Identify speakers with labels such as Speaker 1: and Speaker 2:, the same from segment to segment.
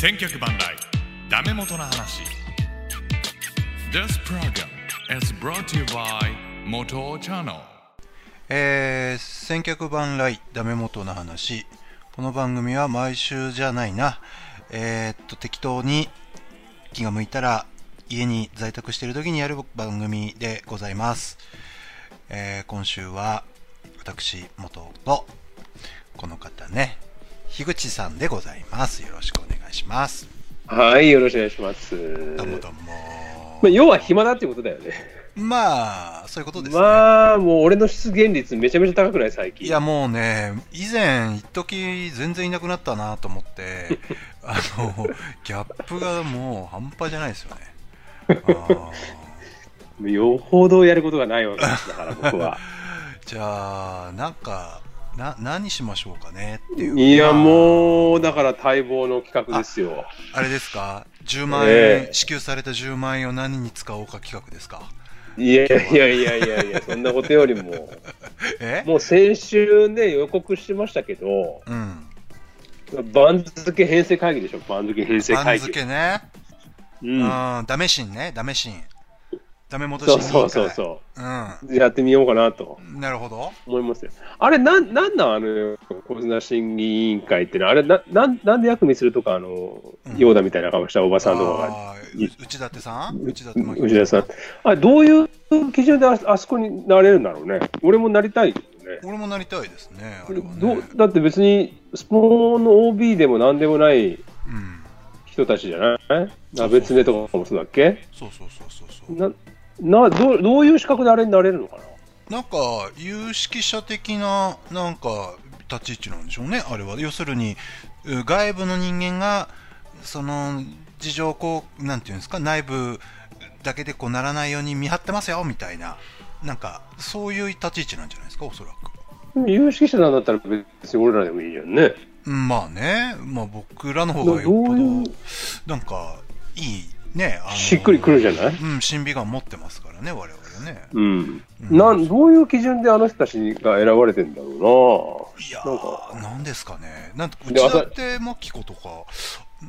Speaker 1: 千客万来ダメ元な話 This program is brought to you by 元チャンネル
Speaker 2: えー、千客万来ダメ元の話この番組は毎週じゃないなえーっと適当に気が向いたら家に在宅している時にやる番組でございます、えー、今週は私元とこの方ね樋口さんでございますよろしくお願いします
Speaker 3: はい、よろしくお願いします。
Speaker 2: どうもどう
Speaker 3: まあ、
Speaker 2: も
Speaker 3: 要は暇だってことだよね。
Speaker 2: まあそういうことですね、
Speaker 3: まあ、もう俺の出現率めちゃめちゃ高くない最近。
Speaker 2: いやもうね、以前、一時全然いなくなったなと思 って、あのギャップがもう半端じゃないですよね。あー
Speaker 3: よほどやることがないわけですだ から、僕は。
Speaker 2: じゃあ、なんかな、何しましょうかねっていう。
Speaker 3: いや、
Speaker 2: う。
Speaker 3: もう、だから待望の企画ですよ。
Speaker 2: あれですか、10万円、
Speaker 3: ええ
Speaker 2: 支給された10万円を何に使おうか企画ですか。
Speaker 3: いやいやいやいやいや、そんなことよりも、
Speaker 2: え
Speaker 3: もう先週ね、予告してましたけど、
Speaker 2: うん。
Speaker 3: 番付編成会議でしょ、番付編成
Speaker 2: 番
Speaker 3: 会議。
Speaker 2: 付ね。
Speaker 3: う。
Speaker 2: うんん。ダメシンね、ダメシン。ダメ戻し
Speaker 3: そ
Speaker 2: に。
Speaker 3: うそうそうそう
Speaker 2: う
Speaker 3: う。やってみようかなと。
Speaker 2: ん。なるほど。
Speaker 3: 思いますよ。あれ、なん、なんなん、あの、小綱審議委員会ってのは、あれ、な、なん、なんで役にするとか、あの
Speaker 2: う、ん
Speaker 3: ヨーダみたいな顔したおばさんとか
Speaker 2: あーう内館さん内館
Speaker 3: が、
Speaker 2: 真紀
Speaker 3: 内田さん。あれ、どういう基準であ、あそこになれるんだろうね。俺もなりたいけ
Speaker 2: 俺もなりたいですね、あれ
Speaker 3: ど
Speaker 2: は
Speaker 3: ね。
Speaker 2: ね。
Speaker 3: どう、だって別に、スポーンの OB でもなんでもない
Speaker 2: うん。
Speaker 3: 人たちじゃない鍋つねとかもそうだっけ
Speaker 2: そうそうそうそうそう。
Speaker 3: な、な、どう、どういう資格であれになれるのかな
Speaker 2: なんか、有識者的な、なんか、立ち位置なんでしょうね、あれは。要するに、う外部の人間が、その、事情をこう、なんていうんですか、内部だけでこうならないように見張ってますよ、みたいな。なんか、そういう立ち位置なんじゃないですか、おそらく。
Speaker 3: でも有識者なんだったら別に俺らでもいいじゃんね。
Speaker 2: うんまあね、まあ僕らの方
Speaker 3: ど
Speaker 2: が
Speaker 3: う
Speaker 2: よっぽど、
Speaker 3: いう、
Speaker 2: なんか、いい、ね、あの
Speaker 3: しっくりくるじゃない
Speaker 2: うん、審美眼持ってますからね、我々ね。
Speaker 3: うん、
Speaker 2: うん
Speaker 3: なんどういう基準であの人たちが選ばれてんだろ
Speaker 2: いや
Speaker 3: なん
Speaker 2: ー、
Speaker 3: か
Speaker 2: なんですかね。なんか、
Speaker 3: で
Speaker 2: 内田って真紀子とか、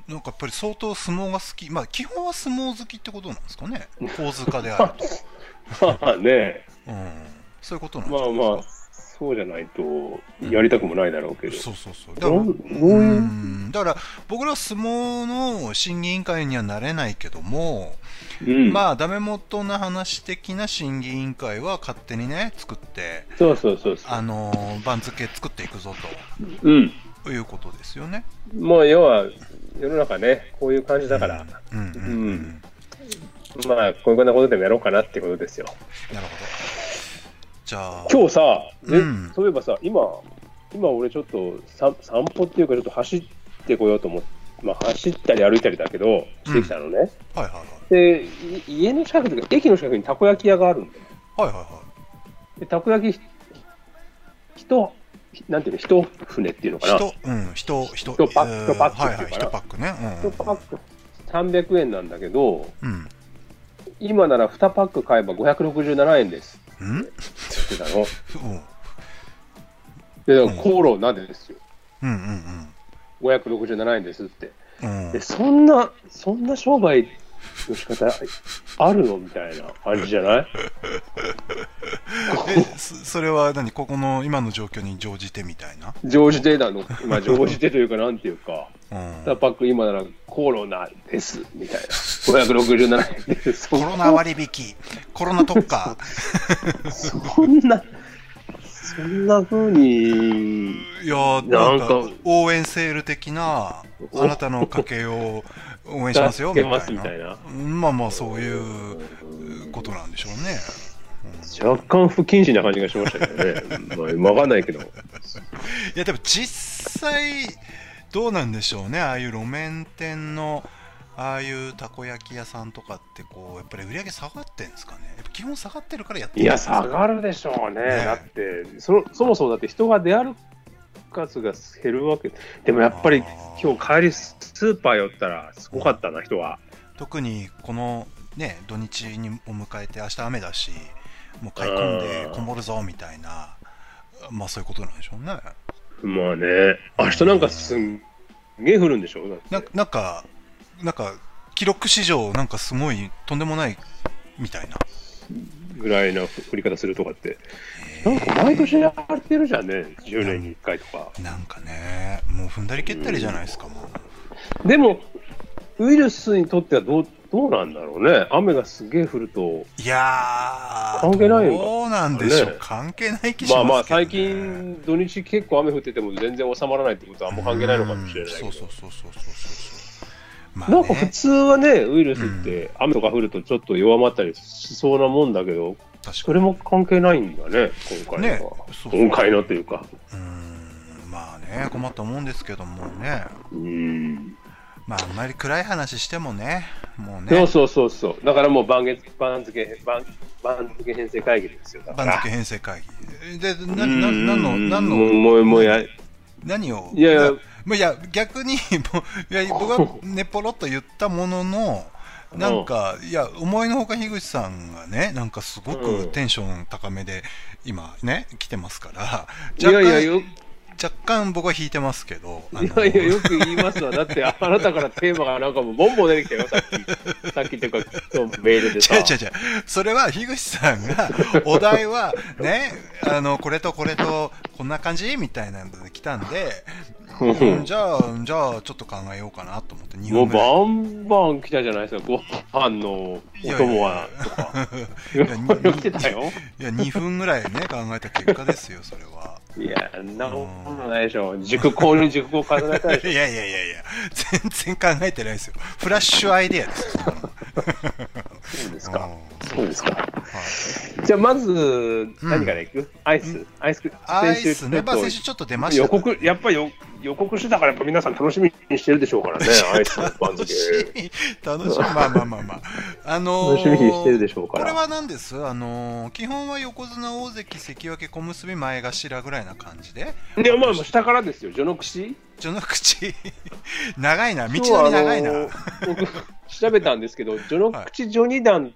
Speaker 2: なんかやっぱり相当相撲が好き、まあ基本は相撲好きってことなんですか ね。構図家であると。
Speaker 3: うな。 まあね、
Speaker 2: うん。そういうことなんで
Speaker 3: ますあ
Speaker 2: か、
Speaker 3: まあ、そうじゃないとやりたくもないだろうけど。
Speaker 2: そうそうそう。だから
Speaker 3: どうどう
Speaker 2: う
Speaker 3: いうん
Speaker 2: だから僕ら相撲の審議委員会にはなれないけども、
Speaker 3: うん、
Speaker 2: まあダメ元な話的な審議委員会は勝手にね作って
Speaker 3: そうそうそうそ
Speaker 2: あのー番付作っていくぞ
Speaker 3: う。うん。
Speaker 2: ということですよね。
Speaker 3: もう要は、世の中ね、こういう感じだから、
Speaker 2: うんうんうんう
Speaker 3: うんんまあ、こういうようなことでもやろうかなってことですよ。
Speaker 2: なるほど。じゃあ、
Speaker 3: 今日さ、え
Speaker 2: うん
Speaker 3: そういえばさ、今、今俺ちょっとさ散歩っていうか、ちょっと走ってこようと思って、まあ、走ったり歩いたりだけど、してきたのね。
Speaker 2: はいはいはい。
Speaker 3: でい家の近くというか駅の近くにたこ焼き屋があるんだよ
Speaker 2: はいはいは。
Speaker 3: でたこ焼きひ人ひなんていうの人船っていうのかない
Speaker 2: 人、うん、人、人、
Speaker 3: 人パック
Speaker 2: えー
Speaker 3: 人パック
Speaker 2: はい
Speaker 3: って
Speaker 2: はいい、
Speaker 3: うかな
Speaker 2: 人パックね。うん。
Speaker 3: 一パック300円なんだけど
Speaker 2: うん。
Speaker 3: 今なら2パック買えば567円です
Speaker 2: うん
Speaker 3: って言ってたの
Speaker 2: うん
Speaker 3: で
Speaker 2: うん
Speaker 3: コーロなんでですよ
Speaker 2: うんうん
Speaker 3: 567円ですって
Speaker 2: うん。う
Speaker 3: で
Speaker 2: ん。
Speaker 3: そんなそんな商売の仕方あるのみたいな感じじゃない
Speaker 2: え、そそれは何ここの今の状況に乗じてみたいな。
Speaker 3: 常時手なの まあ常時手というかなんていうか
Speaker 2: うん。
Speaker 3: タパック今ならコロナですみたいな567円で す
Speaker 2: コロナ割引、コロナ特価。
Speaker 3: そんなそんなふうに
Speaker 2: いやー
Speaker 3: なんか
Speaker 2: なんか、応援セール的な、あなたの家計を応援しますよ、みた
Speaker 3: け
Speaker 2: い な
Speaker 3: ます。みたいな
Speaker 2: うんまあまあ、そういうことなんでしょうね。
Speaker 3: 若干不謹慎な感じがしましたけどねまあ分かんないけど
Speaker 2: いやでも実際どうなんでしょうねああいう路面店のああいうたこ焼き屋さんとかってこうやっぱり売り上げ下がってんですかねやっぱ基本下がってるからやって
Speaker 3: い
Speaker 2: るん
Speaker 3: や
Speaker 2: ですか
Speaker 3: 下がるでしょうね
Speaker 2: ね
Speaker 3: だってそそもそもだって人が出歩く数が減るわけでもやっぱり
Speaker 2: あー
Speaker 3: 今日帰りススーパー寄ったらすごかったな人は
Speaker 2: 特にこのね土日にを迎えて明日雨だしもう買い込んで
Speaker 3: うん
Speaker 2: こもるぞみたいなまあそういうことなんでしょうね
Speaker 3: まあね明日なんかすんげえ降るんでしょだって
Speaker 2: ななんかなんか記録史上なんかすごいとんでもないみたいな
Speaker 3: ぐらいな降り方するとかって。なんか毎年やってるじゃんね。10年に1回とか。
Speaker 2: なんかねもう踏んだり蹴ったりじゃないですかもう
Speaker 3: でも、ウイルスにとってはどう、どうなんだろうね。雨がすげえ降ると。
Speaker 2: いやー
Speaker 3: 関係ないのか
Speaker 2: どうなんでしょう、
Speaker 3: ね
Speaker 2: 関係ない気しますけ
Speaker 3: ま
Speaker 2: ど、
Speaker 3: あ
Speaker 2: ね、
Speaker 3: まあ、最近土日結構雨降ってても全然収まらないってことはあんま関係ないのかもしれないけど。
Speaker 2: うんそうそうそうそうそうそう、まあね、
Speaker 3: なんか普通はね、ウイルスって雨とか降るとちょっと弱まったりしそうなもんだけど、
Speaker 2: 確か
Speaker 3: それも関係ないんだね、今回
Speaker 2: ね
Speaker 3: のは。
Speaker 2: そうそう
Speaker 3: 今回のというか。
Speaker 2: うーんまあね困ったもんですけどもね
Speaker 3: うん。
Speaker 2: まああんまり暗い話してもねもう
Speaker 3: そ
Speaker 2: ね
Speaker 3: うそうそうそう。だからもう番月番付番番付編成会議ですよ。だか
Speaker 2: 番
Speaker 3: ら
Speaker 2: 付編成会議でな
Speaker 3: うん
Speaker 2: ななんのなん
Speaker 3: もう
Speaker 2: の
Speaker 3: もうもうやい
Speaker 2: 何を
Speaker 3: やいや
Speaker 2: なまあいや逆にもういや僕は ねぽろっと言ったもののなんか、いや思いのほか樋口さんがねなんかすご
Speaker 3: う
Speaker 2: く
Speaker 3: ん
Speaker 2: テンション高めで今ね来てますから
Speaker 3: やい
Speaker 2: 若干
Speaker 3: やよ
Speaker 2: 若干僕は引いてますけどあの
Speaker 3: いやいやよく言いますわ。だってあなたからテーマがなんかもうボンボン出てきたよさっきさっきっていうか今日メールでさ。
Speaker 2: 違う違う違う。それは、樋口さん が、お題は、ね、あの、これとこれと、こんな感じみたいなので来たんで、うんじゃあ、じゃあ、ちょっと考えようかなと思って、日
Speaker 3: もう
Speaker 2: 本
Speaker 3: バンバン来たじゃないですか。ご飯のお供はと か。
Speaker 2: いやいやいや
Speaker 3: よく来てたよ。
Speaker 2: いや、2分ぐらいね、考えた結果ですよ、それは。
Speaker 3: いや、そんなことないでしょ。熟考に熟考重ねたでし
Speaker 2: いやいやいやいや、全然考えてないですよ。フラッシュアイデア ですよ。
Speaker 3: ょ。そうです
Speaker 2: うん
Speaker 3: か。そうですか。
Speaker 2: はい
Speaker 3: じゃあまず何からいく、アイス、アイス
Speaker 2: アイスね、
Speaker 3: ち
Speaker 2: ま
Speaker 3: ょ
Speaker 2: あ、
Speaker 3: っと
Speaker 2: 先週ちょっと出ました
Speaker 3: 予
Speaker 2: ね。
Speaker 3: 告やっぱりよ予告してたからやっぱ皆さん楽しみにしてるでしょうからねアイスの番
Speaker 2: 楽
Speaker 3: 付
Speaker 2: しみ、楽しみ、まあまあまあまあ。あのー
Speaker 3: 楽しみにしてるでしょうから
Speaker 2: これは何ですあのー基本は横綱、大関、関脇、小結び、前頭ぐらいな感じで、
Speaker 3: いやまあ下からですよ序の口
Speaker 2: 序の口、 長いな、道のり長いな。
Speaker 3: 今日はあの僕調べたんですけど序の口序二段、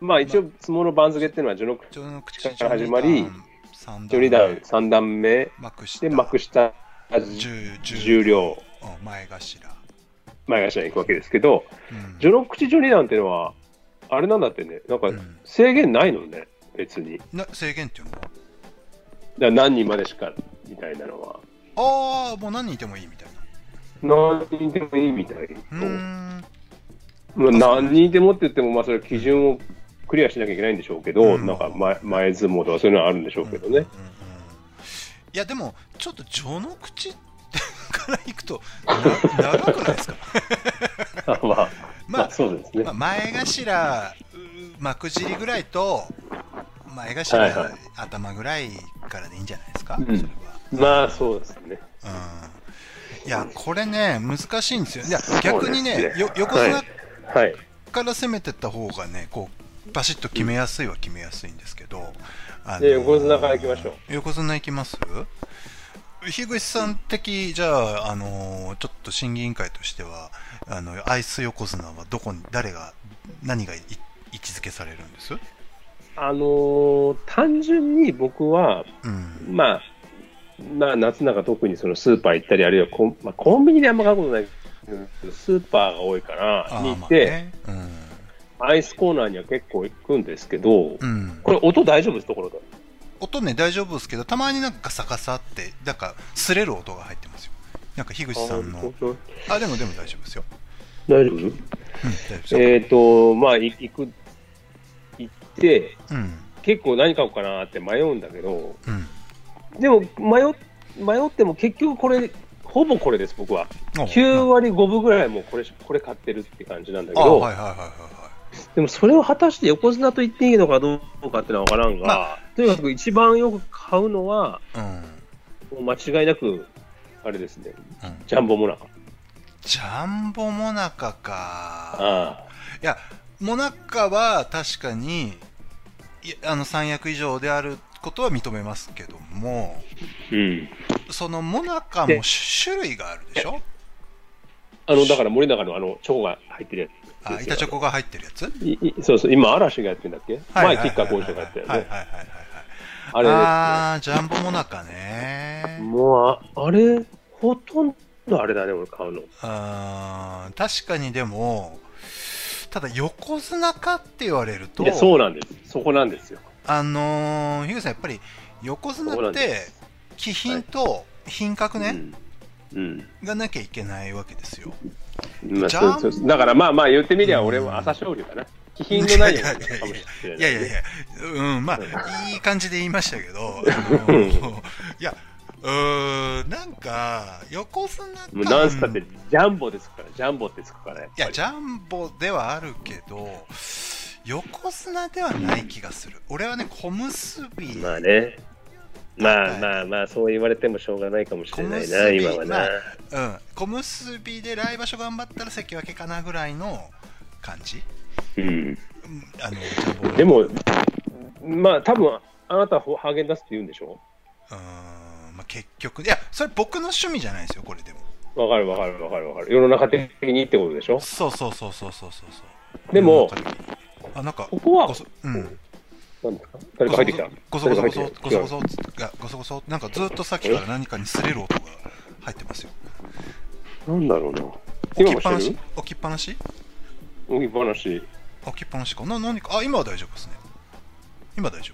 Speaker 3: まあ一応相撲の番付っていうのは序の口
Speaker 2: 序の口
Speaker 3: から始まり、
Speaker 2: 三
Speaker 3: 序二段三段目
Speaker 2: 幕下、
Speaker 3: で幕下
Speaker 2: 十
Speaker 3: 十両
Speaker 2: うん前頭。
Speaker 3: 前頭に行くわけですけど
Speaker 2: うん
Speaker 3: 序の口序二段っていうのはあれなんだってねなんか
Speaker 2: うん
Speaker 3: 制限ないのね別に
Speaker 2: な制限っていうのは
Speaker 3: だから何人までしかみたいなのは
Speaker 2: ああ、もう何人いてもいいみたいな。
Speaker 3: 何人でもいいみたいう
Speaker 2: ーん
Speaker 3: まあ、何人でもって言っても、まあ、それは基準をクリアしなきゃいけないんでしょうけど、
Speaker 2: うん
Speaker 3: なんか前前相撲とかそういうのはあるんでしょうけどね、
Speaker 2: うんうんうんいやでもちょっと序の口から行くとな 長くないですか
Speaker 3: まあ、
Speaker 2: まあ
Speaker 3: まあそうですね、
Speaker 2: まあ前頭う幕尻ぐらいと前頭、
Speaker 3: はいはい
Speaker 2: 頭ぐらいからでいいんじゃないですか、
Speaker 3: うん
Speaker 2: それ
Speaker 3: まあそうですね、
Speaker 2: は、うん、いやこれね難しいんですよいや逆に
Speaker 3: そう
Speaker 2: ね
Speaker 3: ですね
Speaker 2: よ横綱
Speaker 3: はい、
Speaker 2: から攻めてった方がねこうバシッと決めやすいは決めやすいんですけど、あの
Speaker 3: じゃあ横綱から行きましょ
Speaker 2: う横綱行きます樋口さん的じゃあ、あのーちょっと審議委員会としてはあのアイス横綱はどこに誰が何がい位置づけされるんです
Speaker 3: あのー単純に僕は、
Speaker 2: うん
Speaker 3: まあ、まあ、夏なんか特にそのスーパー行ったり、あるいはコン,、まあ、コンビニであんま買うことないけど、スーパーが多いから、に行って、
Speaker 2: あーまあね
Speaker 3: アイスコーナーには結構行くんですけ
Speaker 2: う
Speaker 3: ど、
Speaker 2: んうん、
Speaker 3: これ、音大丈夫です、ところで。
Speaker 2: 音ね大丈夫ですけどたまになんかガサガサってなんか擦れる音が入ってますよなんか樋口さん
Speaker 3: あ
Speaker 2: の
Speaker 3: 本当
Speaker 2: あでもでも大丈夫ですよ、
Speaker 3: 大丈夫
Speaker 2: うん、大丈夫ですよ、
Speaker 3: えっ、と、まあ、い行く、行って、
Speaker 2: うん
Speaker 3: 結構何買おうかなって迷うんだけど、
Speaker 2: うん
Speaker 3: でも迷っ、迷っても結局これ、ほぼこれです、僕は。
Speaker 2: お
Speaker 3: 9割5分ぐらいもうこれ、これ買ってるって感じなんだけ
Speaker 2: あ
Speaker 3: ど、
Speaker 2: はいはいはいはいは
Speaker 3: でもそれを果たして横綱と言っていいのかどうかってのはわからんが、
Speaker 2: ま
Speaker 3: とにかく一番よく買うのは、
Speaker 2: い、うん
Speaker 3: もう間違いなく、あれですね、
Speaker 2: うん、
Speaker 3: ジャンボモナカ。
Speaker 2: ジャンボモナカか
Speaker 3: あ
Speaker 2: いやモナカは確かにいやあの三役以上であることは認めますけども
Speaker 3: あうん。
Speaker 2: そのモナカも
Speaker 3: で
Speaker 2: 種類があるでしょ
Speaker 3: あの、だから森永のあの、チョコが入ってるやつ。
Speaker 2: あ板チョコが入ってるやつ
Speaker 3: いいそうそう、今、嵐がやってんだっけ、
Speaker 2: はいはい
Speaker 3: 前、吉川晃司がやってる
Speaker 2: はいはい
Speaker 3: ね。
Speaker 2: はいはいはい
Speaker 3: あれ
Speaker 2: あージャンボモナカね
Speaker 3: もうあ、あれ、ほとんとあれだね、俺買うの。
Speaker 2: あー確かにでもただ横綱かって言われると
Speaker 3: いや、そうなんです。そこなんですよ。
Speaker 2: あのー、ヒグさんやっぱり横
Speaker 3: そこな
Speaker 2: 綱っ
Speaker 3: んで
Speaker 2: て
Speaker 3: す。
Speaker 2: 気品と品格ね、
Speaker 3: うん。
Speaker 2: がなきゃいけないわけですよ
Speaker 3: うん。まあ、
Speaker 2: じゃ
Speaker 3: そ
Speaker 2: ん
Speaker 3: うそうそうだからまあまあ言ってみりゃ
Speaker 2: うん
Speaker 3: 俺は朝青龍かな。気品のないやつかもしれ ない。
Speaker 2: いやいやい
Speaker 3: や。
Speaker 2: や、うん、まあ、いい感じで言いましたけど、あ
Speaker 3: う
Speaker 2: のいや、うーん、なんか、横綱か。
Speaker 3: もうなんすったって
Speaker 2: い
Speaker 3: ジャンボですから、ジャンボってつくからね。
Speaker 2: や、ジャンボではあるけど、横綱ではない気がする。俺はね、小結び、
Speaker 3: まあね。ま
Speaker 2: はい
Speaker 3: あまあまあ、そう言われてもしょうがないかもしれない
Speaker 2: 小結
Speaker 3: な、
Speaker 2: び
Speaker 3: 今はな。
Speaker 2: まあうん、小結びで来場所頑張ったら関脇かなぐらいの感じ。
Speaker 3: うん。
Speaker 2: うんあのジャンボ
Speaker 3: でも、まあ多分、あなたはハーゲンダッツって言うんでしょ
Speaker 2: うーん、まあ、結局、いや、それ僕の趣味じゃないですよ、これでも。
Speaker 3: わかるわかるわかるわかる。世の中的にってことでしょ
Speaker 2: そうそうそうそうそうそうそう。
Speaker 3: でも、
Speaker 2: あなんか
Speaker 3: ここは
Speaker 2: ご、そうん、
Speaker 3: なんですか誰か入ってきた
Speaker 2: ごそごそご
Speaker 3: 誰か入
Speaker 2: そ
Speaker 3: って
Speaker 2: ご
Speaker 3: きた
Speaker 2: そごそつがごそごそなんかずっとさっきから何かに擦れる音が入ってますよ。
Speaker 3: なんだろうな。
Speaker 2: 置
Speaker 3: 今
Speaker 2: き
Speaker 3: も
Speaker 2: っぱな
Speaker 3: し
Speaker 2: し
Speaker 3: てる
Speaker 2: 置きっぱなし
Speaker 3: 置きっぱなし。
Speaker 2: 置きっぱなしかな何かあ今は大丈夫ですね。今大丈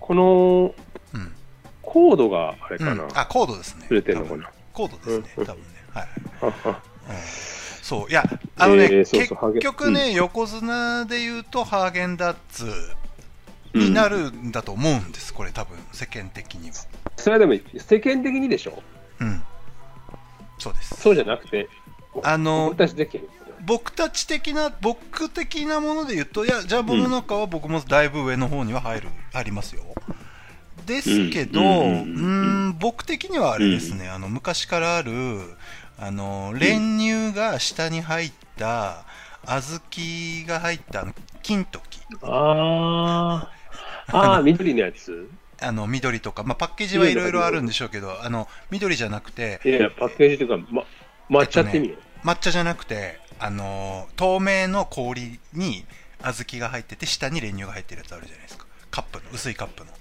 Speaker 3: この
Speaker 2: 夫。うん。
Speaker 3: コードがあれ
Speaker 2: う
Speaker 3: か
Speaker 2: ん
Speaker 3: な。、
Speaker 2: あコードですね。
Speaker 3: ずれてんのか
Speaker 2: 多
Speaker 3: な
Speaker 2: 分コードです
Speaker 3: う
Speaker 2: ね
Speaker 3: ん
Speaker 2: 多分ねはい はい。
Speaker 3: あ
Speaker 2: うんそういやあのね、
Speaker 3: えーそうそうハーゲ
Speaker 2: 結
Speaker 3: ン
Speaker 2: 局ね、横綱で言うとハーゲンダッツになるんだと思うんです、これ多分世間的には。
Speaker 3: それはでも世間的にでしょ
Speaker 2: うん。そうです。
Speaker 3: そうじゃなくて、
Speaker 2: あの
Speaker 3: 俺たちできる。
Speaker 2: 僕たち的な、僕的なもので言うと、いや、ジャンボの中は僕もだいぶ上の方には入る、ありますよ。ですけど、う
Speaker 3: うんうん
Speaker 2: ーん、僕的にはあれですね、あの、昔からある、あの、練乳が下に入った、小豆が入った、あの金時。
Speaker 3: あー、あー、緑のやつ。
Speaker 2: あの、緑とか、まあ、パッケージはいろいろあるんでしょうけど、あの、緑じゃなくて、
Speaker 3: いやいや、パッケージというか、ま、抹茶って意味よ。
Speaker 2: 抹茶じゃなくて、あのー透明の氷に小豆が入ってて下に練乳が入ってるやつあるじゃないですかカップの薄いカップの
Speaker 3: あ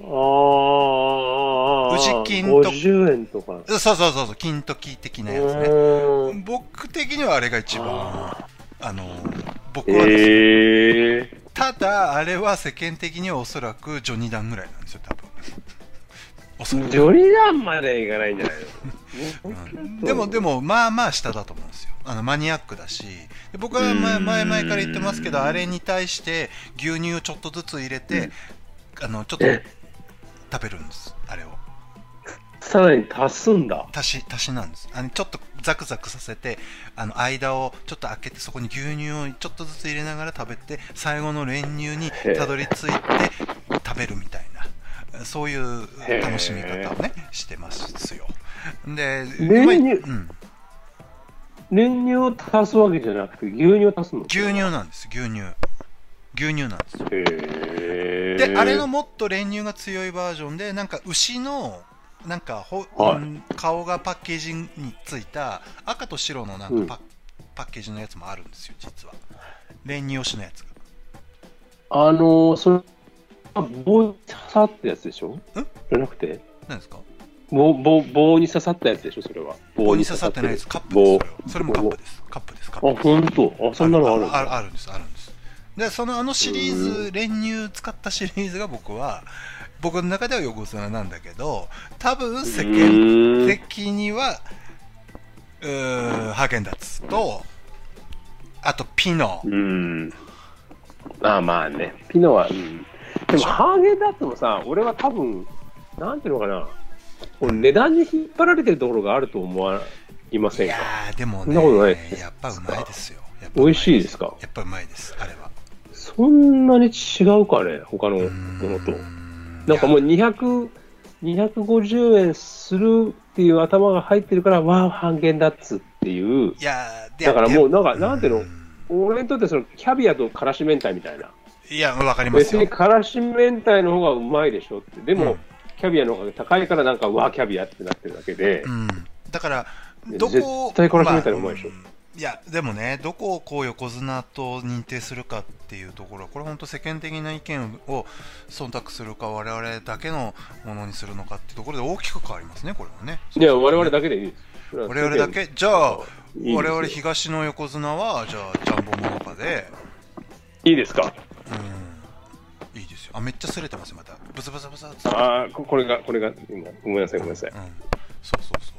Speaker 3: ー、
Speaker 2: 宇治金と
Speaker 3: 50円とか。
Speaker 2: そうそうそうそう金時的なやつね
Speaker 3: うーん
Speaker 2: 僕的にはあれが一番あのー僕はですね、
Speaker 3: えー、
Speaker 2: ただあれは世間的にはおそらくジョニダンぐらいなんですよ多分おそら
Speaker 3: ジョリダンまでいかないんじゃない
Speaker 2: う
Speaker 3: の
Speaker 2: んでもでもまあまあ下だと思うんですよあのマニアックだしで僕は前
Speaker 3: うん
Speaker 2: 前々から言ってますけどあれに対して牛乳をちょっとずつ入れて、あのちょっと
Speaker 3: え
Speaker 2: 食べるんですあれを
Speaker 3: さらに足すんだ。
Speaker 2: 足し足しなんですあのちょっとザクザクさせてあの間をちょっと開けてそこに牛乳をちょっとずつ入れながら食べて最後の練乳に
Speaker 3: え
Speaker 2: たどり着いて食べるみたいなそういう楽しみ方をねしてますよで
Speaker 3: 練乳
Speaker 2: うまいうん
Speaker 3: 練乳を足すわけじゃなくて、牛乳を足すの
Speaker 2: 牛乳なんです牛乳牛乳なんですよ
Speaker 3: へー
Speaker 2: であれのもっと練乳が強いバージョンでなんか牛のなんかほ、
Speaker 3: はい
Speaker 2: うん顔がパッケージについた赤と白のなんかパ,、パッケージのやつもあるんですよ実は練乳推しのやつが
Speaker 3: あのー、それ、あ棒に刺さったやつでしょじゃなくて
Speaker 2: 何ですか
Speaker 3: 棒棒、棒に刺さったやつでしょ、それは。
Speaker 2: 棒に刺さってないやつカップ
Speaker 3: 棒
Speaker 2: で。すそれはそれもカップですカップですカップ
Speaker 3: あ、ほんと。あ、そんなのあるん
Speaker 2: あ
Speaker 3: だ
Speaker 2: るあるんですあるんですでそのあのシリーズ練乳使ったシリーズが僕は僕の中では横綱なんだけど多分世
Speaker 3: う
Speaker 2: 間
Speaker 3: ーん
Speaker 2: 的にはうーんハーゲンダッツとあとピノ
Speaker 3: うーん。まあまあね。ピノは、うん。でも、ハーゲンダッツもさ、俺は多分、なんていうのかな。こう値段に引っ張られてるところがあると思わいま
Speaker 2: い
Speaker 3: せん
Speaker 2: や
Speaker 3: か
Speaker 2: ーでも
Speaker 3: そんなことない
Speaker 2: ね
Speaker 3: です
Speaker 2: やっぱうまいですよやっぱう
Speaker 3: 美
Speaker 2: ま
Speaker 3: 味しいですか
Speaker 2: やっぱうまいですあれは
Speaker 3: そんなに違うかね、他の
Speaker 2: うー
Speaker 3: ものと。
Speaker 2: ん
Speaker 3: なんかもう200、250円するっていう頭が入ってるから、わあ、半減だっつっていう。
Speaker 2: いやーで
Speaker 3: だからもう、
Speaker 2: で
Speaker 3: なんか、なんていう
Speaker 2: ー
Speaker 3: の、俺にとってそのキャビアとからし明太みたいな。
Speaker 2: いやわかります
Speaker 3: 別
Speaker 2: よ
Speaker 3: にからし明太の方がうまいでしょって。でも、
Speaker 2: うん
Speaker 3: キャビアの方が高いから、なんか、うわあ、キャビアってなってるだけで。
Speaker 2: うん、だから、
Speaker 3: や
Speaker 2: どこを
Speaker 3: 絶対これ決めたらうまいでしょ
Speaker 2: あうんいや、でもね、どこをこう横綱と認定するかっていうところは、これ本当世間的な意見を忖度するか、我々だけのものにするのかっていうところで大きく変わりますね、これはね。
Speaker 3: いや、我々だけでいいです。
Speaker 2: 我々だけじゃあ
Speaker 3: いいですよ
Speaker 2: 我々東の横綱はじゃあジャンボモナカで
Speaker 3: いいですか
Speaker 2: いいですよあめっちゃ擦れてますよまたブツブツブツブツうん
Speaker 3: ああ、ここれが、これが、今ごめんなさい、ごめんなさい。
Speaker 2: そうそうそ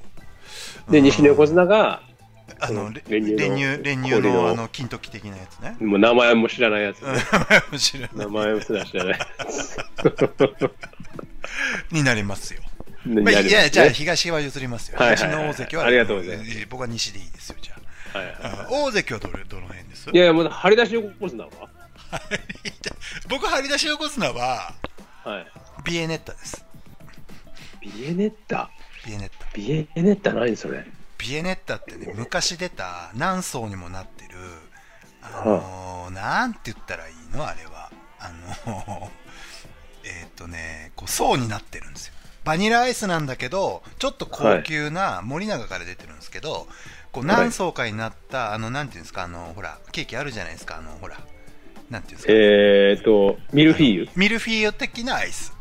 Speaker 2: う
Speaker 3: で、西の横綱が、
Speaker 2: あ
Speaker 3: う
Speaker 2: の
Speaker 3: ん
Speaker 2: れ
Speaker 3: 練乳
Speaker 2: 練
Speaker 3: の
Speaker 2: 乳練乳
Speaker 3: 氷
Speaker 2: の
Speaker 3: の
Speaker 2: あの金時的なやつね
Speaker 3: もう名前も知らないやつ。
Speaker 2: うん知らない
Speaker 3: 名前すら知らない。
Speaker 2: になりますよ
Speaker 3: に
Speaker 2: まあ
Speaker 3: なります
Speaker 2: い
Speaker 3: ね
Speaker 2: やじゃあ東は譲りますよ
Speaker 3: はいはい
Speaker 2: 東
Speaker 3: はい
Speaker 2: の大関は
Speaker 3: ありがとうございます
Speaker 2: えー僕は西でいいですよじゃあ
Speaker 3: はいはい
Speaker 2: あ大関はどれどの辺です
Speaker 3: いやいや、もう張り出し横綱は
Speaker 2: 僕張り出し横綱は
Speaker 3: はい。
Speaker 2: ビエネッタです
Speaker 3: ビエネッタ
Speaker 2: ビエネッタ
Speaker 3: ビエネッタ何それ
Speaker 2: ビエネッタってね昔出た何層にもなってるあのーなんて言ったらいいのあれはあの えーっとねこう層になってるんですよバニラアイスなんだけどちょっと高級な森永から出てるんですけど、こう何層かになったあのなんていうんですかあのほらケーキあるじゃないですかあのほらなんていうんですか、
Speaker 3: えーっと、ミルフィーユ
Speaker 2: ミルフィーユ的なアイス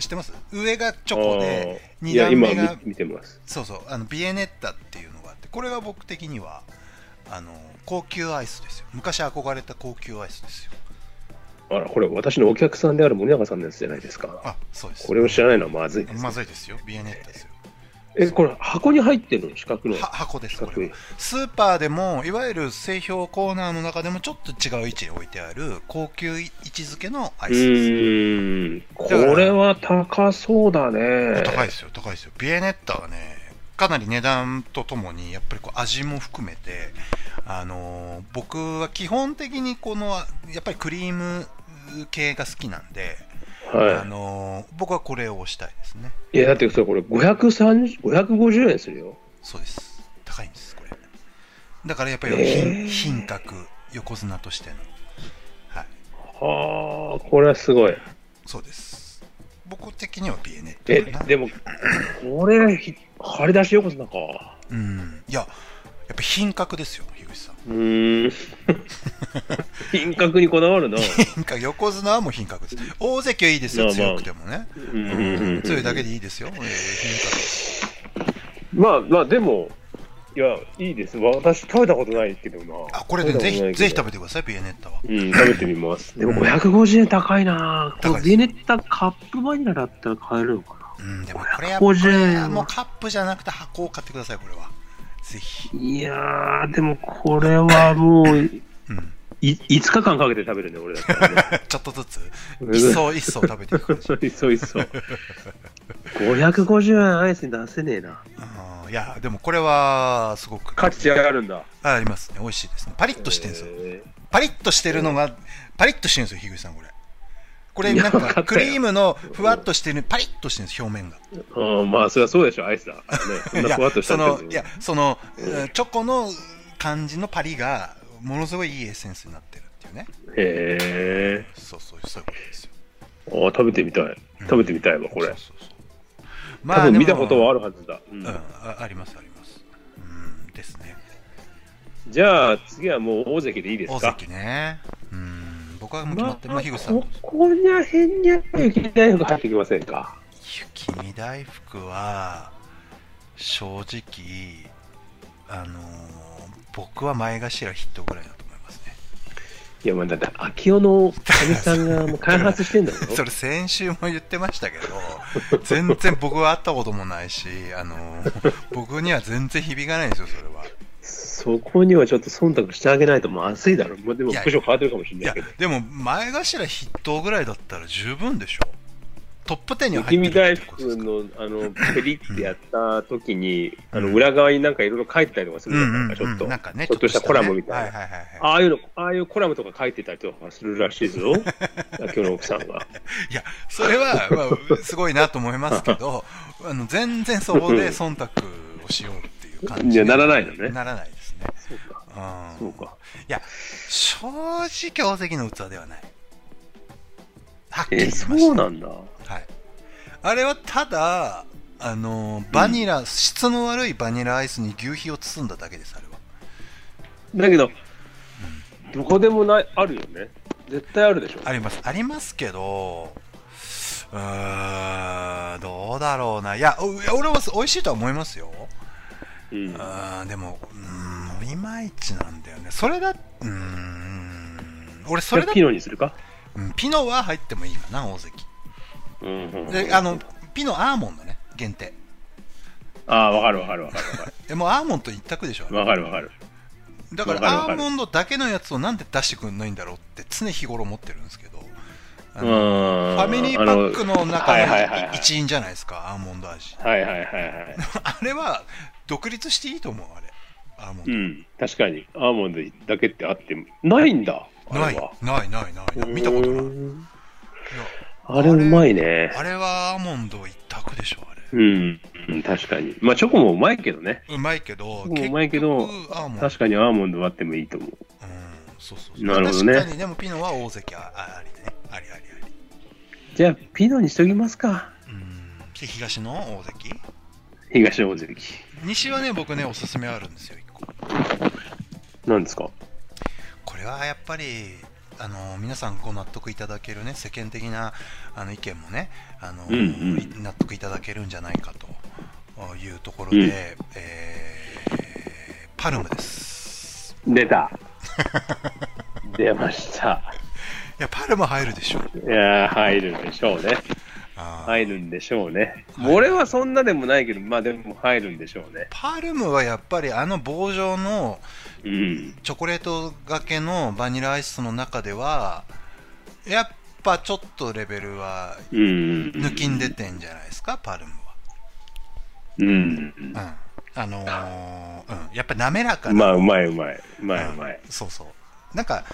Speaker 2: 知ってます上がチョコで
Speaker 3: あー
Speaker 2: 2
Speaker 3: いや、
Speaker 2: 段
Speaker 3: 今
Speaker 2: 目が
Speaker 3: 見見てます。
Speaker 2: そうそうあのビエネッタっていうのがあってこれが僕的にはあの高級アイスですよ昔憧れた高級アイスですよ
Speaker 3: あら、これ私のお客さんである森永さんのやつじゃないですか。
Speaker 2: あそうです
Speaker 3: これを知らないのはまずいです。
Speaker 2: まずいですよビエネッタですよ
Speaker 3: え、これ箱に入ってるの四角の。
Speaker 2: は箱です
Speaker 3: 四
Speaker 2: こ
Speaker 3: 角
Speaker 2: れ
Speaker 3: い
Speaker 2: は。スーパーでもいわゆる製氷コーナーの中でもちょっと違う位置に置いてある高級位置づけのア
Speaker 3: う
Speaker 2: イスです
Speaker 3: ーん。こ
Speaker 2: から
Speaker 3: れは高そうだね。
Speaker 2: 高いですよ高いですよビエネッタはねかなり値段とともにやっぱりこう味も含めてあのー僕は基本的にこのやっぱりクリーム系が好きなんで、あ
Speaker 3: は
Speaker 2: のー僕はこれを推したいですね
Speaker 3: い。いや、だってそれこれ530 550円するよ。
Speaker 2: そうです高いんですこれだからやっぱり品,、
Speaker 3: えー
Speaker 2: 品格横綱としてのはい
Speaker 3: はあ、これはすごい。
Speaker 2: そうです僕的にはビエネ
Speaker 3: え
Speaker 2: ッタかな、
Speaker 3: でも、これ、ひ張り出し横綱か。
Speaker 2: うんいややっぱ品格ですよ樋口さん
Speaker 3: う ーん。品格にこだわるな。
Speaker 2: 品格横綱はもう品格です大関はいいですよ、
Speaker 3: まあまあ
Speaker 2: 強くてもね、
Speaker 3: うんうんうん
Speaker 2: 強いだけでいいですよ、えー品格
Speaker 3: まあまあ、でも、いや、いいです。私、食べたことないけどな。
Speaker 2: あこれねぜひぜひ食
Speaker 3: べ
Speaker 2: べてくださいビエネッタは
Speaker 3: うん、食べてみます。でも550円高いな
Speaker 2: 高い
Speaker 3: こ
Speaker 2: です
Speaker 3: れベネッタカップバニラだったら買えるのか
Speaker 2: うんでもこれやっ
Speaker 3: 550円
Speaker 2: ぱもうカップじゃなくて箱を買ってくださいこれはぜひ
Speaker 3: な。いやー、でもこれはもう、い
Speaker 2: うん
Speaker 3: 5日間かけて食べるね、俺だったらね。
Speaker 2: ちょっとずつ
Speaker 3: うん
Speaker 2: 一層一層食べていく感じ、
Speaker 3: そういそういそう。550円アイスに出せねえな。
Speaker 2: うん、いやでもこれはすごく
Speaker 3: 価値があるんだ。
Speaker 2: あありますね美味しいですねパリッとしてるんですよ
Speaker 3: え
Speaker 2: パリッとしてるのがパリッとしてるんですよ樋口さんこれこれ
Speaker 3: いや
Speaker 2: なん
Speaker 3: わかった
Speaker 2: か
Speaker 3: よ
Speaker 2: クリームのふわっとしてるパリッとしてるんです表面が
Speaker 3: ーうん、まあ、それはそうでしょ、アイスだ。ね、そん
Speaker 2: い
Speaker 3: な
Speaker 2: や
Speaker 3: ふわっとした
Speaker 2: そ
Speaker 3: の
Speaker 2: のいやそのうんチョコの感じのパリがものすごいいいエッセンスになってるっていうね
Speaker 3: へえ。
Speaker 2: そうそうそういうことですよ
Speaker 3: あー食べてみたい。食べてみたいわ、これ
Speaker 2: そう。そうそう
Speaker 3: 多分見たことは
Speaker 2: あ
Speaker 3: あるはずだ。う
Speaker 2: で
Speaker 3: ん
Speaker 2: もうんあありますありますうんですね
Speaker 3: じゃあ、次はもう大関でいいで
Speaker 2: 大
Speaker 3: すか。
Speaker 2: 関ねうん僕はもう決まってるまあ樋口さん
Speaker 3: ここにら辺には雪大福入ってきませんか。
Speaker 2: 雪見大福は正直あのー僕は前頭筆頭ぐらいだと思いますね
Speaker 3: いや、まあ、だって、秋代のかみさんがもう開発してんだもん
Speaker 2: それ先週も言ってましたけ ど全然僕は会ったこともないしあのー僕には全然響かないんですよそれは
Speaker 3: そこにはちょっと忖度してあげないとまずいだろう。まあ、でも、
Speaker 2: いや
Speaker 3: 部署変わってるかもしれ
Speaker 2: い
Speaker 3: ない
Speaker 2: や
Speaker 3: けど。
Speaker 2: でも前頭筆頭ぐらいだったら十分でしょトップ10には入
Speaker 3: 雪
Speaker 2: って
Speaker 3: 見
Speaker 2: る
Speaker 3: 大
Speaker 2: ってことで
Speaker 3: 福
Speaker 2: すか
Speaker 3: の、あの、ペリってやった時に、
Speaker 2: うん
Speaker 3: あの、裏側になんかいろいろ書いてたりとかす
Speaker 2: う
Speaker 3: る
Speaker 2: ん
Speaker 3: じ
Speaker 2: う
Speaker 3: ゃんない
Speaker 2: ん
Speaker 3: ですか、ちょっ
Speaker 2: う
Speaker 3: と。
Speaker 2: ん、なんかね
Speaker 3: ちょっとしたコラムみたいな
Speaker 2: はいはいはいはい
Speaker 3: ああいうの、ああいうコラムとか書いてたりとかするらしい ぞ。今日の奥さんが。
Speaker 2: いや、それは、まあ、すごいなと思いますけど、あの全然そこで忖度をしようっていう感じに
Speaker 3: いやならないのね
Speaker 2: ならないですね。
Speaker 3: そうか。
Speaker 2: うん、
Speaker 3: そうか。
Speaker 2: いや、正直、大関の器ではない。はっきり
Speaker 3: え
Speaker 2: 言いました。
Speaker 3: そうなんだ。
Speaker 2: はい、あれはただ、あのバニラ、質の悪いバニラアイスに牛皮を包んだだけです、あれは。
Speaker 3: だけど、どこでもない、あるよね。絶対あるでしょ。
Speaker 2: あります。ありますけど、うーん、どうだろうな。いや、おいや俺は美味しいとは思いますよ。
Speaker 3: うん。
Speaker 2: あーでもうーんいまいちなんだよねそれだうーん俺それだ
Speaker 3: ピノにするか
Speaker 2: うんピノは入ってもいいかな大関
Speaker 3: うんうん。
Speaker 2: であのピノアーモンドね限定
Speaker 3: ああ、わかるわかるわか
Speaker 2: えもうアーモンド一択でしょあ
Speaker 3: る。
Speaker 2: れ
Speaker 3: わかるわかる。
Speaker 2: だから
Speaker 3: わかるわ
Speaker 2: ア
Speaker 3: かる
Speaker 2: ーモンドだけのやつをなんで出してくんないんだろうって常日頃思ってるんですけどあ
Speaker 3: うん。
Speaker 2: の
Speaker 3: フ
Speaker 2: ファミリーパックの中
Speaker 3: はいはいはいは
Speaker 2: の
Speaker 3: い
Speaker 2: 一員じゃないですかアーモンド味
Speaker 3: はいはいはいはい。
Speaker 2: あれは独立していいと思うあれアーモンド
Speaker 3: うん。確かに。アーモンドだけってあって、ないんだ。あ
Speaker 2: な
Speaker 3: れ
Speaker 2: い
Speaker 3: は
Speaker 2: ないないない見たことないい
Speaker 3: うん
Speaker 2: や
Speaker 3: あれうまいね。
Speaker 2: あれはアーモンド一択でしょあれ
Speaker 3: うん。うん確かに。まあ、チョコもうまいけどね。
Speaker 2: うまいけど
Speaker 3: うまいけど
Speaker 2: 結局アーモンド
Speaker 3: 確かにアーモンド割ってもいいと思う。
Speaker 2: うんそうそうそう
Speaker 3: なるほどね
Speaker 2: 確かにでもピノは大関ああありねありありあり
Speaker 3: じゃあ、ピノにしときますか。
Speaker 2: うんで東の大関
Speaker 3: 東大関。
Speaker 2: 西はね僕ねおすすめあるんですよ一個
Speaker 3: なんですか
Speaker 2: これはやっぱりあの皆さんこう納得いただけるね世間的なあの意見もねあの、
Speaker 3: うんうん
Speaker 2: い納得いただけるんじゃないかというところで、
Speaker 3: うん
Speaker 2: えーパルムです
Speaker 3: 出た。 出ました。
Speaker 2: いやパルム入るでしょ
Speaker 3: いやー、入るんでしょうね。
Speaker 2: あー
Speaker 3: 入るんでしょうね。俺はそんなでもないけど、まあでも入るんでしょうね。
Speaker 2: パルムはやっぱりあの棒状の
Speaker 3: うん。
Speaker 2: チョコレートがけのバニラアイスの中ではやっぱちょっとレベルは
Speaker 3: うん。
Speaker 2: 抜きんでてんじゃないですかパルム
Speaker 3: うん。
Speaker 2: はうんあのーうんやっぱ滑らかな
Speaker 3: まあ、うまいうまい。うまいうまい。
Speaker 2: うんそうそうなんか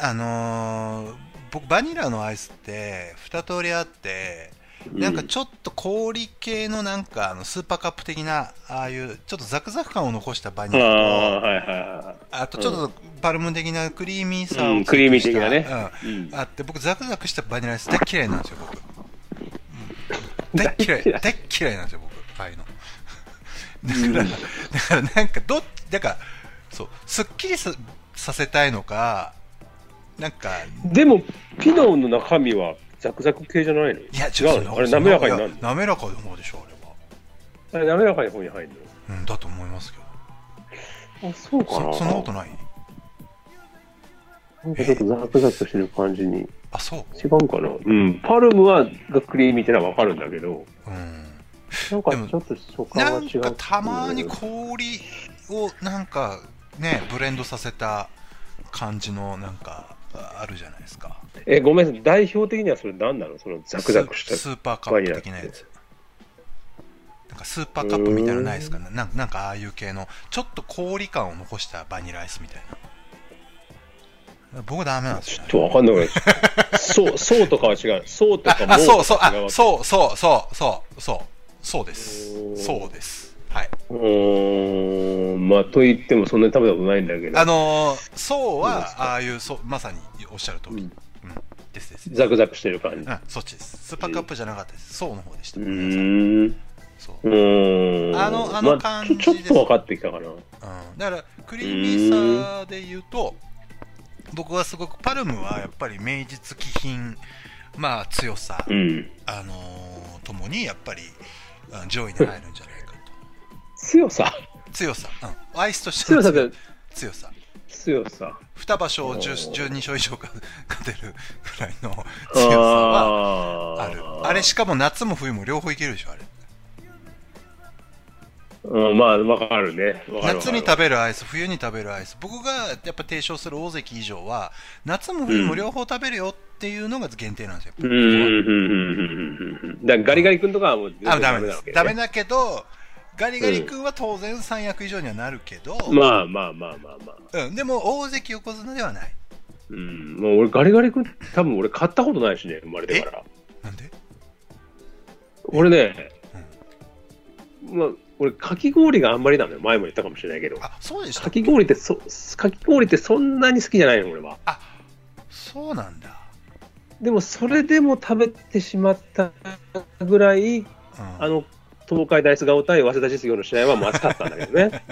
Speaker 2: あのー僕バニラのアイスって2通りあってなんかちょっと氷系のなんかあのスーパーカップ的なああいうちょっとザクザク感を残したバニ
Speaker 3: あ
Speaker 2: ラと
Speaker 3: あ、はいはいは
Speaker 2: あとちょっとパルム的なクリーミー
Speaker 3: い
Speaker 2: さ
Speaker 3: は
Speaker 2: を、
Speaker 3: い。うん、クリーミー的なね。
Speaker 2: うん、あって僕ザクザクしたバニラアイス大っ嫌いなんですよ僕うん大っ嫌い
Speaker 3: 大っ嫌い
Speaker 2: 大っ嫌いなんですよ僕ああいうのだから、だからなんかどっだからそうすっきりささせたいのかなんか
Speaker 3: うんでも、ピノの中身はザクザク系じゃないのい
Speaker 2: いや
Speaker 3: 違うのあれ滑らかになる
Speaker 2: いや滑らかの方でしょあれ
Speaker 3: あれ滑らかに方に入る
Speaker 2: は、うん、だと思いますけど
Speaker 3: のあ、そうかな。
Speaker 2: そそんなことない
Speaker 3: なんかちょっとザクザクしてる感じに。
Speaker 2: あそう
Speaker 3: 違うかなうん。パルムはがクリーミーってのはわかるんだけど、
Speaker 2: うん
Speaker 3: なんかちょっと食感
Speaker 2: な
Speaker 3: は
Speaker 2: ん
Speaker 3: 違う。
Speaker 2: かたまに氷をなんかねブレンドさせた感じのなんかあるじゃないですか
Speaker 3: え、ごめんなさい。代表的にはそれ何なのそのザクザクした。
Speaker 2: ススーパーカップ的なやつなんかスーパーカップみたいなのないですかねなんなんかああいう系のちょっと氷感を残したバニラアイスみたいな僕ダメなんです
Speaker 3: ち
Speaker 2: よ
Speaker 3: ょっ
Speaker 2: ね
Speaker 3: とわかんなくなっちゃった。そう、 そうとかは違う。そうとかも
Speaker 2: あそうそうあ
Speaker 3: 違
Speaker 2: そうそうそうそうそうそうです
Speaker 3: うーん。
Speaker 2: そうですはいう
Speaker 3: うーん。まあ、と言ってもそんなに食べたことないんだけど
Speaker 2: あ、のー、そう
Speaker 3: そうです
Speaker 2: は
Speaker 3: か
Speaker 2: ああいうそうまさにおっしゃる通り、
Speaker 3: う
Speaker 2: うんんですですです
Speaker 3: ザクザクしてる感じ
Speaker 2: う。ん、そっちです。スーパーカップじゃなかったです。そうの方でした。
Speaker 3: うーん。
Speaker 2: そう。
Speaker 3: う
Speaker 2: うん。
Speaker 3: ーん。
Speaker 2: あのあの
Speaker 3: ま
Speaker 2: 感じ
Speaker 3: ちょちょっ
Speaker 2: です
Speaker 3: とわかってきたかな。
Speaker 2: だから、クリーミーさで言うと、僕はすごく、パルムはやっぱり名実気品、まあ強さ
Speaker 3: う、ん。
Speaker 2: あのーともにやっぱりあ上位に入るんじゃないか
Speaker 3: 強さ。
Speaker 2: と。強さ、うん。アイスとして
Speaker 3: 強
Speaker 2: の
Speaker 3: さって、
Speaker 2: 強さ。
Speaker 3: 強さ。
Speaker 2: 二場所を10 12勝以上か勝てるぐらいの強さは
Speaker 3: は
Speaker 2: ある。あれしかも夏も冬も両方いけるでしょ、あれ。
Speaker 3: うん、まあ、わかるね。わかるわか
Speaker 2: 夏
Speaker 3: る
Speaker 2: に食べるアイス、冬に食べるアイス、僕がやっぱ提唱する大関以上は、夏も冬も両方食べるよっていうのが限定なんですよ。
Speaker 3: うんうんうんうんうんうん。だからガリガリ君とかはもう全然
Speaker 2: あダメで
Speaker 3: なわ
Speaker 2: す
Speaker 3: け。ね
Speaker 2: ダメだけど、ガリガリ君は当然三役以上にはなるけど、
Speaker 3: まあまあまあまあまあ。
Speaker 2: うん、でも大関横綱ではない。
Speaker 3: うん、もう俺ガリガリ君多分俺買ったことないしね、生まれてから。
Speaker 2: なんで
Speaker 3: 俺ね、まあ、俺かき氷があんまりなのよ。前も言ったかもしれないけど。
Speaker 2: あ、そうでした
Speaker 3: か。き氷ってそ、かき氷ってそんなに好きじゃないの、俺は。
Speaker 2: そうなんだ。
Speaker 3: でも、それでも食べてしまったぐらい、
Speaker 2: うん、
Speaker 3: あの、東海大菅生対早稲田実業の試合はまずかったんだけ どね。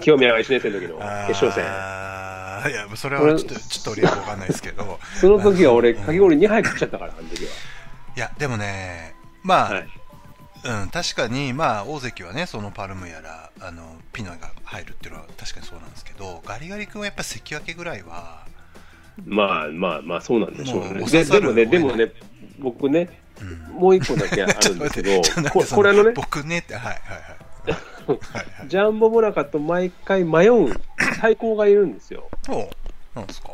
Speaker 3: 清宮が1年生の時の決勝戦。
Speaker 2: あーいや、それはちょっと、ちょっと俺よくわかんないですけど、
Speaker 3: その時は俺、かき氷2杯食っちゃったから、あの時は。
Speaker 2: いや、でもね、まあ、
Speaker 3: はい
Speaker 2: うん、確かに、まあ、大関はね、そのパルムやら、あの、ピノが入るっていうのは確かにそうなんですけど、ガリガリ君はやっぱ関脇ぐらいは、
Speaker 3: まあまあまあ、そうなんでしょ
Speaker 2: も
Speaker 3: うね。
Speaker 2: う
Speaker 3: で
Speaker 2: 刺さ
Speaker 3: で
Speaker 2: る
Speaker 3: もね、でもね、僕ね、
Speaker 2: うん。
Speaker 3: もう一個だけあ
Speaker 2: ちょ
Speaker 3: る
Speaker 2: っ
Speaker 3: ん
Speaker 2: と待
Speaker 3: ですけ
Speaker 2: って、 ちょっと
Speaker 3: ど、
Speaker 2: 待っ
Speaker 3: こ
Speaker 2: て、
Speaker 3: これあのね、
Speaker 2: 僕ねって、はいはいはい。はいはい。
Speaker 3: ジャンボモラカと毎回迷う最高がいるんですよ。
Speaker 2: そうなんですか。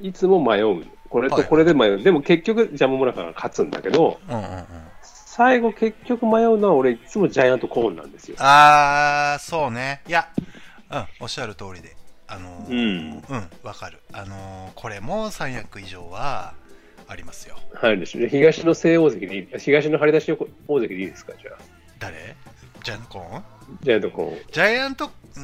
Speaker 3: いつも迷う。これとこれで迷う。でも結局、ジャンボモラカが勝つんだけど、
Speaker 2: うんうんうん。
Speaker 3: 最後結局迷うのは俺いつもジャイアントコーンなんですよ。
Speaker 2: あー、そうね。いや、うん、おっしゃる通りで。あのー、
Speaker 3: うん。
Speaker 2: うん、わかる。あのー、これも三役以上はありますよ。
Speaker 3: はいですね。東の正大関でいい、東の張り出し大関でいいですか、じゃあ。
Speaker 2: 誰ジャンコン
Speaker 3: ジャイアントコーン。
Speaker 2: ジャイアント、う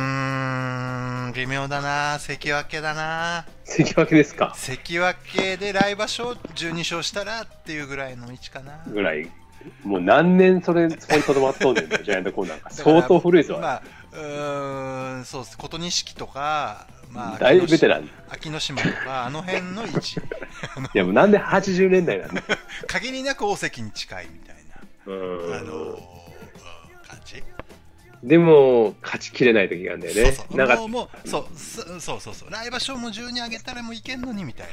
Speaker 2: ーん、微妙だな、関脇だな。
Speaker 3: 関脇ですか
Speaker 2: 関脇で来場所12勝したらっていうぐらいの位置かな。
Speaker 3: ぐらい。もう何年それ、そこにとどまっとんねんなジャイアントコーンなんか。相当古いぞ、
Speaker 2: だからまあ、うーん、そうです。琴錦とか、まあ、
Speaker 3: 大ベテラン。い
Speaker 2: 秋の島とか、あの辺の位 置。
Speaker 3: や、もうなんで80年代なんだ。
Speaker 2: 限りなく大関に近いみたいな、
Speaker 3: うーん
Speaker 2: あのーうん感じ。
Speaker 3: でも、勝ちきれない時があるんだよね。
Speaker 2: そうそう
Speaker 3: なん
Speaker 2: も
Speaker 3: か
Speaker 2: う、もうそうそそうそうそう。来場所も12上げたらもういけんのにみたいな。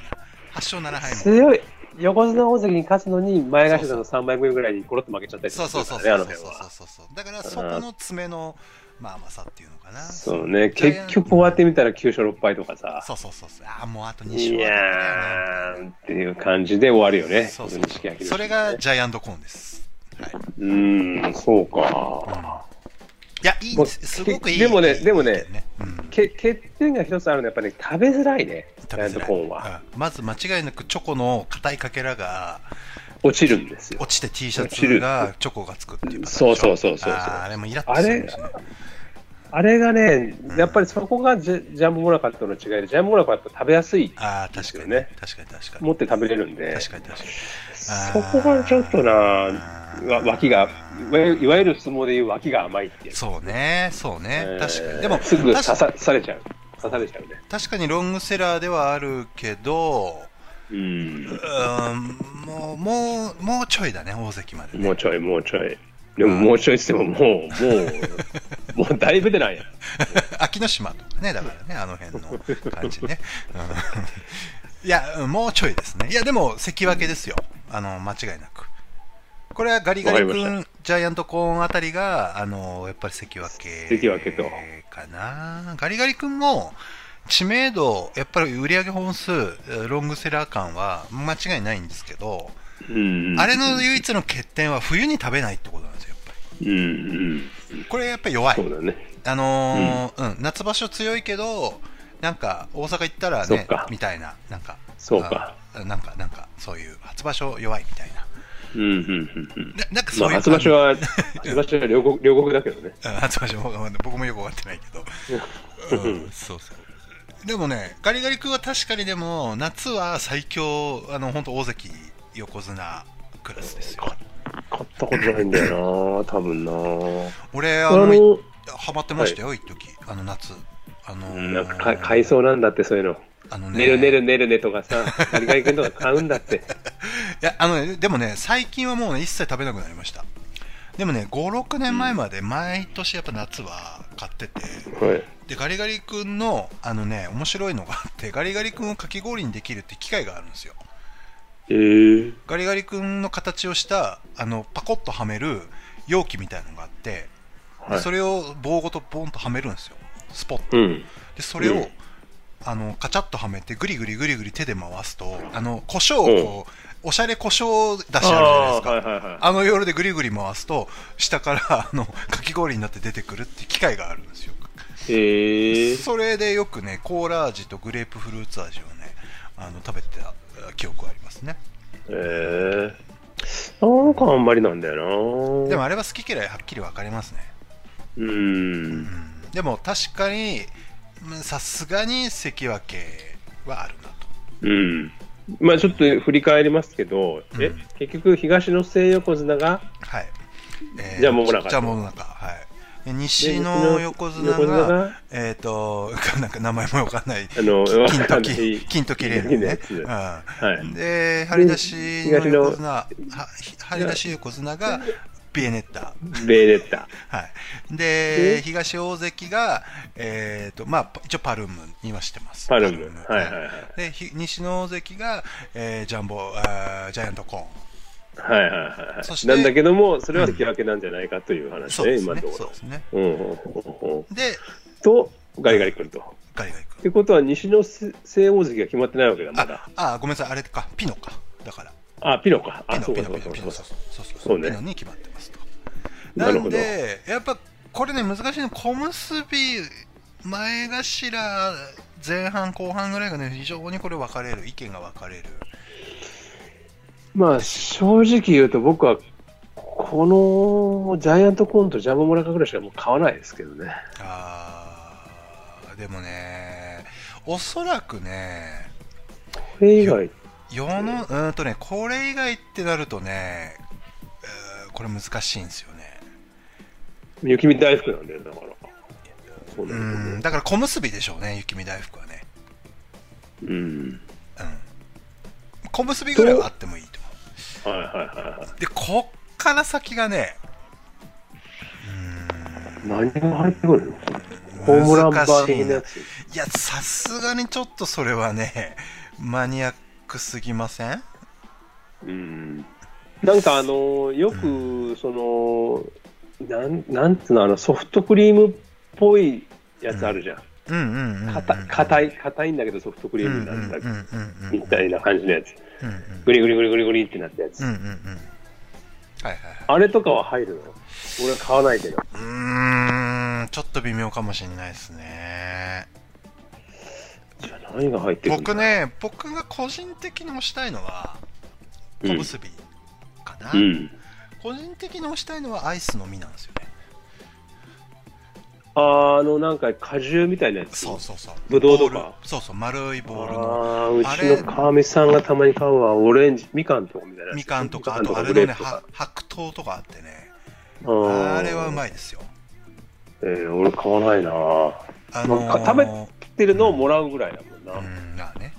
Speaker 2: 8勝7敗も。
Speaker 3: 強い。横綱大関に勝つのに、前頭の3枚目ぐらいにコロッと負けちゃったりと
Speaker 2: そう
Speaker 3: か
Speaker 2: そうそう
Speaker 3: す
Speaker 2: そ
Speaker 3: る
Speaker 2: うそ
Speaker 3: から
Speaker 2: う
Speaker 3: ね、あ
Speaker 2: そう
Speaker 3: の辺は。
Speaker 2: そうそうだからそこの爪のまあ甘さっていうのかな
Speaker 3: そうね、結局終わってみたら9勝6敗とかさ。
Speaker 2: そうそうそうそうああもうあと2勝
Speaker 3: いやーっていう感じで終わるよね、
Speaker 2: そうそう
Speaker 3: 錦
Speaker 2: そ
Speaker 3: 明
Speaker 2: う
Speaker 3: 宏
Speaker 2: それがジャイアントコーンです、はい、いう
Speaker 3: ーん、そうか。
Speaker 2: やいいんですすごくいい
Speaker 3: でもね
Speaker 2: いい
Speaker 3: でもね
Speaker 2: いいねうん
Speaker 3: け欠点が一つあるのは、やっぱり、ね、食べづらいね、ジ
Speaker 2: 食
Speaker 3: ャ
Speaker 2: べ
Speaker 3: イアン
Speaker 2: づ
Speaker 3: ト
Speaker 2: らい
Speaker 3: コーンは。
Speaker 2: うんまず間違いなくチョコの硬いかけらが
Speaker 3: 落ちるんですよ。
Speaker 2: 落ちて T シャツがチョコがつくっていうパターンでしょ
Speaker 3: そうそうそうそうそう
Speaker 2: あーあれもイラッとするんですね
Speaker 3: あれがね、やっぱりそこがジャジャンボモラカとの違いで、ジャンボモラカはやっぱ食べやすい、
Speaker 2: ああ確かに
Speaker 3: ですよ
Speaker 2: ね確かに確かに
Speaker 3: 持って食べれるんで、
Speaker 2: 確かに確かに
Speaker 3: そこがちょっとな、
Speaker 2: あー
Speaker 3: わ脇が、いわゆるいわゆる相撲でいう脇が甘いっていう。
Speaker 2: そうねそうね、
Speaker 3: えー
Speaker 2: 確かにでも
Speaker 3: すぐ刺
Speaker 2: 確
Speaker 3: さ刺されちゃう。刺されちゃうね。
Speaker 2: 確かにロングセラーではあるけど、
Speaker 3: うん
Speaker 2: う。ーん、もう、もう、もうちょいだね、大関までね。
Speaker 3: もうちょい、もうちょい。でも、もうちょいしても、もう、 もう、もうだいぶ出ないや。
Speaker 2: 秋の島とかね、だからね、あの辺の感じね。うん、いや、うんもうちょいですね。いや、でも、関脇ですよ。あの、間違いなく。これはガリガリ
Speaker 3: わかり
Speaker 2: 君、ジャイアントコーンあたりが、あの、やっぱり関脇。
Speaker 3: 関脇と
Speaker 2: かな。ガリガリ君も、知名度、やっぱり売上本数、ロングセラー感は間違いないんですけど、
Speaker 3: うん
Speaker 2: あれの唯一の欠点は冬に食べないってことなんですよ、やっぱ
Speaker 3: うん、うん。
Speaker 2: り。これやっぱり弱い
Speaker 3: そ。うだね。
Speaker 2: あのーうん、夏場所強いけど、なんか大阪行ったら
Speaker 3: そ
Speaker 2: ね
Speaker 3: っか、
Speaker 2: みたいな、なんか、
Speaker 3: そうか。
Speaker 2: あなんか、なんか、そういう、初場所弱いみたいな。
Speaker 3: うん、うん、うんうん。
Speaker 2: ななんかそ
Speaker 3: まあ、
Speaker 2: ういう
Speaker 3: 初場所 は、初場所は両国、両国だけどね。
Speaker 2: うん初場所もうん僕もよく分かってないけ ど、うん、そうそうでもねガリガリ君は確かにでも夏は最強あの本当大関横綱クラスですよ
Speaker 3: 買ったことないんだよな、多分な。
Speaker 2: 俺あ
Speaker 3: あ
Speaker 2: の
Speaker 3: の、
Speaker 2: ハマってましたよ一時あの夏あの
Speaker 3: う
Speaker 2: ー
Speaker 3: んなんかか買いそうなんだって、そういうの。
Speaker 2: あのね
Speaker 3: ねるねるねるねと かさ、ガリガリ君とか買うんだって。
Speaker 2: いやあのねでもね最近はもうね一切食べなくなりましたでもね56年前まで毎年やっぱ夏は買ってて、
Speaker 3: はい。
Speaker 2: でガリガリ君のあのね面白いのがあってガリガリ君をかき氷にできるって機械があるんですよ
Speaker 3: えー、
Speaker 2: ガリガリ君の形をしたあのパコッとはめる容器みたいのがあって、で
Speaker 3: はい
Speaker 2: それを棒ごとボンとはめるんですよスポッと
Speaker 3: うん。
Speaker 2: でそれを、
Speaker 3: うん
Speaker 2: あのカチャッとはめてぐりぐりぐりぐり手で回すとあの胡椒をこう、おしゃれ胡椒出しあるじゃないですか、
Speaker 3: はいはいは
Speaker 2: あの夜でぐりぐり回すと下からあのかき氷になって出てくるっていう機械があるんですよ
Speaker 3: い。えー、
Speaker 2: それでよくねコーラ味とグレープフルーツ味をねあの食べてたえー記憶はありますね
Speaker 3: えー、なんかあんまりなんだよな。
Speaker 2: でも、あれは好き嫌いはっきり分かれますね、
Speaker 3: う。
Speaker 2: うんん、でも確かにうんさすがに関脇はあるなと
Speaker 3: うん。まあちょっと振り返りますけど、
Speaker 2: うん
Speaker 3: え結局東の西横綱が
Speaker 2: はい、え
Speaker 3: ジャンボモナカ
Speaker 2: ジャンボモナカはいえ西の横綱
Speaker 3: 横綱
Speaker 2: が、
Speaker 3: が、
Speaker 2: えっ、と、 なんか名前もわかんない、
Speaker 3: あの、わ
Speaker 2: 金
Speaker 3: かんな
Speaker 2: 時、
Speaker 3: い。
Speaker 2: 金時レールね
Speaker 3: 金時の。
Speaker 2: う
Speaker 3: は
Speaker 2: ん
Speaker 3: い。
Speaker 2: で、張り出しの横綱、は張り
Speaker 3: の
Speaker 2: 出し横綱がビエネッタ。
Speaker 3: ベーレッタ。
Speaker 2: はい。で
Speaker 3: で、
Speaker 2: 東大関が、えっ、と、まあ、パ一応パルムにはしてます。
Speaker 3: パルム。
Speaker 2: パ
Speaker 3: はいはいはい。
Speaker 2: で、ひ西の大関が、えージャンボあー、ジャイアントコーン。
Speaker 3: はいはいはいは
Speaker 2: そし
Speaker 3: い。
Speaker 2: て
Speaker 3: なんだけども、それは関脇なんじゃないかという話
Speaker 2: そうで
Speaker 3: ね、
Speaker 2: す
Speaker 3: 今
Speaker 2: ね
Speaker 3: のと。こ
Speaker 2: そう
Speaker 3: ろ
Speaker 2: ですね。
Speaker 3: うんうんうんうん。
Speaker 2: で、
Speaker 3: と、ガリガリくると。っ
Speaker 2: ガリガリ君。
Speaker 3: てことは、西の西大関が決まってないわけだ、まだ
Speaker 2: あ。、あ、ごめんなさい、あれか、ピノか。だから、
Speaker 3: あ、ピノか。
Speaker 2: ピ
Speaker 3: あ、
Speaker 2: ノ、
Speaker 3: そう
Speaker 2: ピ
Speaker 3: か
Speaker 2: ノ、
Speaker 3: そう
Speaker 2: ピ
Speaker 3: か
Speaker 2: ノ、
Speaker 3: そう
Speaker 2: ピ
Speaker 3: か
Speaker 2: ノ、
Speaker 3: そ
Speaker 2: そ
Speaker 3: う
Speaker 2: うそうそう
Speaker 3: そうね
Speaker 2: ピノに決まってますと。
Speaker 3: な
Speaker 2: な
Speaker 3: るほ
Speaker 2: ん
Speaker 3: ど
Speaker 2: で、やっぱ、これね、難しいの、小結び、前頭、前半、後半ぐらいがね、非常にこれ分かれる、意見が分かれる。
Speaker 3: まあ、正直言うと僕は、このジャイアントコーンとジャムモラカぐらいしかもう買わないですけどね。
Speaker 2: あーでもね、おそらくね、
Speaker 3: これ以外、
Speaker 2: 世の、うーんとね、これ以外ってなるとね、うーこれ難しいんですよね。
Speaker 3: 雪見大福なんだよ、だから。そう
Speaker 2: う
Speaker 3: なる
Speaker 2: ん、だから小結びでしょうね、雪見大福はね。
Speaker 3: とねうん。
Speaker 2: うん。小結びぐらいはあってもいいと思
Speaker 3: はいはいはいは
Speaker 2: う。で、こっから先がね、
Speaker 3: い。何が入ってくるのホームランバ
Speaker 2: 難
Speaker 3: ー
Speaker 2: しい
Speaker 3: 的な
Speaker 2: な
Speaker 3: や。つ。
Speaker 2: いや、さすがにちょっとそれはね、マニアックすぎません
Speaker 3: うん。なんかあの、よく、その、なん、なんつうの、あの、ソフトクリームっぽいやつあるじゃん。
Speaker 2: うんうんうんうん。
Speaker 3: 硬、硬い、硬いんだけどソフトクリームになるんだ
Speaker 2: うんうんうんうんうん
Speaker 3: みたいな感じのやつ。
Speaker 2: うんうん
Speaker 3: グリグリグリグリグリってなったやつ。
Speaker 2: うんうんうんはいはいはい
Speaker 3: あれとかは入るの俺は買わないけど。
Speaker 2: うーんちょっと微妙かもしれないですね
Speaker 3: じゃあ何が入ってくるの
Speaker 2: 僕。ね僕が個人的に推したいのは
Speaker 3: うん
Speaker 2: 小結びかな、
Speaker 3: うん。
Speaker 2: 個人的に推したいのはアイスのみなんですよね
Speaker 3: あの、なんか果汁みたいなやつ。
Speaker 2: そうそうそう
Speaker 3: ぶどうとか
Speaker 2: ボールそうそう丸いボールの
Speaker 3: ああー、う
Speaker 2: あ
Speaker 3: ち
Speaker 2: れ
Speaker 3: の川みさんがたまに買うわ。オレンジ、みかんとかみたいなやつ。
Speaker 2: みかんとかあ
Speaker 3: み
Speaker 2: とあれ
Speaker 3: グレ
Speaker 2: のね
Speaker 3: ープとか
Speaker 2: は白桃とかあってね
Speaker 3: あー
Speaker 2: あれはうまいですよ
Speaker 3: えー、俺買わないなぁ。
Speaker 2: あの
Speaker 3: まあ食べ食ってるのをもらうぐらいだもんな。
Speaker 2: うんまあね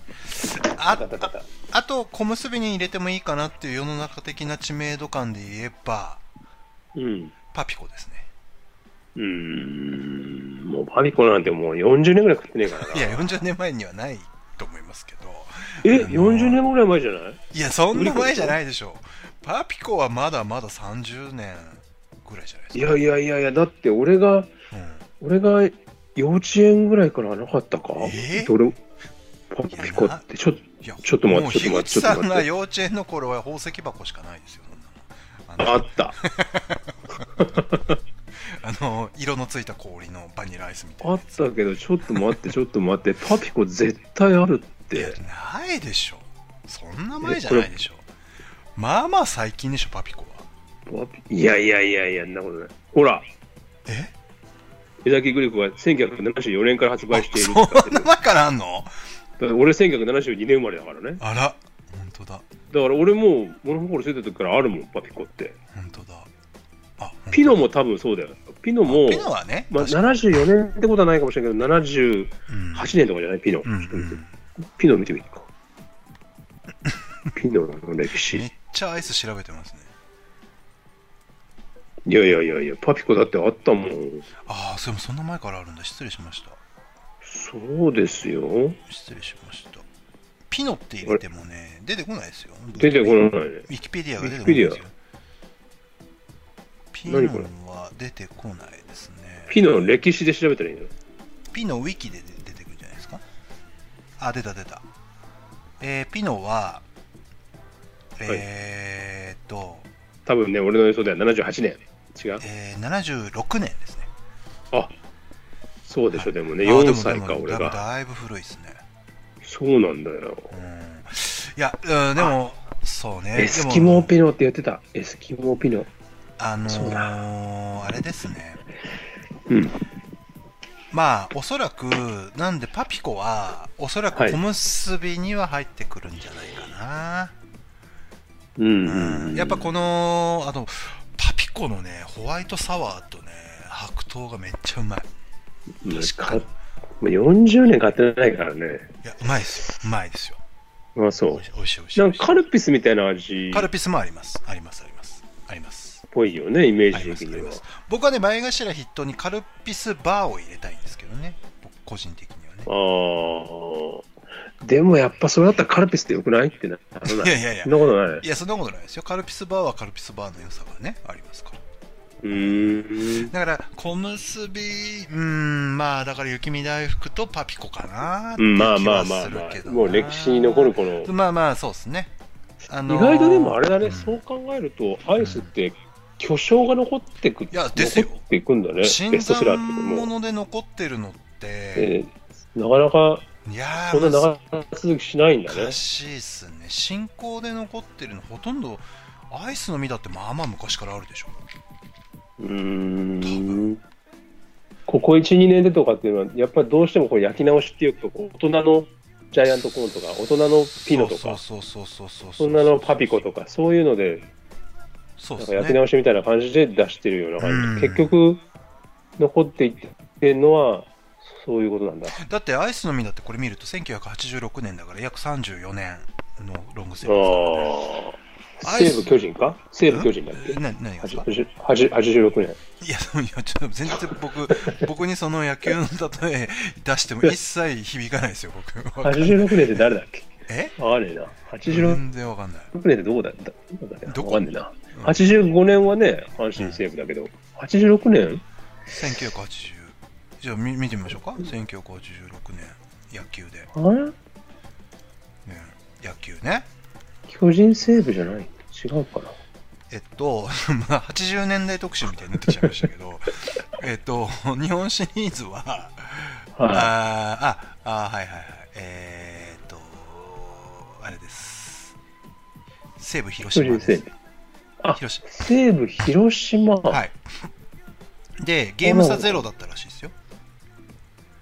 Speaker 2: あ
Speaker 3: カタカタ
Speaker 2: あと小結びに入れてもいいかなっていう世の中的な知名度感で言えば
Speaker 3: うん。
Speaker 2: パピコですね
Speaker 3: うーん。もうパピコなんてもう40年ぐらい食ってねえからな。
Speaker 2: いや40年前にはないと思いますけど
Speaker 3: え、40年ぐらい前じゃない
Speaker 2: いやそんな前じゃないでしょうパピコはまだまだ30年ぐらいじゃない
Speaker 3: い
Speaker 2: ですか
Speaker 3: やいやいやいや、だって俺が、俺が幼稚園ぐらいからなかったか。
Speaker 2: え
Speaker 3: どれパピコってちょっと。
Speaker 2: うんいや
Speaker 3: ちょっと待って
Speaker 2: もう
Speaker 3: ち
Speaker 2: 樋口
Speaker 3: ょっと待って
Speaker 2: さ
Speaker 3: ちょ
Speaker 2: ん
Speaker 3: っと待っ
Speaker 2: が
Speaker 3: て
Speaker 2: 幼稚園の頃は宝石箱しかないですよそんなの
Speaker 3: あ
Speaker 2: あ
Speaker 3: っ
Speaker 2: の
Speaker 3: た。
Speaker 2: あの色のついた氷のバニラアイスみたい
Speaker 3: あ
Speaker 2: な
Speaker 3: っ
Speaker 2: やつ
Speaker 3: たけど、ちょっと待って、ちょっと待って。パピコ絶対あるっ
Speaker 2: いや
Speaker 3: て。
Speaker 2: ないでしょそんな前じゃないでしょまあまあ最近でしょパピコは
Speaker 3: パピいやいやいやいや、そんなことない。ほら、
Speaker 2: え
Speaker 3: 江崎グリコが1974年から発売しているって言っ
Speaker 2: あそ
Speaker 3: て
Speaker 2: ん
Speaker 3: る
Speaker 2: な前からあんの
Speaker 3: だから俺1972年生まれだからね。
Speaker 2: あら本当だ
Speaker 3: だから俺もう物心ついた時からあるもんパピコって
Speaker 2: 本当だあ
Speaker 3: ピノも多分そうだよピノも
Speaker 2: ピノはね、
Speaker 3: まあ、
Speaker 2: 確かに
Speaker 3: 74年ってことはないかもしれないけど78
Speaker 2: うん
Speaker 3: 年とかじゃないピノ、
Speaker 2: うんうん
Speaker 3: ピノ見てみるかピノの歴史
Speaker 2: め
Speaker 3: い
Speaker 2: っちゃアイス調べてますね
Speaker 3: やいやいやいやパピコだってあったもん
Speaker 2: ああそれもそんな前からあるんだ失礼しました
Speaker 3: そうですよ
Speaker 2: 失礼しましたピノって入れてもね出てこないですよ
Speaker 3: 出てこないね
Speaker 2: ウィキペディアが出てこないですよピノ
Speaker 3: 何これ
Speaker 2: は出てこないですね
Speaker 3: ピノの歴史で調べたらいいのよ
Speaker 2: ピノウィキで出てくるんじゃないですかあ出た出たえー、ピノはえーっと、
Speaker 3: 多分ね俺の予想では78年違う
Speaker 2: えー、76年ですね
Speaker 3: あそうでしょでもね
Speaker 2: あーでも
Speaker 3: 4歳か
Speaker 2: でも
Speaker 3: 俺
Speaker 2: だ
Speaker 3: が
Speaker 2: だいぶ古いですね
Speaker 3: そうなんだよ
Speaker 2: うんいや、うん、でも、そうね。
Speaker 3: エスキモー
Speaker 2: でも
Speaker 3: ピノってやってたエスキモーピノ
Speaker 2: あの
Speaker 3: そう
Speaker 2: ー、あれですね。
Speaker 3: うん
Speaker 2: まあ、おそらく、なんで、パピコは、おそらく
Speaker 3: はい
Speaker 2: 小結びには入ってくるんじゃないかな。
Speaker 3: うん
Speaker 2: うんやっぱこの、あの、パピコのね、ホワイトサワーとね、白桃がめっちゃうまい。
Speaker 3: かもう40年買ってないからね。
Speaker 2: いや、うまいですよ。うまいですよ。
Speaker 3: まあそ
Speaker 2: おいしい、おいしい、おいしい。お
Speaker 3: う。なん
Speaker 2: いしい
Speaker 3: かカルピスみたいな味
Speaker 2: カル
Speaker 3: っ
Speaker 2: ピスもあります。あります、あります。あります。
Speaker 3: ぽいよね、イ
Speaker 2: あ
Speaker 3: メー
Speaker 2: り
Speaker 3: ジ
Speaker 2: ます、
Speaker 3: 的
Speaker 2: あり
Speaker 3: に
Speaker 2: ま
Speaker 3: は。
Speaker 2: す。僕はね、前頭筆頭にカルピスバーを入れたいんですけどね。僕個人的にはね。
Speaker 3: ああ。でもやっぱそれだったらカルピスってよくないってならない
Speaker 2: やいや いや
Speaker 3: そんなことない。
Speaker 2: いや、そんなことないですよ。カルピスバーはカルピスバーの良さがね、ありますから。
Speaker 3: うーん。
Speaker 2: だから、小結び、うーん、まあ、だから、雪見大福とパピコかなって
Speaker 3: う
Speaker 2: い
Speaker 3: ん、
Speaker 2: う
Speaker 3: まあ
Speaker 2: 気
Speaker 3: まあ
Speaker 2: は
Speaker 3: まあ
Speaker 2: する
Speaker 3: ま
Speaker 2: けど
Speaker 3: あ、
Speaker 2: な
Speaker 3: もう歴史に残るこの。
Speaker 2: まあまあ、そうですね。あのー
Speaker 3: 意外とでもあれだね、
Speaker 2: ん
Speaker 3: そう考えると、アイスって巨匠が残ってく、
Speaker 2: いやですよ
Speaker 3: 残っていくんだね、ベ
Speaker 2: 新
Speaker 3: ストセラーって
Speaker 2: 参
Speaker 3: もう、
Speaker 2: 物で残ってるのって、
Speaker 3: えーなかなか
Speaker 2: いや
Speaker 3: こんな
Speaker 2: ー、まあ
Speaker 3: 長続きしないんだね
Speaker 2: 難。しいっすね。新興で残ってるの、ほとんど、アイスの実だって、まあまあ昔からあるでしょ。
Speaker 3: うーん。ここ1、2年でとかっていうのは、やっぱりどうしてもこう焼き直しっていうと、こう大人のジャイアントコーンとか、大人のピノとか、
Speaker 2: そうそうそうそうそう。
Speaker 3: 大人のパピコとか、そういうので、
Speaker 2: そうで
Speaker 3: なんか
Speaker 2: すね。
Speaker 3: 焼き直しみたいな感じで出してるような感じ。
Speaker 2: うん
Speaker 3: 結局、残っていってるのは、そういうことなんだ。
Speaker 2: だってアイスの実だってこれ見ると1986年だから約34年のロングセラーで
Speaker 3: ああ。
Speaker 2: アイ
Speaker 3: 西
Speaker 2: ス
Speaker 3: 武巨人か西武巨人だっ
Speaker 2: す
Speaker 3: け
Speaker 2: からね。な何がですか
Speaker 3: 80 80 86年。
Speaker 2: いや、そういやちょっと全然僕、僕にその野球の例え出しても一切響かないですよ、僕。
Speaker 3: 86年って誰だっけ
Speaker 2: え
Speaker 3: わかんねえな。86
Speaker 2: 全然わかんない。
Speaker 3: 年ってどこだったどこだった
Speaker 2: どこ
Speaker 3: わかんねえな。
Speaker 2: うん
Speaker 3: 85年はね、阪神西武だけど、86年
Speaker 2: 1980。じゃあ見見てみましょうか。1986年、野球で。
Speaker 3: あれ
Speaker 2: ね野球ね。
Speaker 3: 巨人西武じゃない違うかな
Speaker 2: えっと、 まあ80年代特集みたいになってきちゃいましたけど、えっと、日本シリーズは、
Speaker 3: は
Speaker 2: あーああーはいはいはいえー、っとあれです西武
Speaker 3: い。
Speaker 2: 広
Speaker 3: 巨
Speaker 2: 島
Speaker 3: 人
Speaker 2: です
Speaker 3: 西武。あ、
Speaker 2: 広島
Speaker 3: 西武広島。
Speaker 2: はいでゲーム差ゼロだったらしいですよ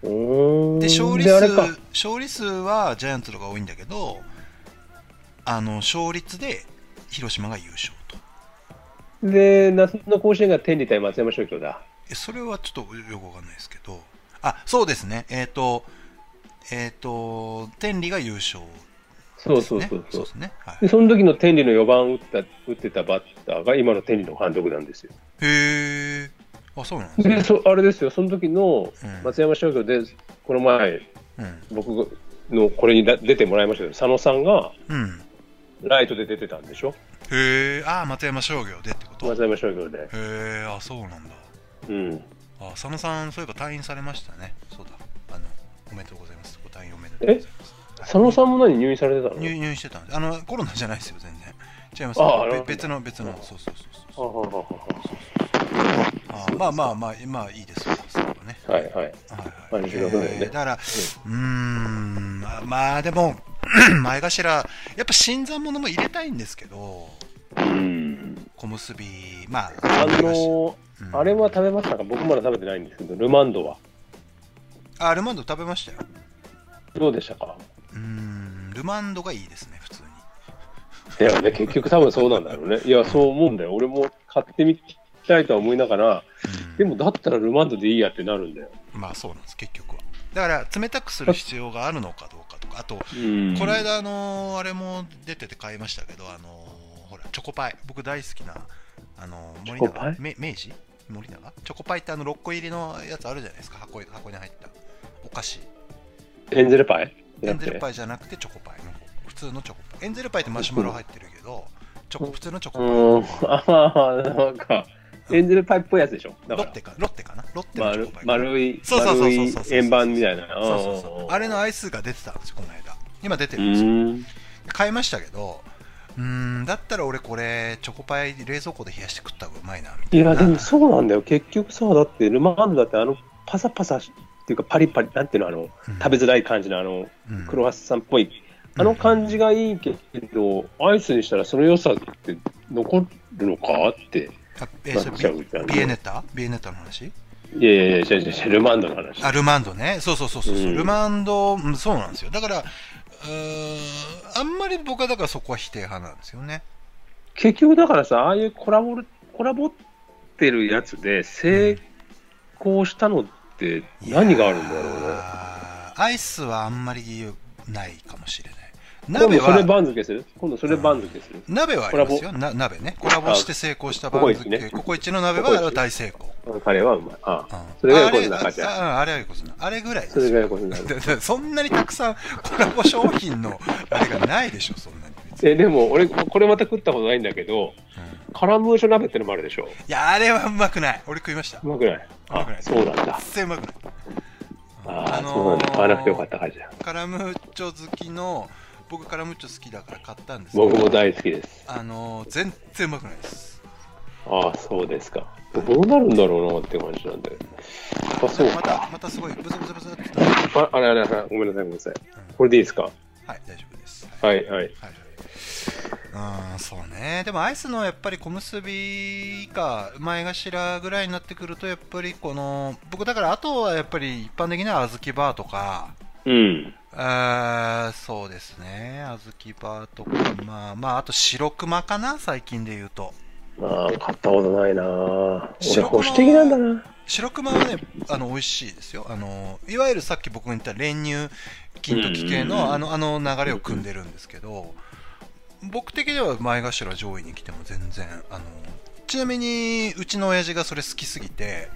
Speaker 3: うーん。
Speaker 2: で勝利
Speaker 3: であ
Speaker 2: 数
Speaker 3: れか。
Speaker 2: 勝利数はジャイアンツの方が多いんだけどあの勝率で広島が優勝と
Speaker 3: で、夏の甲子園が天理対松山商業だ。
Speaker 2: えそれはちょっとよくわかんないですけどあそうですねえっ、とえっ、と天理が優勝
Speaker 3: そう
Speaker 2: です
Speaker 3: そう
Speaker 2: ね
Speaker 3: そう
Speaker 2: そ
Speaker 3: そうう
Speaker 2: で。すね、はい、
Speaker 3: でその時の天理の4番打った打ってたバッターが今の天理の監督なんですよ。
Speaker 2: へえあそうなんですね
Speaker 3: で、そあれですよ、その時の
Speaker 2: うん
Speaker 3: 松山商業で、この前、
Speaker 2: うん
Speaker 3: 僕のこれにだ出てもらいましたけど、佐野さんが
Speaker 2: うん。
Speaker 3: ライトで出てたんでしょ、
Speaker 2: へえ、ああ、松山商業でってことへ
Speaker 3: 松山商業で。
Speaker 2: え、あそうなんだ。
Speaker 3: うん、
Speaker 2: あ佐野さん、そういえば退院されましたね。そうだ。あの、おめでとうございます。ご退院おめでとうございます。はい
Speaker 3: 佐野さんも何、入院されてたの
Speaker 2: 入入院してたんで、あの、コロナじゃないですよ、全然。違います。
Speaker 3: あ
Speaker 2: べ
Speaker 3: あなるほど
Speaker 2: 別の、別の、そうそうそう
Speaker 3: あ
Speaker 2: そう。
Speaker 3: は
Speaker 2: あまあまあまあ、まあいいですよ、そうだね。
Speaker 3: ははいはい。
Speaker 2: はいはい。
Speaker 3: あ26年ね
Speaker 2: だから、うーん、まあまあ、でも、 前頭、やっぱ新参者も入れたいんですけど、
Speaker 3: うん、
Speaker 2: 小結び、まあ、
Speaker 3: あの
Speaker 2: う
Speaker 3: ー
Speaker 2: ん
Speaker 3: あれは食べましたか、僕まだ食べてないんですけど、ルマンドは。
Speaker 2: あルマンド食べましたよ
Speaker 3: どうでしたか
Speaker 2: うーんルマンドがいいですね普通に
Speaker 3: だよね、結局多分そうなんだろうね。いや、そう思うんだよ。俺も買ってみたいとは思いながら、
Speaker 2: うん
Speaker 3: でもだったらルマンドでいいやってなるんだよ。
Speaker 2: まあそうなんです結局はだから冷たくする必要があるのかどうかとかあと
Speaker 3: うん
Speaker 2: この間あのーあれも出てて買いましたけどあのーほらチョコパイ僕大好きなあのー森
Speaker 3: チョコパ
Speaker 2: 永
Speaker 3: イ
Speaker 2: め明治森永チョコパイってあの6個入りのやつあるじゃないですか箱箱に入ったお菓子
Speaker 3: エンゼルパイ
Speaker 2: エンゼル
Speaker 3: イ。
Speaker 2: パイじゃなくてチョコパイの方普通のチョコパイエンゼルパイってマシュマロ入ってるけどチョコ普通のチョコ
Speaker 3: う
Speaker 2: パイ
Speaker 3: ん、ああ、なんか、エンゼルパイっぽいやつでしょ。だ
Speaker 2: ロ
Speaker 3: か
Speaker 2: ッ
Speaker 3: ら
Speaker 2: テかロッテかなロッテのチョ
Speaker 3: 丸
Speaker 2: コパイかな
Speaker 3: 丸い、
Speaker 2: そうそうそう
Speaker 3: 丸
Speaker 2: そう
Speaker 3: い
Speaker 2: そうそう
Speaker 3: 円盤みたいな。
Speaker 2: そうそうそうあれの
Speaker 3: あ
Speaker 2: アイスが出てたんですよこの間今出て
Speaker 3: う
Speaker 2: るんですよ
Speaker 3: ん。
Speaker 2: 買いましたけどうーんだったら俺これチョコパイ冷蔵庫で冷やして食った方がうまいなみた
Speaker 3: い
Speaker 2: いな
Speaker 3: や、でもそうなんだよ。結局さ、だってルマンドだって、あの、パサパサしっていうか、パリパリ、なんていうの、あの、食べづらい感じの、あの、
Speaker 2: うん
Speaker 3: クロワッサンっぽい、あの感じがいいけど、アイスにしたらその良さって残るのかって、
Speaker 2: あえ
Speaker 3: な
Speaker 2: ーそ
Speaker 3: っちゃ
Speaker 2: れ
Speaker 3: うじゃん
Speaker 2: ビビエネタビエネタの話
Speaker 3: いやいやいや、違う違う違うルマンドの話。
Speaker 2: あルマンドねそうそうそうそう、
Speaker 3: うん
Speaker 2: ルマンドうんそうなんですよだからうーんあんまり僕はだからそこは否定派なんですよね
Speaker 3: 結局だからさ、ああいうコラボるコラボってるやつで、成行したのって何があるんだろうね。
Speaker 2: あーアイスはあんまりないかもしれない。
Speaker 3: 今
Speaker 2: 鍋
Speaker 3: 度それ
Speaker 2: は、
Speaker 3: 番付する今度それ番付する。
Speaker 2: 鍋はありますよ。な鍋ね。コラボして成功した番
Speaker 3: ココイチ
Speaker 2: 付、
Speaker 3: ね
Speaker 2: ココイチの鍋はあれは大成功。
Speaker 3: うんカレーはうまい。あ
Speaker 2: うん
Speaker 3: あそれが
Speaker 2: あ
Speaker 3: 横
Speaker 2: れ
Speaker 3: 綱かじゃん。
Speaker 2: あああれは横綱。あれぐらいです
Speaker 3: そ
Speaker 2: よ
Speaker 3: れが 横綱。
Speaker 2: だだそんなにたくさんコラボ商品のあれがないでしょ、そんなに。別に
Speaker 3: え、でも俺、これまた食ったことないんだけど、
Speaker 2: うん
Speaker 3: カラムーショ鍋ってのもあるでしょ。
Speaker 2: いや、あれはうまくない。俺食いました
Speaker 3: う。まくない
Speaker 2: まくな
Speaker 3: あ
Speaker 2: い、
Speaker 3: そうなんだ。
Speaker 2: 全然うまくない。
Speaker 3: あ
Speaker 2: あ
Speaker 3: あ、
Speaker 2: のー
Speaker 3: そうなんだ。買わなくてよかったかじゃん。
Speaker 2: カラムーチョ好きの、僕カラムーチョ好きだから買ったんですけど
Speaker 3: 僕も大好きです。
Speaker 2: あのー全然うまくないです。
Speaker 3: ああ、そうですか。どうなるんだろうなって感じなんだよ。あ、そう
Speaker 2: ま
Speaker 3: か
Speaker 2: た、。またすごい、ブツブツブツって言ったらは
Speaker 3: ああれあれあれ、ごめんなさい、ごめんなさい。これでいいですか
Speaker 2: い、大丈夫です。
Speaker 3: はい、はい。
Speaker 2: はい、うん、そうね。でもアイスのやっぱり小結び以下、前頭ぐらいになってくると、やっぱりこの、僕だからあとはやっぱり一般的には小豆バーとか、
Speaker 3: うん。
Speaker 2: あーそうですね、小豆バーとか、まあ、まあ、あと白熊かな、最近で言うと。
Speaker 3: まあ、買ったことないなぁ俺、
Speaker 2: 白
Speaker 3: 保
Speaker 2: 熊
Speaker 3: 守的なんだな。
Speaker 2: 白熊はね、あの美味しいですよ。あのいわゆるさっき僕が言った練乳金時系
Speaker 3: うんうんう
Speaker 2: の
Speaker 3: ん
Speaker 2: あのあの流れを組んでるんですけど、僕的には前頭上位に来ても全然あのちなみにうちの親父がそれ好きすぎて、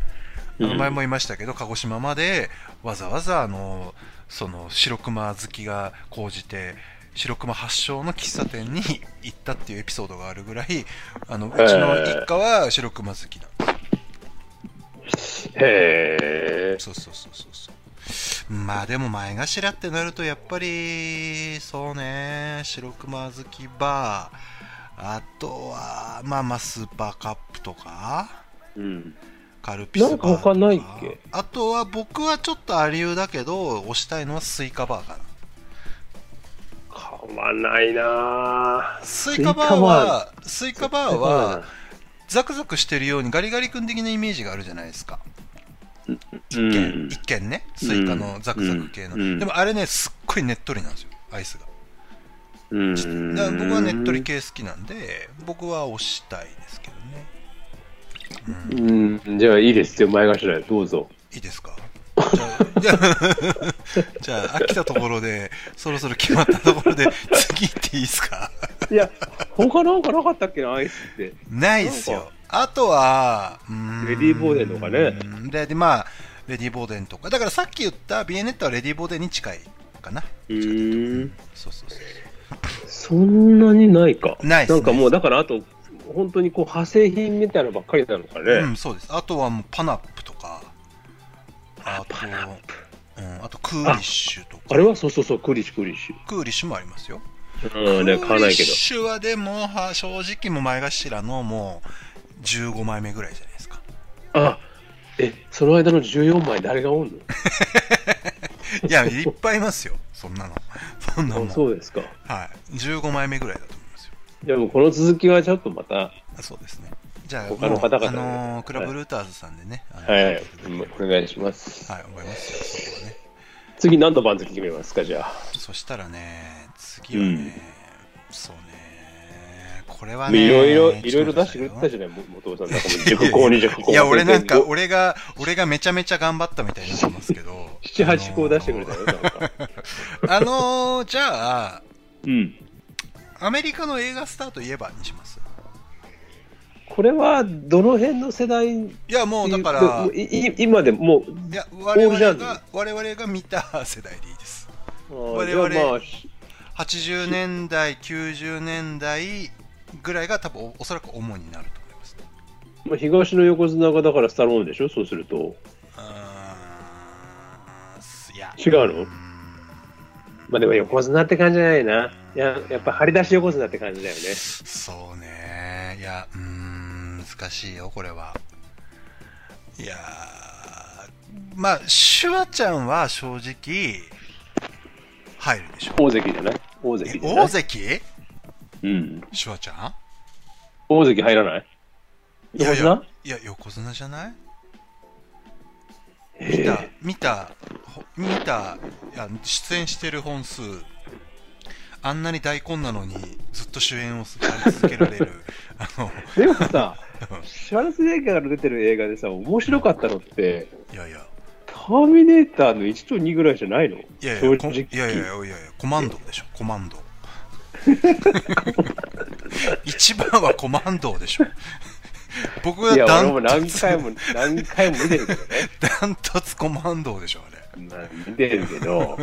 Speaker 2: あの
Speaker 3: うん
Speaker 2: 前も言いましたけど鹿児島までわざわざあのその白熊好きが高じて白熊発祥の喫茶店に行ったっていうエピソードがあるぐらいあのうちの一家は白熊好きなんです
Speaker 3: へえ。
Speaker 2: そうそうそうそうそうまあでも前頭ってなるとやっぱりそうね白熊好きバーあとはまあまあスーパーカップとか
Speaker 3: うん。
Speaker 2: カルピスバーとか
Speaker 3: なんか他ないっけ
Speaker 2: あとは僕はちょっとアリューだけど押したいのはスイカバーかな
Speaker 3: 買わないなぁ
Speaker 2: スイカバーはスイカバーは、ザクザクしてるようにガリガリ君的なイメージがあるじゃないですか
Speaker 3: スイ
Speaker 2: 一
Speaker 3: カバーだ
Speaker 2: 見一見ねスイカのザクザク系の、
Speaker 3: うんうん
Speaker 2: でもあれねすっごいねっとりなんですよアイスが
Speaker 3: うん。うん
Speaker 2: だから僕はねっとり。系好きなんで僕は押したいですけどね、うん
Speaker 3: うん、じゃあいいですよ、前頭で。どうぞ。
Speaker 2: いいですかじゃあ じゃあ飽きたところでそろそろ決まったところで次行っていいですか
Speaker 3: いや、他なんかなかったっけな、アイスって。
Speaker 2: ないっす
Speaker 3: なん
Speaker 2: よ
Speaker 3: か
Speaker 2: あとはうーん
Speaker 3: レディーボーデンとかね
Speaker 2: ででまあレディーボーデンとかだからさっき言ったビエネットはレディーボーデンに近いかな
Speaker 3: うん。
Speaker 2: そうそうそう
Speaker 3: そんなにないか。
Speaker 2: ないっす
Speaker 3: なんかもう、だからあと、本当にこう、派生品みたいなのばっかりなのかね。
Speaker 2: うん、そうです。あとはもうパナップとか、あと、うん、あとクーリッシュとか、
Speaker 3: あれはそうそうそう、クリッシュ、クリッシ
Speaker 2: クーリッシュもありますよ。
Speaker 3: ュ。うん、ね、買わない
Speaker 2: クー
Speaker 3: け
Speaker 2: リッ
Speaker 3: ど。
Speaker 2: シュはでも、は正直もう前頭のもう15枚目ぐらいじゃないですか。
Speaker 3: あえ、その間の14枚誰がおん
Speaker 2: いや、いっぱいいますよ。そんなの。そんなもん。
Speaker 3: の
Speaker 2: は
Speaker 3: そうですか。
Speaker 2: い。15枚目ぐらいだと思いますよ。
Speaker 3: じゃあもうこの続きはちょっとまた、
Speaker 2: あそうですね。じゃあ、もう
Speaker 3: 他の方々
Speaker 2: あ
Speaker 3: で
Speaker 2: のークラブルーターズさんでね。あの
Speaker 3: はい、うんお願いします。
Speaker 2: はい、思いますよ、そこはね。
Speaker 3: 次何の番付決めますか、じゃ
Speaker 2: そしたらね、次はね、
Speaker 3: うん
Speaker 2: そうね、これは
Speaker 3: あ。
Speaker 2: ね、
Speaker 3: いろいろ、
Speaker 2: ちょっと
Speaker 3: いろいろ出してくれてたじゃない、も元さん。なんかもう塾講に塾
Speaker 2: い
Speaker 3: 講。
Speaker 2: や、俺なんか、
Speaker 3: 全然。
Speaker 2: 俺が、俺がめちゃめちゃ頑張ったみたいになってますけど
Speaker 3: 七八個出してくれたよ、なんか。
Speaker 2: あのー。あのーじゃあ、
Speaker 3: うん。
Speaker 2: アメリカの映画スターといえばにします。
Speaker 3: これは、どの辺の世代に
Speaker 2: いや、もうだか
Speaker 3: も
Speaker 2: ら
Speaker 3: う、いい今でも、もう
Speaker 2: いや、我々
Speaker 3: オールジャンル
Speaker 2: が、我々が見た世代でいいです。
Speaker 3: あー
Speaker 2: 我々
Speaker 3: じゃあまあし
Speaker 2: 80年代、90年代ぐらいが多分おおそらく主になると思います。
Speaker 3: まあ、東の横綱がだからスタローンでしょそうすると。
Speaker 2: うーん、いや、
Speaker 3: 違うのまあでも横綱って感じじゃないな。いや、やっぱ張り出し横綱って感じだよね。
Speaker 2: そうねいやうーん難しいよこれはいやーまあシュワちゃんは正直入るでしょ
Speaker 3: 大関じゃない大
Speaker 2: え
Speaker 3: 関じゃない
Speaker 2: 大関
Speaker 3: うん。
Speaker 2: シュワちゃん
Speaker 3: 大関入らない
Speaker 2: いや
Speaker 3: 横
Speaker 2: い
Speaker 3: 綱
Speaker 2: やいや横綱じゃない
Speaker 3: え
Speaker 2: 見
Speaker 3: え
Speaker 2: た見たほ見たいや出演してる本数あんなに大根なのにずっと主演をされ続けられるあの
Speaker 3: でもさ、シュワルツェネッガーから出てる映画でさ、面白かったのって、
Speaker 2: いやいや、
Speaker 3: ターミネーターの1と2ぐらいじゃないの
Speaker 2: いやい
Speaker 3: 正
Speaker 2: や、こ
Speaker 3: 直
Speaker 2: いやいやいやいや、コマンドでしょ、コマンド。一番はコマンドでしょ。僕はい
Speaker 3: や、
Speaker 2: ダ
Speaker 3: 俺も
Speaker 2: ン
Speaker 3: 何回も、何回も見 てるけどね。
Speaker 2: ダントツコマンドでしょ、あれ。
Speaker 3: まあ見てるけど、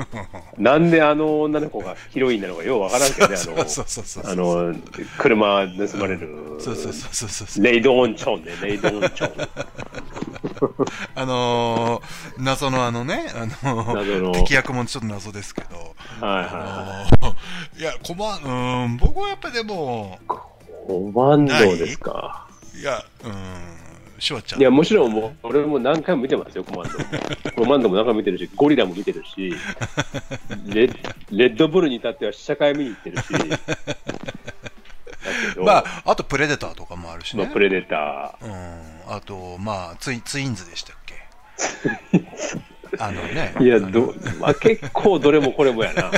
Speaker 3: なんであの女の子がヒロインなのかようわからんけど ね、
Speaker 2: そうそうそうそうそう
Speaker 3: あの、あの、車盗まれる。
Speaker 2: そうそうそうそうそうそう。
Speaker 3: レイドオンチョンね、レイドオンチ ョン。
Speaker 2: あのー、謎のあのね、あの
Speaker 3: 謎の
Speaker 2: 敵役もちょっと謎ですけど、
Speaker 3: はいは
Speaker 2: あのー、いや、コマ、うーん、僕はやっぱでも、
Speaker 3: い。コマンドですか。
Speaker 2: いや、うーん、シュワちゃん。
Speaker 3: いや、もちろんもう、俺も何回も見てますよ、コマンドも。 コマンドも何回も見てるし、ゴリラも見てる し、レレッドブルに至っては試写会見に行ってる し。だけど、
Speaker 2: ま
Speaker 3: まあ、
Speaker 2: あ、あとプレデターとかもあるしね。
Speaker 3: プレデタ
Speaker 2: うん、あと、まあ、ツイツインズでしたっけ あのね、
Speaker 3: ー。いや、
Speaker 2: あの
Speaker 3: ど、まあ、結構どれもこれもや な。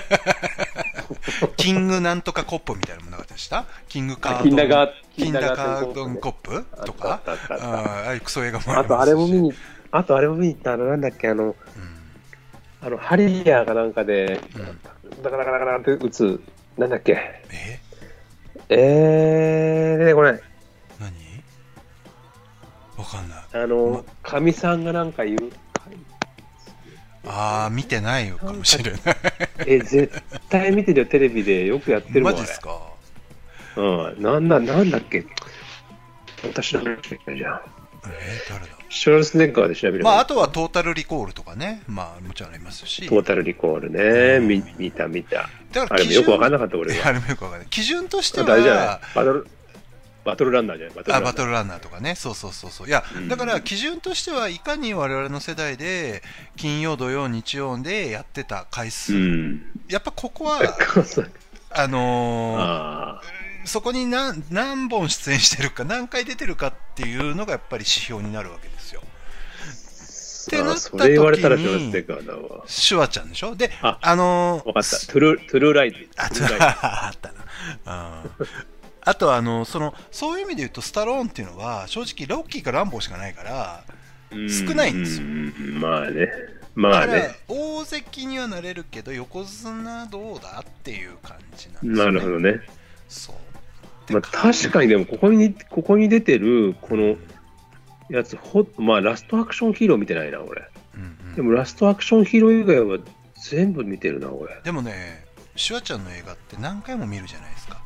Speaker 2: キングなんとかコップみたいなのもなかったでしたキングカードン
Speaker 3: キンダガー
Speaker 2: キンダカー
Speaker 3: キンダガー
Speaker 2: ド
Speaker 3: ド
Speaker 2: ン
Speaker 3: ン
Speaker 2: コッ
Speaker 3: コ
Speaker 2: プ
Speaker 3: あった
Speaker 2: とか、
Speaker 3: あったあったあっ
Speaker 2: ああいうクソ映画もりますし
Speaker 3: たあとあれも見に、あとあれも見に行った、あの、なんだっけ、あの、あの、ハリアーかなんかで、ダカダカダカダカって打つ、なんだっけ、
Speaker 2: え
Speaker 3: えー、出てこない。
Speaker 2: 何わかんない。
Speaker 3: あの、かみさんがなんか言う、
Speaker 2: ああ、見てないかも しれない。
Speaker 3: え、絶対見てるよ、テレビでよくやってるも
Speaker 2: マ
Speaker 3: ん、
Speaker 2: ジ
Speaker 3: あ
Speaker 2: っ
Speaker 3: れ
Speaker 2: す。か
Speaker 3: うん、なんだ、なんだっけ。私の話じゃん。
Speaker 2: え誰だ
Speaker 3: シュワルツェネッガーで調べる、
Speaker 2: まあ、あ
Speaker 3: あ、
Speaker 2: とはトータルリコールとかね、まあ、もちろんありますし
Speaker 3: ト。ータルリコールね、見見た見た。
Speaker 2: だ
Speaker 3: あれもよくわかん
Speaker 2: な
Speaker 3: なかった、俺は。
Speaker 2: あれもよくわかんない。基準として
Speaker 3: あとあれじゃない
Speaker 2: は、
Speaker 3: バトル、バトルランナーじゃないバトルラ
Speaker 2: あ
Speaker 3: ンナー
Speaker 2: バトルランナーとかね、そうそうそうそう、いや、
Speaker 3: うん
Speaker 2: だから基準としてはいかに我々の世代で、金曜、土曜、日曜でやってた回数、
Speaker 3: うん。、
Speaker 2: やっぱここは
Speaker 3: 母さん
Speaker 2: あのー
Speaker 3: ああ
Speaker 2: そこに何何本出演してるか、何回出てるかっていうのがやっぱり指標になるわけですよ。ってな
Speaker 3: あ
Speaker 2: っ
Speaker 3: あ
Speaker 2: た
Speaker 3: それ言われたら
Speaker 2: 時
Speaker 3: シ
Speaker 2: に
Speaker 3: ュワルツェネッガーだわ。
Speaker 2: シュワちゃんでしょで、あ
Speaker 3: あ、
Speaker 2: のー
Speaker 3: わかった。トゥルー、トゥルーライト。
Speaker 2: あ
Speaker 3: ト
Speaker 2: と
Speaker 3: ゥルーライ
Speaker 2: あったな。うんあとあのそのそういう意味で言うとスタローンっていうのは正直ロッキーかランボーしかないから
Speaker 3: トうん
Speaker 2: 少ないんですよ
Speaker 3: うんまあね。まあ
Speaker 2: だか
Speaker 3: ね
Speaker 2: ら。大関にはなれるけど横綱どうだっていう感じなんです
Speaker 3: な
Speaker 2: よ、ね、
Speaker 3: るほどね。
Speaker 2: そう
Speaker 3: まあ確かにでも、ここに、ここに出てる、この、やつ、ほ、まあラストアクションヒーロー見てないな、俺。
Speaker 2: うんうん
Speaker 3: でもラストアクションヒーロー以外は全部見てるな、俺。
Speaker 2: でもねシュワちゃんの映画って何回も見るじゃないですか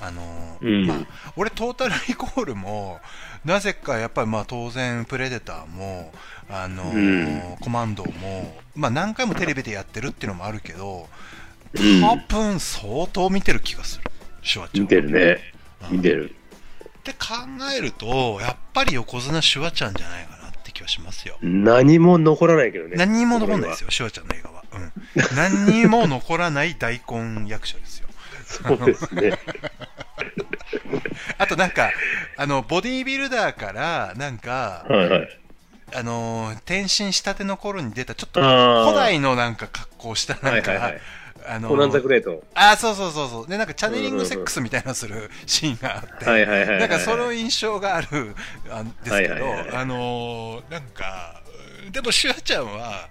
Speaker 2: あのー
Speaker 3: うん
Speaker 2: まあ、俺トータルリコールもなぜかやっぱりまあ当然プレデターもあのーコマンドもまあ何回もテレビでやってるっていうのもあるけど
Speaker 3: うん
Speaker 2: 多分相当見てる気がするシュワちゃん
Speaker 3: 見てるね。
Speaker 2: うん
Speaker 3: 見てる。
Speaker 2: って考えると、やっぱり横綱シュワちゃんじゃないかなって気はしますよ。
Speaker 3: 何も残らないけどね。
Speaker 2: 何にも残らないですよ、シュワちゃんの映画は。うん、何にも残らない大根役者ですよ。
Speaker 3: そうですね。
Speaker 2: あとなんか、あの、ボディービルダーから、なんか、
Speaker 3: はいはい。
Speaker 2: あのー、転身したての頃に出た、ちょっと
Speaker 3: あー
Speaker 2: 古代のなんか格好した、
Speaker 3: は
Speaker 2: ないんか、
Speaker 3: はいはい。
Speaker 2: あの
Speaker 3: コナンザ
Speaker 2: ー、
Speaker 3: クレート。
Speaker 2: あー、そうそうそうそう。で、なんかチャネリングセックスみたいなのするシーンがあって、
Speaker 3: はいはいはいはい。
Speaker 2: なんかその印象があるあんですけど、
Speaker 3: はいはいはい
Speaker 2: あのーなんか、でもシュワちゃんは、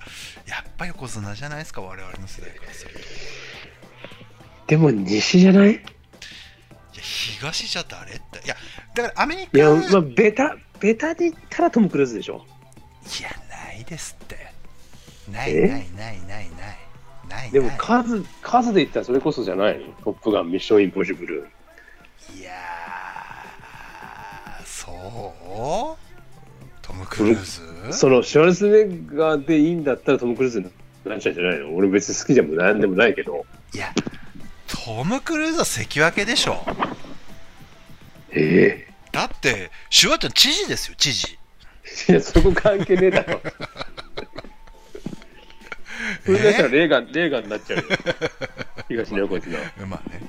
Speaker 2: やっぱ横綱じゃないですか、我々の世代からすると。い
Speaker 3: でも西じゃないい
Speaker 2: や、東じゃ誰って。いや、だからアメリカ
Speaker 3: や、
Speaker 2: は、
Speaker 3: まあ、ベタ、ベタで言ったらトム・クルーズでしょ。
Speaker 2: いや、ないですって。ないな
Speaker 3: え
Speaker 2: いないないない。ない
Speaker 3: でも
Speaker 2: ない
Speaker 3: 数、数で言ったらそれこそじゃないのトップガン、ミッション・インポッシブル。
Speaker 2: いやー、そうトム・クルーズ
Speaker 3: その、シュワルツェネッガーでいいんだったらトム・クルーズになっちゃうんじゃないの俺別に好きでもなんでもないけど。
Speaker 2: いや、トム・クルーズは関脇でしょ。
Speaker 3: え
Speaker 2: だって、シュワちゃん知事ですよ、知事。
Speaker 3: えいや、そこ関係ねえだ ろ。それだったらレーガン、レーガンになっちゃうよ。東の横綱。
Speaker 2: まあね。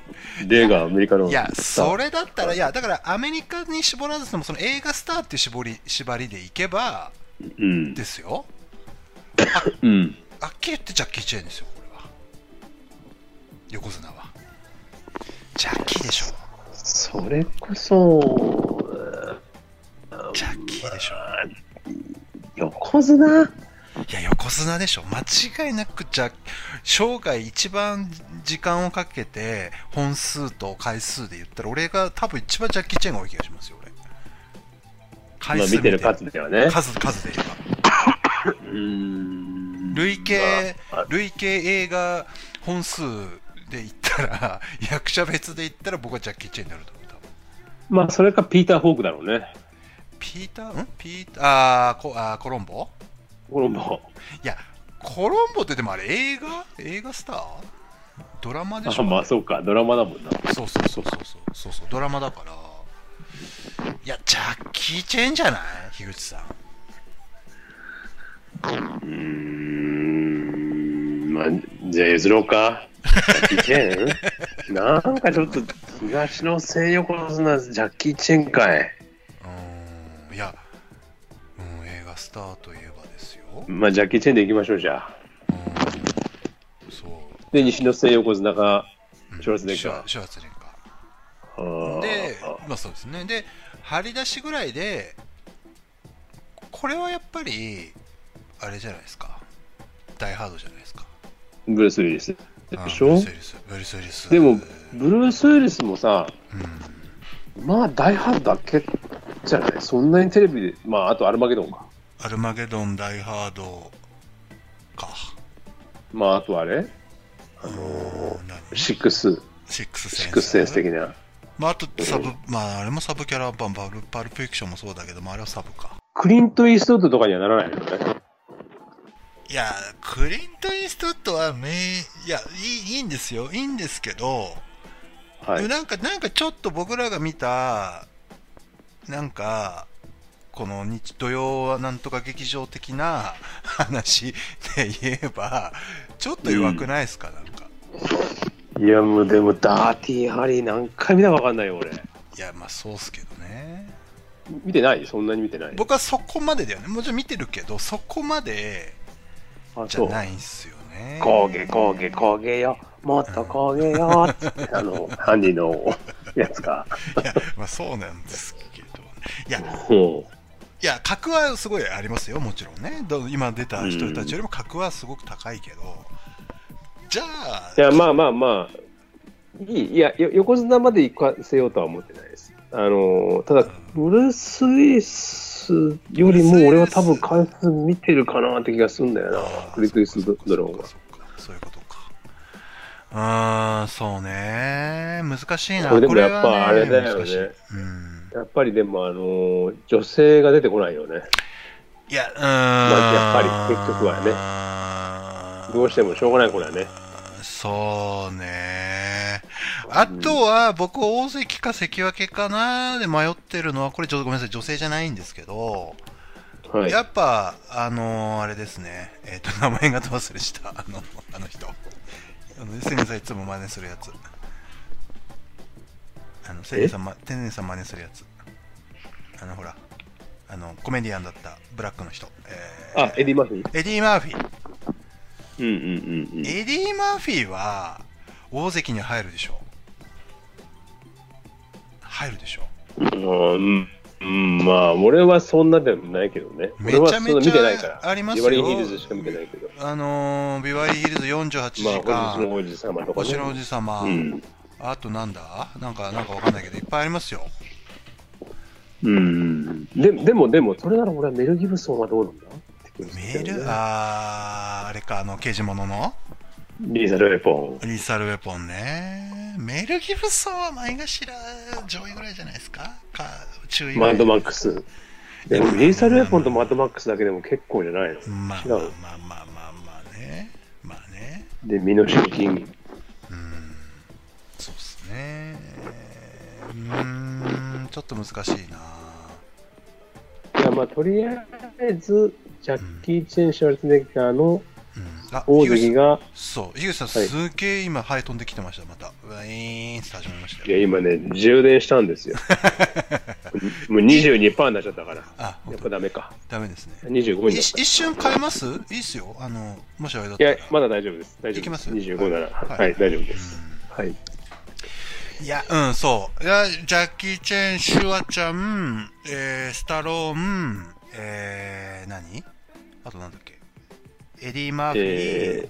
Speaker 3: レーガン、アメリカの。
Speaker 2: いや、そ
Speaker 3: れ。
Speaker 2: れだったら、いや、だからアメリカに絞らずとも、その映画スターっていう絞り、縛りでいけば、
Speaker 3: うん。
Speaker 2: ですよ。
Speaker 3: うん。
Speaker 2: あっきり言ってジャッキー・チェーンですよ、これは。横綱は。ジャッキーでしょ。
Speaker 3: それこそ、
Speaker 2: ジャッキーでしょ
Speaker 3: 横綱
Speaker 2: いや横綱でしょ間違いなくジャッ生涯一番時間をかけて本数と回数で言ったら俺が多分一番ジャッキー・チェンが多い気がしますよ俺
Speaker 3: まあ
Speaker 2: 回数
Speaker 3: 見てる数ではね。
Speaker 2: 数数で言えば
Speaker 3: うーん
Speaker 2: 累計、
Speaker 3: まあ
Speaker 2: 累計映画本数で言ったら 役者別で言ったら僕はジャッキー・チェンになると思う多分
Speaker 3: まあ、それかピーター・ホークだろうね。
Speaker 2: ピーターんピーターあーコあーコロンボ
Speaker 3: これも、
Speaker 2: いやコロンボってでもあれ映画映画スタードラマでし
Speaker 3: あ
Speaker 2: ょ
Speaker 3: まあ、そうか、ドラマだもんな。
Speaker 2: そうそうそうそうそうそうそうドラマだからいやジャッキー・チェンじゃない樋口さん
Speaker 3: うーん、まあ、じゃあ譲ろうか。ジャッキー・チェン なんかちょっと、東の西横綱、ジャッキー・チェンかい。
Speaker 2: うーんいや、うん、映画スターといえばですよ
Speaker 3: まあ、ジャッキー・チェンでいきましょう、じゃあ。
Speaker 2: そう
Speaker 3: で、西の西横綱が、シュワルツェネッ
Speaker 2: シュ
Speaker 3: ガ
Speaker 2: ワシュワルツェネッガー
Speaker 3: ー。
Speaker 2: で
Speaker 3: あー、
Speaker 2: まあそうですね。で、張り出しぐらいで、これはやっぱり、あれじゃないですか。ダイハードじゃないですか。
Speaker 3: ブルース・ウィリス。で
Speaker 2: うん
Speaker 3: しょ
Speaker 2: ブルースウィリス。ブルースウィリス
Speaker 3: でも、ブルース・ウィリスもさ、
Speaker 2: うん
Speaker 3: まあ、大ハードだけじゃないそんなにテレビで、まあ、あとアルマゲドンか。
Speaker 2: アルマゲドン、ダイハードか。
Speaker 3: まあ、あとあれ
Speaker 2: あのー、何
Speaker 3: シックス、
Speaker 2: シックスセンス。
Speaker 3: シックスセンス的な。
Speaker 2: まあ、あと、サブ、まあ、あれもサブキャラバン、バルパルプフィクションもそうだけど、まあ、あれはサブか。
Speaker 3: クリント・イーストウッドとかにはならないのね。
Speaker 2: いや、クリント・イーストウッドはめいやいい、いいんですよ。いいんですけど、
Speaker 3: は
Speaker 2: でも
Speaker 3: い。
Speaker 2: なんかなんかちょっと僕らが見たなんかこの日土曜はなんとか劇場的な話で言えばちょっと弱くないですか、なんか
Speaker 3: いや、もうでも、ダーティー・ハリー何回見たか分かんないよ、俺。
Speaker 2: いやまあそうっすけどね
Speaker 3: 見てないそんなに見てない。
Speaker 2: 僕はそこまでだよねもちろん見てるけどそこまで
Speaker 3: あ、
Speaker 2: じゃ
Speaker 3: そう。
Speaker 2: ないんすよね
Speaker 3: こげこげこげよ、もっとこげよっつって、あの、ハンディのやつか。
Speaker 2: いやまあそうなんですけどいや
Speaker 3: ほ
Speaker 2: いや格はすごいありますよもちろんねど今出た人たちよりも格はすごく高いけどじゃあ
Speaker 3: う。いや、まあまあまあ、いい、いや、よ横綱まで行かせようとは思ってないです。あの、ただ、ブルース・ウィリスよりも俺は多分回数見てるかなって気がするんだよな、クリクリス・ドローンが。
Speaker 2: そういうことか。うーん、そうね。難しいな。
Speaker 3: これでもやっぱ
Speaker 2: こは
Speaker 3: あれだよね
Speaker 2: 難しいうん。
Speaker 3: やっぱりでも、あの、女性が出てこないよね。
Speaker 2: いや、うーん。
Speaker 3: あやっぱり結局
Speaker 2: は
Speaker 3: どうしてもしょうがないこれはね。
Speaker 2: そうね。あとは、僕、大関か関脇かなで迷ってるのは、これ、ちょっとごめんなさい、女性じゃないんですけど、
Speaker 3: はい。
Speaker 2: やっぱ、あのーあれですね、えっ、と、 名前がど忘れした、あの、あの人。あの、千年さんいつも真似するやつ。あの、千年さん、ま、千年さん真似するやつ。あの、ほら、あの、コメディアンだった、ブラックの人。えー
Speaker 3: あ、エディ・マフィー。
Speaker 2: エディ・マーフィー。
Speaker 3: うんうんうんうん。
Speaker 2: エディ・マーフィーは、大関に入るでしょ。入るでしょ。
Speaker 3: うん、うん、まあ、俺はそんなでもないけどね。
Speaker 2: めちゃめちゃ
Speaker 3: 俺はそんな見てないから。
Speaker 2: ありますよ
Speaker 3: ビバリーヒルズしか見てないけど。
Speaker 2: あのービワイリーヒルズ48時
Speaker 3: まあ、
Speaker 2: 間。
Speaker 3: 星の王子様とか
Speaker 2: 星の王
Speaker 3: ね。
Speaker 2: 子様、
Speaker 3: うん。
Speaker 2: あとなんだなんかなんかわかんないけどいっぱいありますよ
Speaker 3: うん。ででも、でも、それなら俺はメル・ギブソンはどうなんだ
Speaker 2: メールあーあれかあの刑事物の
Speaker 3: リーザル・ウェポ
Speaker 2: リーサルウェポンねメール・ギブソンは前頭上位ぐらいじゃないですかか注意
Speaker 3: ン、マッドマッ
Speaker 2: ク
Speaker 3: クス。でも、リーザル・ウェポンとマッドマックスだけでも結構じゃないの。
Speaker 2: まあ
Speaker 3: 違
Speaker 2: まあ
Speaker 3: う
Speaker 2: まあまあまあまあねまあね
Speaker 3: で、ミノシュ・キング。
Speaker 2: そうっすねうーんちょっと難しいない
Speaker 3: や、まあ、とりあえず、ジャッキー・チェン・シュワルツェネッガーの
Speaker 2: うんあ
Speaker 3: 大
Speaker 2: ヒュース
Speaker 3: 関が、
Speaker 2: そうヒュースさん
Speaker 3: はい
Speaker 2: すげえ今ハエ飛んできてましたまたウィーンって始まりました
Speaker 3: い
Speaker 2: よ
Speaker 3: や、今ね、充電したんで すよ。もう22%になっちゃったから。
Speaker 2: あ
Speaker 3: や
Speaker 2: 本
Speaker 3: っ
Speaker 2: 当
Speaker 3: ぱダメか。
Speaker 2: ダメですね
Speaker 3: 25になっ
Speaker 2: い
Speaker 3: た。
Speaker 2: 一瞬変えますいいっすよ。あの、もしあれだっ
Speaker 3: い
Speaker 2: たら。
Speaker 3: や、まだ大丈夫です。大丈夫です。
Speaker 2: いきます
Speaker 3: 25なら、
Speaker 2: はい
Speaker 3: はい、大丈夫です。はい。
Speaker 2: いや、うん、そう。いやジャッキー・チェン、シュワちゃん、えー、スタローン、えー、何あとなんだっけエディ・マーフィー
Speaker 3: え、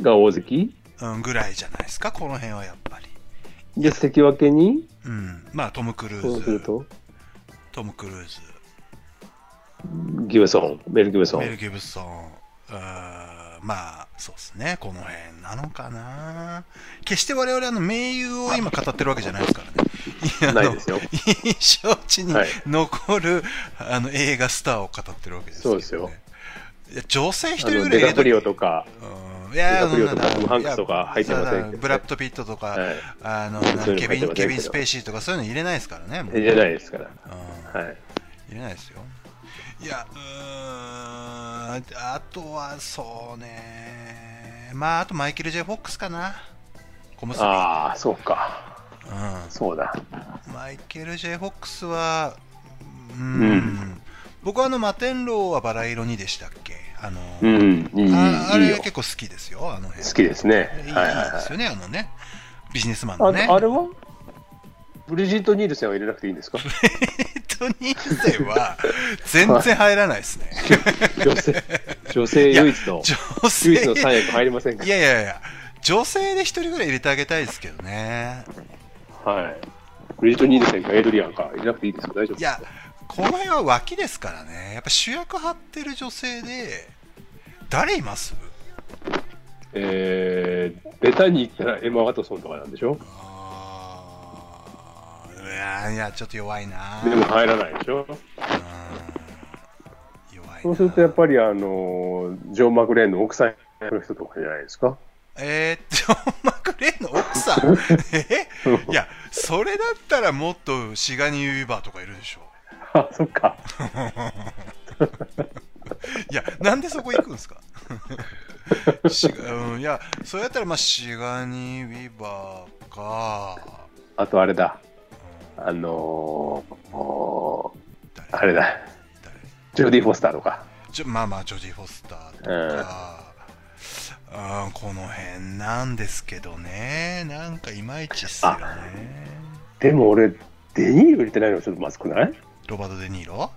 Speaker 3: ーが大関
Speaker 2: うん、ぐらいじゃないですか、この辺はやっぱり。
Speaker 3: で、関脇に、
Speaker 2: うん。まあ、トム・クル
Speaker 3: そうする
Speaker 2: ーズ、
Speaker 3: と、
Speaker 2: トム・クルーズ、
Speaker 3: ギブソン、メル・ギブソ
Speaker 2: メル・
Speaker 3: ン。
Speaker 2: ギブソン、うーんまあ、そうですね、この辺なのかな。決して我々、あの、名優を今語ってるわけじゃないですからね。やあの
Speaker 3: ないですよ。
Speaker 2: 印象地に
Speaker 3: はい
Speaker 2: 残る、あの映画スターを語ってるわけですけど、ね、
Speaker 3: そうですよ
Speaker 2: いや女性一
Speaker 3: あ
Speaker 2: 人
Speaker 3: の
Speaker 2: ぐらい
Speaker 3: デ
Speaker 2: 入れ
Speaker 3: カ
Speaker 2: と
Speaker 3: プ
Speaker 2: け
Speaker 3: リオとか、
Speaker 2: うんいや
Speaker 3: デカプリオとか
Speaker 2: そんな
Speaker 3: トムハンクスとか入ってませんけどね
Speaker 2: いやブラッド・ピットとか、
Speaker 3: はい
Speaker 2: あの
Speaker 3: そういうの
Speaker 2: ケビ
Speaker 3: 入ってませんけ
Speaker 2: ン
Speaker 3: ど
Speaker 2: ケビン・スペーシーとかそういうの入れないですからねもう、
Speaker 3: じゃないですか
Speaker 2: う
Speaker 3: ら。
Speaker 2: ん
Speaker 3: はい。
Speaker 2: 入れないですよいやうーんあとはそうねまああとマイケル・ J ・フォックスかな小結び
Speaker 3: ああ、そうか。
Speaker 2: うん
Speaker 3: そうだ。
Speaker 2: マイケル・ J ・フォックスは、うーん、
Speaker 3: うん
Speaker 2: 僕はあの摩天楼はバラ色にでしたっけあの、
Speaker 3: うん、いい、いい
Speaker 2: ああ
Speaker 3: いい
Speaker 2: れ
Speaker 3: よ
Speaker 2: は。結構好きですよ、あの辺。
Speaker 3: 好きですね。
Speaker 2: いい
Speaker 3: はいはい
Speaker 2: で
Speaker 3: は
Speaker 2: すよね、あのね。ビジネスマンのね。
Speaker 3: い。ああれはブリジット・ニールセンは入れなくていい んですか
Speaker 2: トニーゼは全然入らないですね。
Speaker 3: 女性、女性唯一の、
Speaker 2: 女
Speaker 3: 唯一の
Speaker 2: 性。
Speaker 3: 三役入りませんか
Speaker 2: いやいやいや、女性で一人ぐらい入れてあげたいですけどね。
Speaker 3: はい。ブリジット・ニールセンかエイドリアンか入れなくていいですか大丈夫
Speaker 2: いや、この辺は脇ですからね。やっぱ主役張ってる女性で、誰います
Speaker 3: えー、ベタに言ったらエマ・ワトソンとかなんでしょ
Speaker 2: あーいやいやちょっと弱いな
Speaker 3: でも入らないでしょ
Speaker 2: うん弱いな
Speaker 3: そうするとやっぱりあのージョン・マクレーンの奥さんの人とかじゃないですか
Speaker 2: えー、 ジョン・マクレーンの奥さんえいやそれだったらもっとシガニー・ウィーバーとかいるでしょ
Speaker 3: あ、そっか。
Speaker 2: いやなんでそこ行くんですかシガうん、いやそれだったらまあシガニー・ウィーバーか
Speaker 3: あとあれだ。あのー、おーあれだ。
Speaker 2: 誰
Speaker 3: ジョディ・フォスターとか。
Speaker 2: じょまあまあジョージ・フォスターとか、うん、この辺なんですけどねなんかいまいちっすよね
Speaker 3: でも俺、デニール入れてないのちょっとまずくない
Speaker 2: ロバート・デ・ニーロ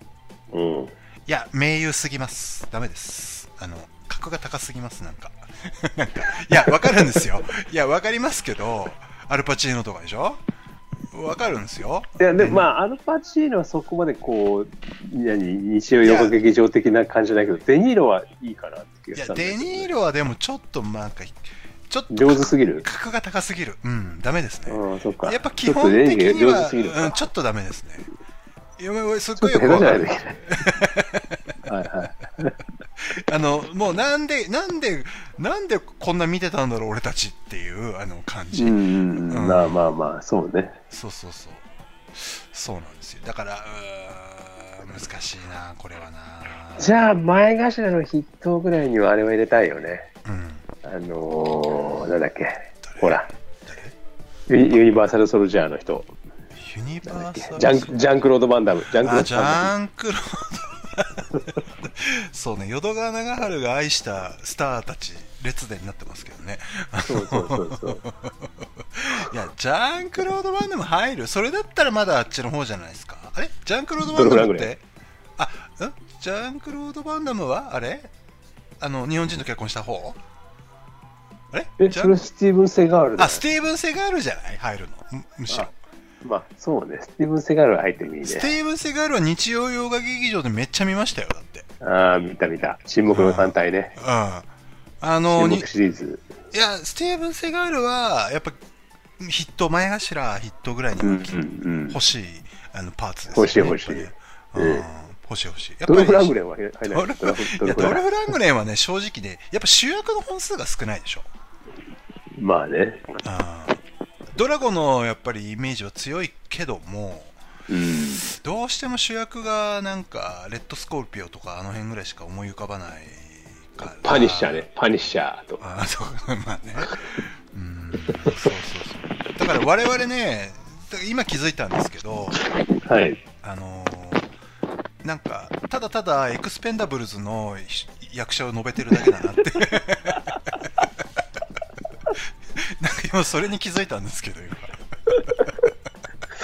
Speaker 3: うん。
Speaker 2: いや名優すぎますダメですあの格が高すぎますなんか なんかいやわかるんですよいやわかりますけどアルパチーノとかでしょわかるんですよ
Speaker 3: いや、でもまあ、アルパチーノはそこまでこう、何、日曜洋画劇場的な感じじゃないけど、デニーロはいいかなって気
Speaker 2: い
Speaker 3: が
Speaker 2: や
Speaker 3: したんだけ
Speaker 2: デ・
Speaker 3: ど
Speaker 2: ニーロはでもちょっとなんかちょっと
Speaker 3: 上手すぎる。
Speaker 2: 格が高すぎるうんダメですね、
Speaker 3: うん、そっか。
Speaker 2: やっぱ基本的
Speaker 3: ちょっとデニ
Speaker 2: に
Speaker 3: ーロ上手
Speaker 2: は
Speaker 3: すぎるか。
Speaker 2: うんちょっとダメですね。いやもうすっ
Speaker 3: ちょ
Speaker 2: ご
Speaker 3: っ
Speaker 2: い
Speaker 3: と
Speaker 2: よ
Speaker 3: 下
Speaker 2: く
Speaker 3: 手
Speaker 2: わ
Speaker 3: じ
Speaker 2: か
Speaker 3: ゃないとい
Speaker 2: る。
Speaker 3: けない。はいはい。
Speaker 2: あの、もうなんで、なんで、なんでこんな見てたんだろう、俺たちっていう、あの、感じ。
Speaker 3: うんうん
Speaker 2: う
Speaker 3: うんん、まあまあまあ、そうね。
Speaker 2: そうそうそう。そうなんですよ。だから、うーん難しいな、これはな。
Speaker 3: じゃあ、前頭の筆頭ぐらいにはあれは入れたいよね。
Speaker 2: うん。
Speaker 3: あのー、なんだっけ。
Speaker 2: 誰
Speaker 3: ほら、
Speaker 2: 誰
Speaker 3: ユニユニバーサルソルジャーの人。
Speaker 2: ユニ
Speaker 3: なんだ
Speaker 2: バ
Speaker 3: っ
Speaker 2: ー
Speaker 3: け
Speaker 2: サル。
Speaker 3: ジャンジャンクロード・バンダム。ジャンクロ
Speaker 2: あ、
Speaker 3: ー
Speaker 2: ジ
Speaker 3: ド・バンダム。
Speaker 2: ャンクロード。 そうね、淀川長春が愛したスターたち、列伝になってますけどね。
Speaker 3: そうそうそうそう。
Speaker 2: いや、ジャンクロード・バンダム入るそれだったらまだあっちの方じゃないですか。あれジャンクロード・バンダムっ
Speaker 3: どの
Speaker 2: てあ、んジャンクロード・バンダムはあれあの、日本人と結婚した方あれ
Speaker 3: え、
Speaker 2: ジ
Speaker 3: そ
Speaker 2: ャン
Speaker 3: れスティーブン・セガールだ
Speaker 2: あ、スティーブン・セガールじゃない入るの。むむしろ。
Speaker 3: まあ、そうね。スティーブン・セガールが入ってもいい
Speaker 2: ス
Speaker 3: ね。
Speaker 2: ティーブン・セガールは日曜洋画劇場でめっちゃ見ましたよ、だって。
Speaker 3: ああ、見た見た。沈黙の艦隊ね。
Speaker 2: うん。あの、
Speaker 3: 沈
Speaker 2: に
Speaker 3: 黙シリーズ。
Speaker 2: いや、スティーブン・セガールは、やっぱ、ヒット、前頭ヒットぐらいに
Speaker 3: うん
Speaker 2: は
Speaker 3: うん
Speaker 2: 欲しいあのパーツです、ね。
Speaker 3: 欲しい欲しい
Speaker 2: やっぱ
Speaker 3: う
Speaker 2: ね
Speaker 3: ん
Speaker 2: うん欲しい欲しい。や
Speaker 3: うん。ドルフ・ラング
Speaker 2: レ
Speaker 3: レンは入れ
Speaker 2: ン。
Speaker 3: な
Speaker 2: ド
Speaker 3: い
Speaker 2: ル
Speaker 3: ドルフ。ドルフ
Speaker 2: フラングレンはね、正直ね、やっぱ主役の本数が少ないでしょ。
Speaker 3: まあね。
Speaker 2: うんドラゴンのやっぱりイメージは強いけども、
Speaker 3: うん。
Speaker 2: どうしても主役がなんか、レッドスコーピオとかあの辺ぐらいしか思い浮かばないから。
Speaker 3: パニッシャーね。パニッシャーと。
Speaker 2: あそう まあねうんそうそうそうだから我々ねだ今気づいたんですけど
Speaker 3: はい。
Speaker 2: あのーなんかただただエクスペンダブルズのひ 役者を述べてるだけだなってなんかもうそれに気づいたんですけど、今。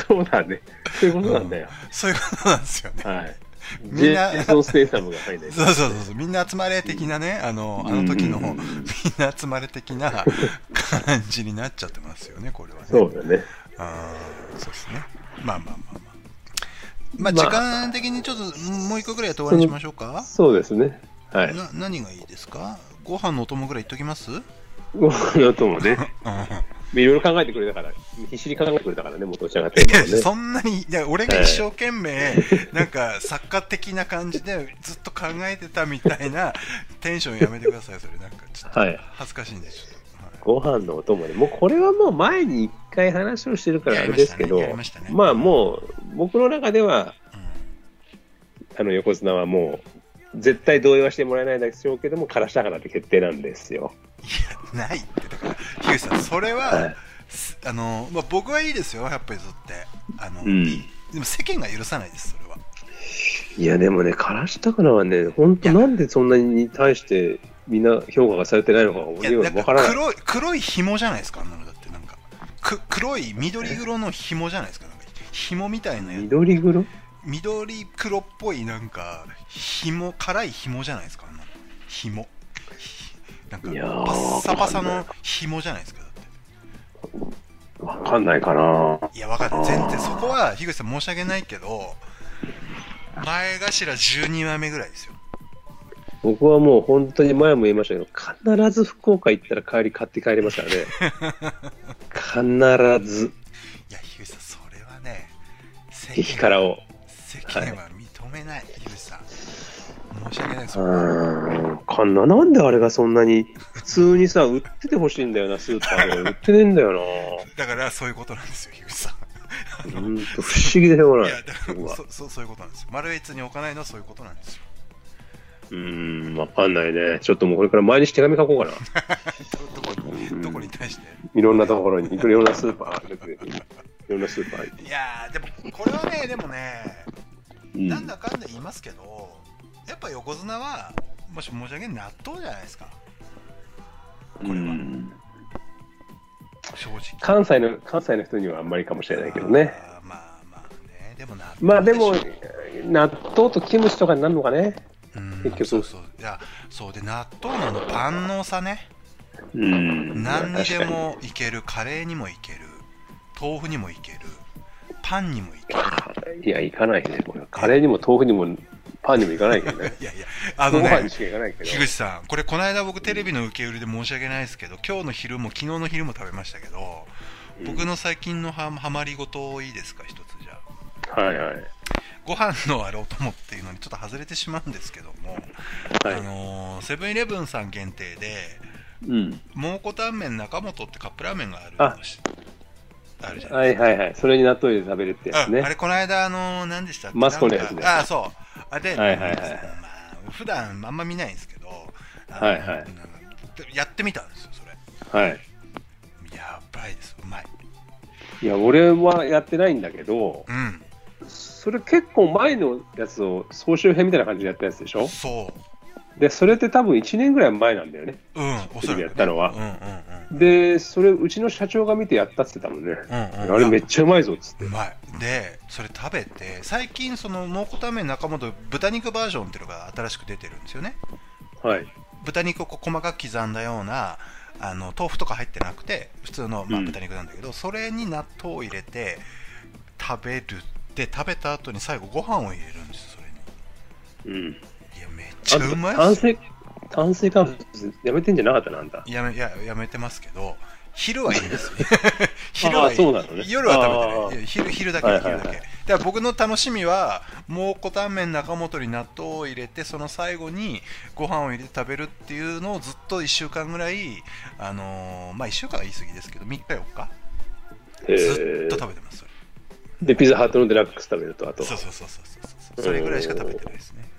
Speaker 3: そうだね。そういうことなんだよ。
Speaker 2: そういうことなんですよね。
Speaker 3: はい。
Speaker 2: みん
Speaker 3: ジ
Speaker 2: な
Speaker 3: ェジェソン・ステイサムが入らない。
Speaker 2: そうそうそうそう、みんな集まれ的なね、あの、あの時の、
Speaker 3: うん
Speaker 2: み
Speaker 3: うんんうん
Speaker 2: な集まれ的な感じになっちゃってますよね、これはね。
Speaker 3: そうだね。
Speaker 2: あーそうですね。まあまあまあまあ。まあ、
Speaker 3: ま
Speaker 2: 時
Speaker 3: あ
Speaker 2: 間的にちょっと、もう一個ぐらいやって終わりにしましょうか。
Speaker 3: そうですね。はい。
Speaker 2: な何がいいですかご飯のお供ぐらい言っときますうん
Speaker 3: ご飯のともね、いろいろ考えてくれたから、必死に考えてくれたからね、元仕上がって
Speaker 2: い
Speaker 3: る
Speaker 2: や
Speaker 3: ね。
Speaker 2: そんなに、いや俺が一生懸命、なんか作家的な感じでずっと考えてたみたいなテンションやめてください、それ。なんかちょっと
Speaker 3: はい。
Speaker 2: 恥ずかしいんで、ちょっと。はい
Speaker 3: ご飯のお供で、もうこれはもう前に一回話をしてるからあれですけど、
Speaker 2: やりましたねやりましたね
Speaker 3: まあもう、僕の中では、
Speaker 2: うん
Speaker 3: あの横綱はもう、絶対同意はしてもらえないでしょうけども、からしたからって決定なんですよ。
Speaker 2: いや、ないって、だから、ヒューさん、それは、
Speaker 3: はい。
Speaker 2: すあの、まあ、僕はいいですよ、やっぱりずって。あの、
Speaker 3: うん
Speaker 2: いいでも世間が許さないです、それは。
Speaker 3: いや、でもね、からしたからはね、本当
Speaker 2: いや
Speaker 3: なんでそんなに対して、みんな評価がされてないのか、
Speaker 2: い
Speaker 3: 俺に
Speaker 2: や、
Speaker 3: は
Speaker 2: な
Speaker 3: 分
Speaker 2: ん
Speaker 3: か
Speaker 2: から
Speaker 3: ない。
Speaker 2: 黒い、黒い紐じゃないですか、あんなのだって、なんか。く黒い緑黒の紐じゃないですか、なんか紐みたいなやつ
Speaker 3: 緑黒
Speaker 2: 緑黒っぽいなんか紐辛い紐じゃないですかあんなの紐ひなんか
Speaker 3: いや
Speaker 2: バ
Speaker 3: ー
Speaker 2: ッサバサ
Speaker 3: わか
Speaker 2: の
Speaker 3: ん
Speaker 2: 紐じゃないですかだって
Speaker 3: 分かんないかない
Speaker 2: やわかんない全然そこは樋口さん申し訳ないけど前頭12話目ぐらいですよ
Speaker 3: 僕はもう本当に前も言いましたけど、必ず福岡行ったら帰り買って帰りますから ね。必ず、
Speaker 2: いや樋口さんそれはね世
Speaker 3: 激辛を。
Speaker 2: 世間は認めない樋口さん申し訳ないです
Speaker 3: う
Speaker 2: よ
Speaker 3: ーん、かんな、なんであれがそんなに、普通にさ、売っててほしいんだよな、スーパーで。売ってねえんだよな。
Speaker 2: だからそういうことなんですよ樋口さん
Speaker 3: うんと、不思議でしょうが
Speaker 2: い
Speaker 3: ない
Speaker 2: や。だか
Speaker 3: う
Speaker 2: ら
Speaker 3: わ
Speaker 2: そそうそういうことなんですよ丸越に置かないのはそういうことなんですよ
Speaker 3: うーん、わかんないね。ちょっともうこれから毎日手紙書こうかな。
Speaker 2: どどこにどこに対して
Speaker 3: いろんなところに、いろんなスーパー出て、いろんなスーパー行って
Speaker 2: いやーでもこれはねでもね、
Speaker 3: うん
Speaker 2: なんだかんだ言いますけどやっぱ横綱はもし申し訳ない納豆じゃないですかこれは
Speaker 3: うん
Speaker 2: 正直
Speaker 3: 関西の、関西の人にはあんまりかもしれないけどね。
Speaker 2: あーまあまあねでも納
Speaker 3: まあでも
Speaker 2: しょ、
Speaker 3: 納豆とキムチとかになるのかね。
Speaker 2: うん
Speaker 3: 結局
Speaker 2: そうそういやそうで納豆のあの万能さね
Speaker 3: うん
Speaker 2: 何にで。もいけるカレーにもいける豆腐にもいけるパンにもいける
Speaker 3: いや、行かないね。これカレーにも豆腐にもパンにも行 かないけどね。
Speaker 2: いやいやあ
Speaker 3: ご
Speaker 2: の
Speaker 3: 飯
Speaker 2: ね
Speaker 3: にしか行かないけど。
Speaker 2: 樋口さん、これ、この間僕、テレビの受け売りで申し訳ないですけど、今日の昼も昨日の昼も食べましたけど、
Speaker 3: うん
Speaker 2: 僕の最近のハハマりごといいですか、一つじゃあ、
Speaker 3: はいはい。
Speaker 2: ご飯のあれお供っていうのにちょっと外れてしまうんですけども、
Speaker 3: はい
Speaker 2: あのーセブンイレブンさん限定で、
Speaker 3: うん。
Speaker 2: 蒙古タンメン中本ってカップラーメンがある
Speaker 3: あ
Speaker 2: のしあるじゃない
Speaker 3: はいはいはい。それに納豆入れて食べるってやつ
Speaker 2: うんあ
Speaker 3: ね
Speaker 2: れ、。この間、あのー何でしたっけ
Speaker 3: マスコのやつね
Speaker 2: なんかあ、そう。あで、
Speaker 3: はいはいはい
Speaker 2: まあ、普段あんま見ないんですけど、あの
Speaker 3: はいはい
Speaker 2: なんかやってみたんですよ、それ。
Speaker 3: はい。
Speaker 2: やばいです、うまい。
Speaker 3: いや、俺はやってないんだけど、
Speaker 2: うん、
Speaker 3: それ結構前のやつを総集編みたいな感じでやったやつでしょ
Speaker 2: そ
Speaker 3: で、それって多分1年ぐらい前なんだよね。
Speaker 2: う。うん、お
Speaker 3: テ
Speaker 2: そ
Speaker 3: レ
Speaker 2: らく、ね。
Speaker 3: ビやったのは
Speaker 2: うん。うん
Speaker 3: で、それうちの社長が見てやったって言ってたもんね。
Speaker 2: うん。うんうん、
Speaker 3: あれめっ
Speaker 2: ち
Speaker 3: ちゃうまいぞっつって
Speaker 2: う。まい。で、それ食べて、最近、その、蒙古タンメン中本、豚肉バージョンっていうのが新しく出てるんですよね。
Speaker 3: はい。
Speaker 2: 豚肉をこう細かく刻んだような、あの豆腐とか入ってなくて、普通の、まあ、
Speaker 3: うん
Speaker 2: 豚肉なんだけど、それに納豆を入れて、食べるって、食べた後に最後、ご飯を入れるんですよ、それに。
Speaker 3: うん。
Speaker 2: いや、めっちゃうまいっすよ
Speaker 3: 炭水炭水化物やめてんじゃなかったなあんた。
Speaker 2: やめいややめてますけど、昼はいいんですよ。昼はいい
Speaker 3: あそうなのね
Speaker 2: 夜は食べて
Speaker 3: あ
Speaker 2: な
Speaker 3: ー
Speaker 2: いいや。昼昼だけ、
Speaker 3: はい
Speaker 2: 昼
Speaker 3: はいはい
Speaker 2: だけ。だから僕の楽しみは、蒙古タンメン中本に納豆を入れて、その最後にご飯を入れて食べるっていうのをずっと1週間ぐらい、あのーまあ1週間は言い過ぎですけど、3日4日、
Speaker 3: え
Speaker 2: ずっと
Speaker 3: ー、
Speaker 2: 食べてます。それ
Speaker 3: で、ピザハットのデラックス食べると、あと。
Speaker 2: そうそうそうそうそうそう。それぐらいしか食べてないですね。うん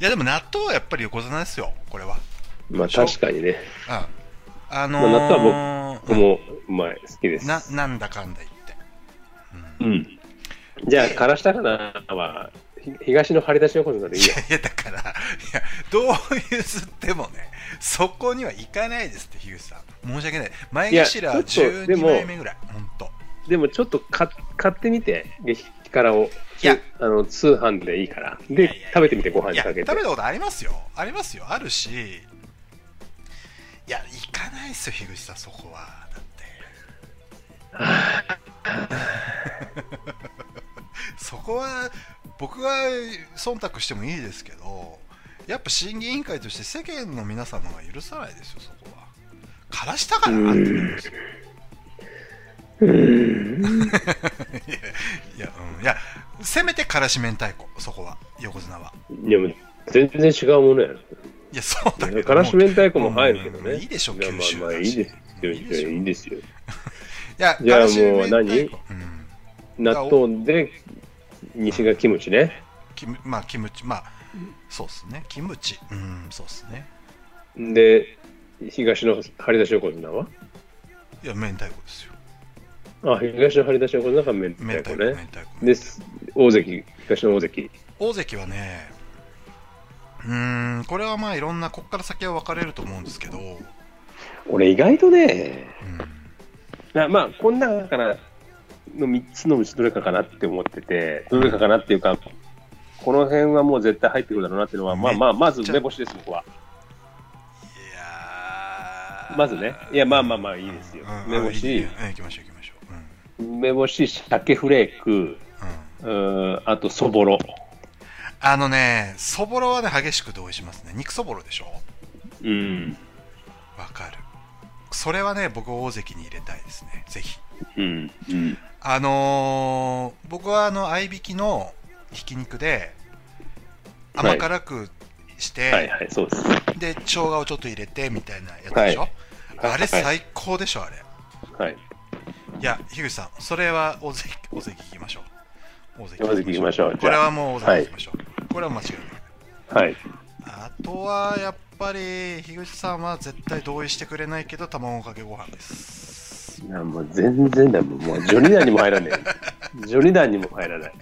Speaker 2: いや、でも納豆はやっぱり横綱ですよ、これは。
Speaker 3: まあ確かにね、
Speaker 2: ああの
Speaker 3: まあ納豆
Speaker 2: ー、
Speaker 3: 僕もうまい、好きです。
Speaker 2: ななんだかんだ言って、
Speaker 3: う
Speaker 2: うんい
Speaker 3: ん。じゃあ、からしたかなは、 ひ東の張り出し横綱でいいよ
Speaker 2: や。いやだからいやどうゆずってもねそこには行かないですって、ヒューさん。申し訳ない。前
Speaker 3: いや
Speaker 2: 頭
Speaker 3: ちょっとで
Speaker 2: 12
Speaker 3: も
Speaker 2: 枚目ぐらい。ほんと。
Speaker 3: でもちょっとか買ってみて、激辛を。
Speaker 2: いや
Speaker 3: あの通販でいいから。
Speaker 2: いやいやい
Speaker 3: で
Speaker 2: や、
Speaker 3: 食べてみて、ご飯
Speaker 2: い
Speaker 3: に
Speaker 2: や、
Speaker 3: か
Speaker 2: 食べ
Speaker 3: けて。
Speaker 2: たことありますよ。ありますよ。あるし。いや、行かないですよ、樋口さん、そこは。だって。 そこは、僕は忖度してもいいですけど、やっぱ審議委員会として世間の皆様が許さないですよ、そこは。からしたからなって思うんですよ。 いやいや、うん、いや、せめてからし明太子、そこは、横綱は。
Speaker 3: でも、全然違うものやろ。
Speaker 2: いや、そうだけど。
Speaker 3: からし明太子も入るけど
Speaker 2: うん
Speaker 3: ね。
Speaker 2: いいでしょ、
Speaker 3: や
Speaker 2: 九州
Speaker 3: まあまあ、
Speaker 2: だ
Speaker 3: いい
Speaker 2: し
Speaker 3: ですよ。
Speaker 2: いいでしょ
Speaker 3: いいですよ。
Speaker 2: いや、
Speaker 3: じゃあ
Speaker 2: からし明
Speaker 3: もう
Speaker 2: 太子
Speaker 3: 何
Speaker 2: うん
Speaker 3: 納豆で、西がキムチね。
Speaker 2: キムまあ、キムチ、まあ、そうっすね。キムチ。うん、そうっすね。
Speaker 3: で、東の張り出し横綱はい
Speaker 2: や、明太子ですよ。
Speaker 3: あ、東の張り出し横綱が明
Speaker 2: 明
Speaker 3: 太
Speaker 2: 太
Speaker 3: 子
Speaker 2: 子、明
Speaker 3: ね。
Speaker 2: 太子。
Speaker 3: です。大関、東の大関。
Speaker 2: 大関はね、うーん、これはまあ、いろんな、こっから先は分かれると思うんですけど、う
Speaker 3: 俺、意外とね、
Speaker 2: ん、
Speaker 3: なまあ、こん中からの3つのうちどれかかなって思ってて、どれかかなっていうか、この辺はもう絶対入ってくるだろうなっていうのは、まあまあ、まず梅干しです、僕は。
Speaker 2: いやー
Speaker 3: まずねいやまあまあまあいいですよ
Speaker 2: うん
Speaker 3: 梅干し
Speaker 2: いいねうん行きましょう、行きましょう。うん
Speaker 3: 梅干し、鮭フレーク、
Speaker 2: うん
Speaker 3: うーんあとそぼろ。
Speaker 2: あのね、そぼろはね、激しく同意しますね。肉そぼろでしょ
Speaker 3: うん。
Speaker 2: わかる。それはね、僕、大関に入れたいですね。ぜひ。
Speaker 3: うん。うん。
Speaker 2: あのー僕はあの合いびきのひき肉で
Speaker 3: はい
Speaker 2: 甘辛くして、
Speaker 3: はいはい、そうです。
Speaker 2: で生姜をちょっと入れてみたいなやつでしょ、
Speaker 3: はい
Speaker 2: あれ
Speaker 3: はい。
Speaker 2: 最高でしょあれ
Speaker 3: はい。
Speaker 2: いや樋口さんそれは大関大関行きましょう大関
Speaker 3: 大関行きましょう
Speaker 2: これ
Speaker 3: じゃ
Speaker 2: は
Speaker 3: あ
Speaker 2: もう大関行きましょう、これは間違いない
Speaker 3: はい。
Speaker 2: あとはやっぱり樋口さんは絶対同意してくれないけど卵かけご飯です
Speaker 3: いやもう全然だもん。もうジョニダンにも入らない。ジョニダンにも入らない。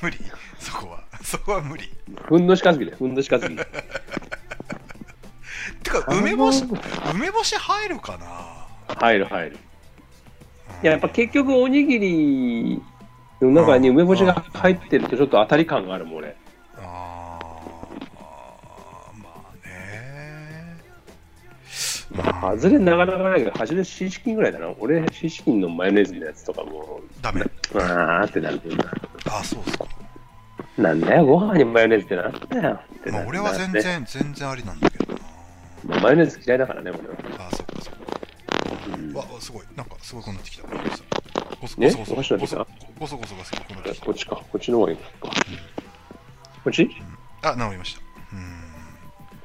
Speaker 2: 無理そこはそこは無理
Speaker 3: ふんどしかずきだよ。ふんどしかずき。
Speaker 2: てか梅干し梅干し入るかな
Speaker 3: 入る入る。
Speaker 2: うん
Speaker 3: いや、やっぱ結局おにぎりの中に梅干しが入ってるとちょっと当たり感があるもん、俺。
Speaker 2: あーまあねま
Speaker 3: 外れなかなかないけど、外れシーチキンぐらいだな。俺、シーチキンのマヨネーズのやつとかも
Speaker 2: ダメ
Speaker 3: う、わーってなるもんな。
Speaker 2: あそうですか、
Speaker 3: なんだよ、ご飯にマヨネーズってなんだよ。ってな
Speaker 2: まあ、俺は全。
Speaker 3: なるね
Speaker 2: 然全然ありなんだけどな
Speaker 3: まあマヨネーズ嫌いだからね、俺は。
Speaker 2: あそっかそっか
Speaker 3: うん
Speaker 2: わすごいなんかすごいこうなってきたごそ
Speaker 3: ね
Speaker 2: ごそごそ
Speaker 3: ど
Speaker 2: ご
Speaker 3: うした
Speaker 2: そ
Speaker 3: ん
Speaker 2: ご
Speaker 3: です
Speaker 2: そ
Speaker 3: か
Speaker 2: ごそごそごそこうなってき
Speaker 3: こっちか、こっちの方がいいのか。こっち
Speaker 2: たあ治りましたうん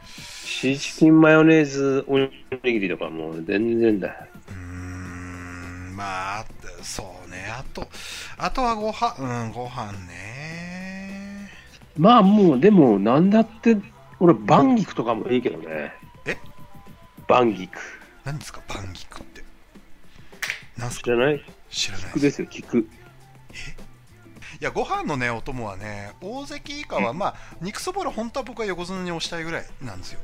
Speaker 3: シーチキンマヨネーズおにぎりとかもう全然だよ。
Speaker 2: うーんまあそうねあとあとはご飯うんご飯ね
Speaker 3: まあもう、でも、なんだって、俺、バンギクとかもいいけどね。
Speaker 2: え
Speaker 3: バンギク。
Speaker 2: 何ですかバンギクってなんす
Speaker 3: じ
Speaker 2: か
Speaker 3: ゃない
Speaker 2: 知らない
Speaker 3: 菊ですよ、菊。
Speaker 2: いやご飯のねお供はね大関以下はまあ肉そぼろ本当は僕は横綱に押したいぐらいなん ですよ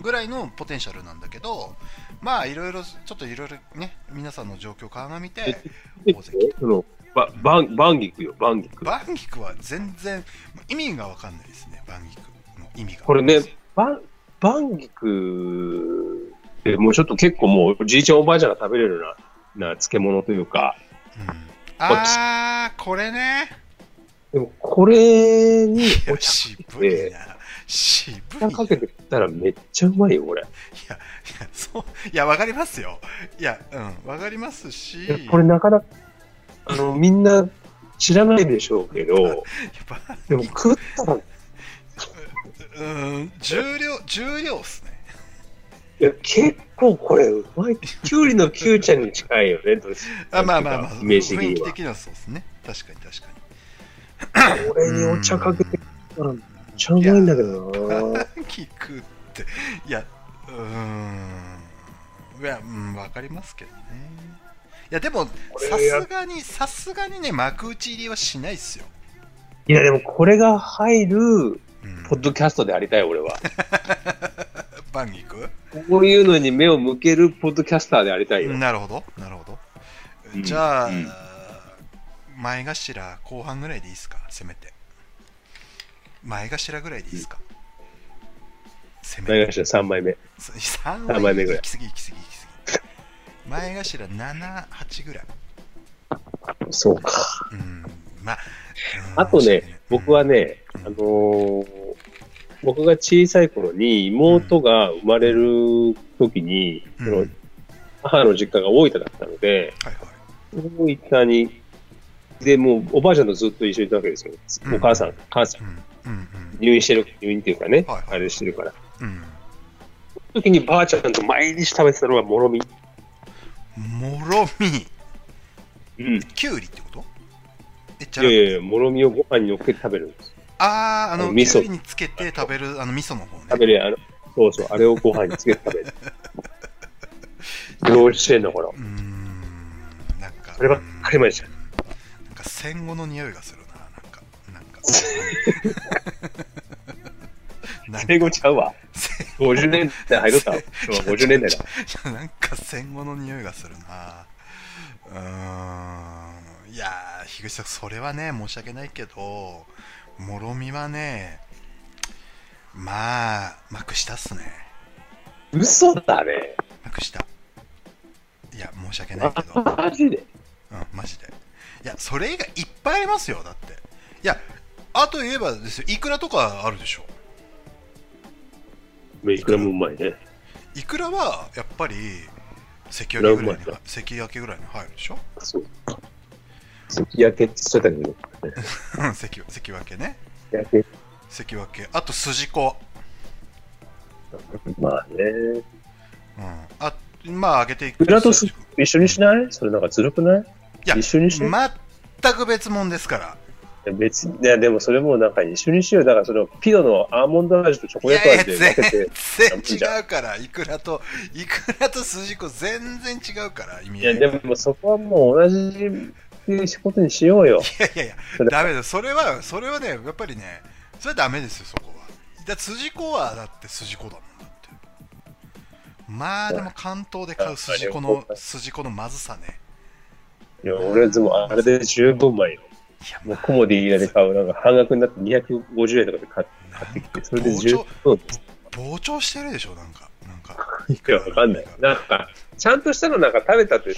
Speaker 2: ぐらいのポテンシャルなんだけどまあいろいろちょっといろいろね皆さんの状況を鑑みて大関
Speaker 3: そのババンバンギクよ、バンギク。
Speaker 2: バンギクは全然意味がわかんないですねバンギクの意味が
Speaker 3: これね、バンバンギクって、もうちょっと結構もう、じいちゃんおばあちゃんが食べれるようなな漬物というか、
Speaker 2: うんあーこれね
Speaker 3: でもこれにお茶
Speaker 2: 渋いな渋いない
Speaker 3: かけて食ったらめっちゃうまいよ、これ。
Speaker 2: やそういやわかりますよいやうんわかりますし
Speaker 3: いやこれなかなか、あの、みんな知らないでしょうけど、
Speaker 2: やっぱ
Speaker 3: でも食ったら、いう
Speaker 2: ーん重量重量っすね
Speaker 3: や結構これうまい。きゅうりのきゅうちゃんに近いよね、どうし
Speaker 2: あまあまあまあ
Speaker 3: イメージ的
Speaker 2: 雰囲
Speaker 3: に
Speaker 2: 気
Speaker 3: は
Speaker 2: 的にはそうですね確かに確かに
Speaker 3: これにお茶かけて食ったらめっちゃうまいんだけどな。
Speaker 2: 聞くっていやうーんいやうんわかりますけどねいやでもさ
Speaker 3: れや
Speaker 2: すがにさすがにね幕内入りはしないっすよ
Speaker 3: いや、でもこれが入る
Speaker 2: うん
Speaker 3: ポッドキャストでありたい、俺は。
Speaker 2: バンギク
Speaker 3: こういうのに目を向けるポッドキャスターでありたいよ。
Speaker 2: なるほどなるほど、
Speaker 3: うん
Speaker 2: じゃあ、
Speaker 3: うん
Speaker 2: 前頭後半ぐらいでいいですかせめて前頭ぐらいでいいですか、せめ
Speaker 3: 前
Speaker 2: て
Speaker 3: 頭3枚目。
Speaker 2: 3
Speaker 3: 三枚目ぐらい
Speaker 2: 行き過ぎ行き過ぎ行き過ぎ前頭78ぐらい
Speaker 3: そうか。
Speaker 2: うんまあうん
Speaker 3: あと
Speaker 2: そう
Speaker 3: ね、僕はね、
Speaker 2: うん
Speaker 3: あのー僕が小さい頃に妹が生まれる時に、
Speaker 2: うん
Speaker 3: そ
Speaker 2: は
Speaker 3: の
Speaker 2: い
Speaker 3: 母の実家が大分だったので、
Speaker 2: はい
Speaker 3: 大分に、で、もうおばあちゃんとずっと一緒にいたわけですよ。
Speaker 2: うん
Speaker 3: お母さん、母さん
Speaker 2: う。んうん
Speaker 3: 入院してる、入院っていうかね、
Speaker 2: はいはい
Speaker 3: あれしてるから。
Speaker 2: うん
Speaker 3: その時にばあちゃんと毎日食べてたのがもろみ。
Speaker 2: うんもろみ
Speaker 3: うん。い
Speaker 2: きゅうりってことえじゃ
Speaker 3: やいやいや、もろみをご飯に乗っけて食べるんです。
Speaker 2: ああーあ
Speaker 3: あ
Speaker 2: の
Speaker 3: の味噌
Speaker 2: きゅうりにつけて食べるあの味噌の方ね
Speaker 3: 食べる、あの、そうそう、あれをご飯につけて食べる。 どうしてんのかな
Speaker 2: うーんなんか
Speaker 3: そればっかりまでした。
Speaker 2: なんか戦後の匂いがするななん かなんかなんか
Speaker 3: 英語ちゃうわ。
Speaker 2: 戦
Speaker 3: 50年代入 ろったわ。
Speaker 2: 後
Speaker 3: 50年代だ。
Speaker 2: いやなんか戦後の匂いがするなうーんいやー樋口さんそれはね申し訳ないけどもろみはねまあ幕下っすね
Speaker 3: 嘘だね。
Speaker 2: 幕下いや申し訳ないけ ど、うん、
Speaker 3: マジで。
Speaker 2: マジでいやそれ以外いっぱいありますよだっていやあと言えばですよいくらとかあるでしょ
Speaker 3: いくらもうまいね。
Speaker 2: いくらはやっぱり関焼きぐらいに
Speaker 3: いくらうまいか
Speaker 2: 関焼きぐらいに入るでしょ
Speaker 3: そう。関焼けって言っちゃったけど。
Speaker 2: うん関関脇ね
Speaker 3: 焼け。
Speaker 2: 関脇あと筋子、
Speaker 3: まあね。
Speaker 2: うん、あまあ上げていく
Speaker 3: グラドス
Speaker 2: 筋子
Speaker 3: 一緒にしないそれなんかずるくない
Speaker 2: いや
Speaker 3: 一緒にしない、
Speaker 2: 全く別物ですから
Speaker 3: いや別に。いや、でもそれもなんか一緒にしよう。だからそのピノのアーモンド味とチョコ
Speaker 2: い
Speaker 3: レート
Speaker 2: やいや
Speaker 3: 味で分けて。
Speaker 2: 全然違うからいくらといくらと筋子全然違うから意味
Speaker 3: い
Speaker 2: 合
Speaker 3: や、
Speaker 2: い
Speaker 3: でもそこはもう同じことにしようよ。
Speaker 2: いやいやいや
Speaker 3: それ
Speaker 2: ダメだそれはそれはねやっぱりねそれはダメですよそこはだ筋子はだって筋子だもんだってまあでも関東で買う筋子の筋子のまずさね
Speaker 3: いや、俺はでもあれで十分うまいよ。
Speaker 2: いや
Speaker 3: もうコモディで買う、なんか半額になって250円とかで買っ
Speaker 2: なんか
Speaker 3: て、それで十分。
Speaker 2: 膨張してるでしょなんかなんか
Speaker 3: いや、わかんない。なんか、ちゃんとしたのなんか食べたって、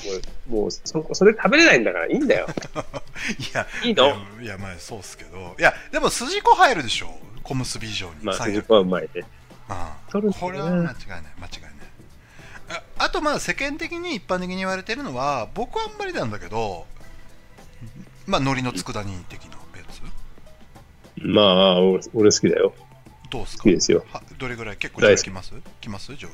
Speaker 3: もう、もうそそれ食べれないんだからいいんだよ。
Speaker 2: いや
Speaker 3: いいの
Speaker 2: いやいやまあそうっすけどいやでも筋子入るでしょ小結び以上に、
Speaker 3: まあ、
Speaker 2: 最
Speaker 3: そ
Speaker 2: 悪
Speaker 3: こはうまいね。
Speaker 2: うん
Speaker 3: 取るんだね
Speaker 2: これは間違いない間違いないああとまあ世間的に一般的に言われてるのは僕はあんまりなんだけどまあ海苔の佃煮的なやつ
Speaker 3: まあ、俺俺好きだよ。
Speaker 2: どうっすか
Speaker 3: 好きですよ。
Speaker 2: はどれぐらい結構上
Speaker 3: 大好
Speaker 2: 位
Speaker 3: き
Speaker 2: きますきます上位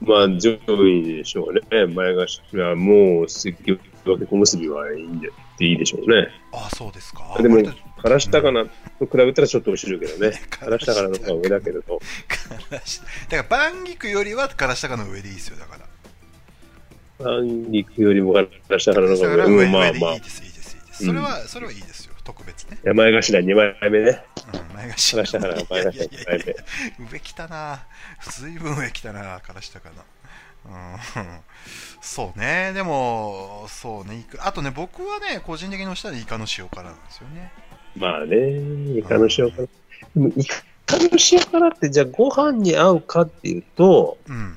Speaker 3: まあ、上位でしょうね。前頭はもう、すっきり分け小結びはいいんで、いいでしょうね。
Speaker 2: ああそうですか
Speaker 3: でも
Speaker 2: 割と
Speaker 3: からしたかなと比べたらちょっと落ちるけどね。
Speaker 2: か
Speaker 3: からら
Speaker 2: し
Speaker 3: したた
Speaker 2: か
Speaker 3: か
Speaker 2: な
Speaker 3: な
Speaker 2: の方
Speaker 3: の
Speaker 2: が
Speaker 3: 方が上だけれど。
Speaker 2: からしだからバンギクよりはからしたかの上でいいですよだから
Speaker 3: あんに行くよりもからしたかな
Speaker 2: だ
Speaker 3: の方
Speaker 2: か
Speaker 3: が
Speaker 2: ら
Speaker 3: 上。
Speaker 2: 上
Speaker 3: うん、ま
Speaker 2: 上
Speaker 3: あ
Speaker 2: で
Speaker 3: まあ
Speaker 2: いい。ですいいですいいですそれはそれはいいですよ特別ね
Speaker 3: いや前頭2枚目ね。
Speaker 2: うん前頭
Speaker 3: からしたかな、前頭2枚目。
Speaker 2: 上来たな随分上来たなからしたかなうん、そうねでもそうねいくあとね僕はね個人的に推したらイカの塩辛なんですよね
Speaker 3: まあね、イカの塩辛。でもイカの塩辛ってじゃあご飯に合うかっていうと、
Speaker 2: うん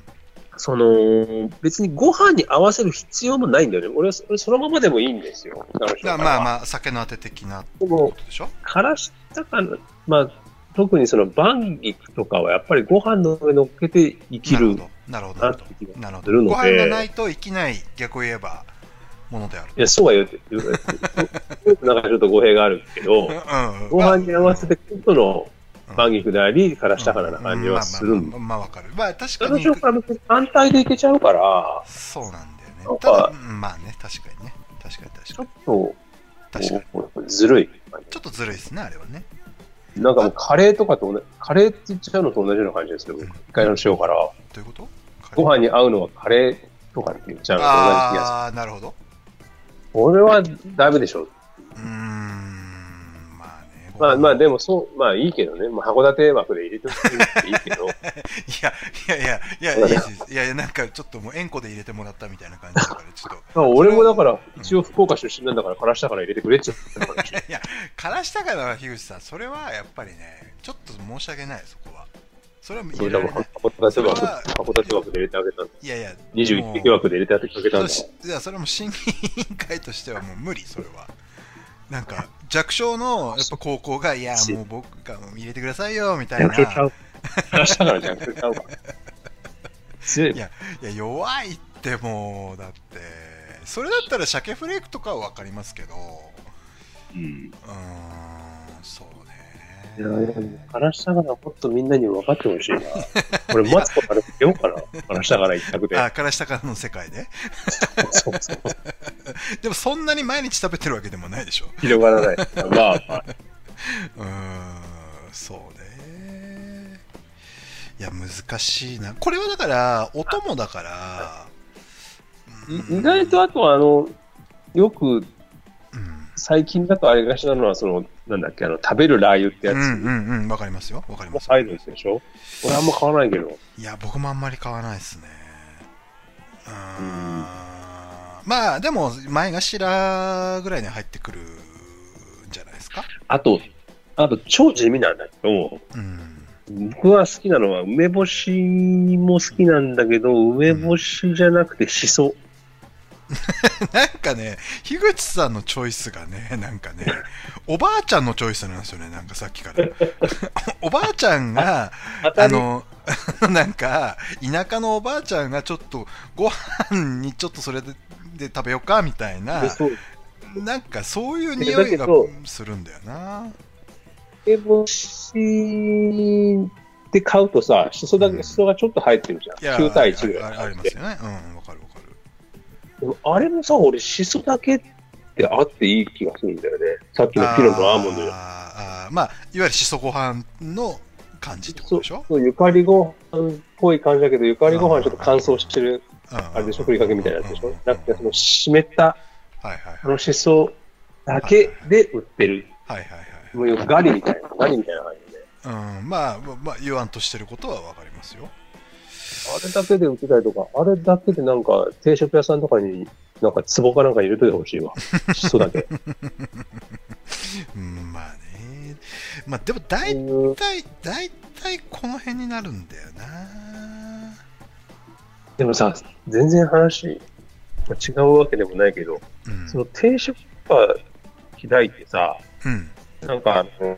Speaker 3: その、別にご飯に合わせる必要もないんだよね。俺はそ俺そのままでもいいんですよ。イカの
Speaker 2: だか
Speaker 3: 塩
Speaker 2: ら
Speaker 3: 辛
Speaker 2: まあ
Speaker 3: は
Speaker 2: まあ酒のあて的な
Speaker 3: で
Speaker 2: こ
Speaker 3: も、
Speaker 2: とでしょ
Speaker 3: からしたかな、まあ、特にそのバンギクとかはやっぱりご飯の上に乗っけて生き
Speaker 2: なるほ
Speaker 3: る
Speaker 2: どなるほどな
Speaker 3: な
Speaker 2: る
Speaker 3: っ
Speaker 2: ほ
Speaker 3: て気
Speaker 2: ど
Speaker 3: が
Speaker 2: なるほ
Speaker 3: す
Speaker 2: ど
Speaker 3: る
Speaker 2: ご
Speaker 3: の
Speaker 2: 飯がな
Speaker 3: で、
Speaker 2: いと生きない逆を言えばものである
Speaker 3: いや、そうは言うて、なんかちょっと語弊があるけ ど、
Speaker 2: うんうん
Speaker 3: ご飯に合わせてくるとのバンギクであり、からしたかな感じ
Speaker 2: う
Speaker 3: は
Speaker 2: ん
Speaker 3: するん
Speaker 2: まあまあまあまあわかるまあ確か
Speaker 3: その
Speaker 2: に
Speaker 3: 瞬間、単体でいけちゃうから、
Speaker 2: そうなんだよね
Speaker 3: なんか
Speaker 2: ただうんまあね確かにね確かに確
Speaker 3: ちょ
Speaker 2: か
Speaker 3: っと
Speaker 2: に確かに
Speaker 3: ずるい。
Speaker 2: ちょっとずるいですねあれはね
Speaker 3: なんかもうカレーとかと同じ、カレーって言っちゃうのと同じような感じですよ、僕。一回の塩辛は。
Speaker 2: どういうこと
Speaker 3: ご飯に合うのはカレーとかって言っちゃうのと同じ気がする。
Speaker 2: ああーなるほど
Speaker 3: 俺はダメでしょ。
Speaker 2: うーんまあねご
Speaker 3: まあまあ、でもそう、まあいいけどね、まあ、函館枠で入れてもいいけど、
Speaker 2: いやいやいやいやいいですいやいやなんかちょっともう円弧で入れてもらったみたいな感じだからちょっと
Speaker 3: まあ俺もだから、一応福岡出身なんだから、からしたから入れてくれっちゃったからでしょ。
Speaker 2: いやからしたからは樋口さんそれはやっぱりねちょっと申し訳ないそこはそれは
Speaker 3: そ
Speaker 2: 入れ
Speaker 3: れで
Speaker 2: ら
Speaker 3: も
Speaker 2: れない
Speaker 3: 函館枠、
Speaker 2: それは
Speaker 3: 函館枠で入れてあげたんだ。
Speaker 2: いやいや
Speaker 3: 21匹枠で入れてあげたん
Speaker 2: も
Speaker 3: だ
Speaker 2: う。そいやそれはもう審議委員会としてはもう無理それはなんか弱小のやっぱ高校がいやもう僕がもう入れてくださいよみたいな
Speaker 3: 弱小ちゃう。からしたから弱小ちゃうわ。強い
Speaker 2: いやいや弱いってもうだってそれだったら鮭フレークとかは分かりますけど
Speaker 3: うん。
Speaker 2: うーんそう
Speaker 3: いやで
Speaker 2: ね
Speaker 3: もからしたからもっとみんなに分かってほ しいな。俺、マツコから出ようかな。からしたから一択で。
Speaker 2: あからしたからの世界で
Speaker 3: そうそう。
Speaker 2: でもそんなに毎日食べてるわけでもないでしょ
Speaker 3: 広がらない。まあまあ。
Speaker 2: うーんそうねいや難しいなこれはだから音もだからうん
Speaker 3: い意外とあとあの、よく
Speaker 2: うん
Speaker 3: 最近だとありがちなのは、その、なんだっけ、あの、食べるラー油って
Speaker 2: う
Speaker 3: やつ。
Speaker 2: んうんうんわかりますよわかり
Speaker 3: もう
Speaker 2: ます
Speaker 3: サイドでしょ俺あんま買わないけど。
Speaker 2: いや僕もあんまり買わないですねうーん
Speaker 3: うん
Speaker 2: まあでも前頭ぐらいに入ってくるんじゃないですか
Speaker 3: あと、あと超地味なんだけど、
Speaker 2: うん
Speaker 3: 僕は好きなのは梅干しも好きなんだけど、梅干しじゃなくてしそ。
Speaker 2: なんかね、樋口さんのチョイスがね、なんかね、おばあちゃんのチョイスなんですよね、なんかさっきから。おばあちゃんが、
Speaker 3: 当
Speaker 2: あ
Speaker 3: たり
Speaker 2: の、 なんか、田舎のおばあちゃんがちょっと、ご飯にちょっとそれでで食べようかみたいな
Speaker 3: で、そう
Speaker 2: なんかそういう匂いが
Speaker 3: だけど
Speaker 2: するんだよな。
Speaker 3: 梅干しで買うとさ、しそだけ、しそがちょっと入ってるじ
Speaker 2: い
Speaker 3: ゃ
Speaker 2: や、
Speaker 3: ん。9対1ぐ
Speaker 2: あ
Speaker 3: らい
Speaker 2: あありますよね。うん、わかるわかる。
Speaker 3: でもあれもさ、俺、しそだけってあっていい気がするんだよね。さっきのピノのアーモンドじゃん
Speaker 2: あーあーまあ、いわゆるしそご飯の感じってことでしょ
Speaker 3: そうゆかりご飯っぽい感じだけど、ゆかりご飯ちょっと乾燥してる、あ
Speaker 2: あ
Speaker 3: れでしょ、ふりかけみたいなやつでしょ。なくて、そ
Speaker 2: は
Speaker 3: の
Speaker 2: い
Speaker 3: 湿った、
Speaker 2: はいはい。
Speaker 3: あのしそだけで売ってる。
Speaker 2: はいはい
Speaker 3: もうよくガリみたいな、ガリみたいな感じで。
Speaker 2: はい。うん、まあ、まあまあ、言わんとしてることはわかりますよ。
Speaker 3: あれだけで売ってたりとか、あれだけでなんか、定食屋さんとかに、なんか、壺かなんか入れといてほしい わ。しそだけ。
Speaker 2: うん、まあね。まあ、でも大
Speaker 3: うん
Speaker 2: 体、大体この辺になるんだよな。
Speaker 3: でもさ、全然話、まあ違うわけでもないけど、
Speaker 2: うん。
Speaker 3: その定食とか開いてさ、
Speaker 2: うん。
Speaker 3: なんかあの、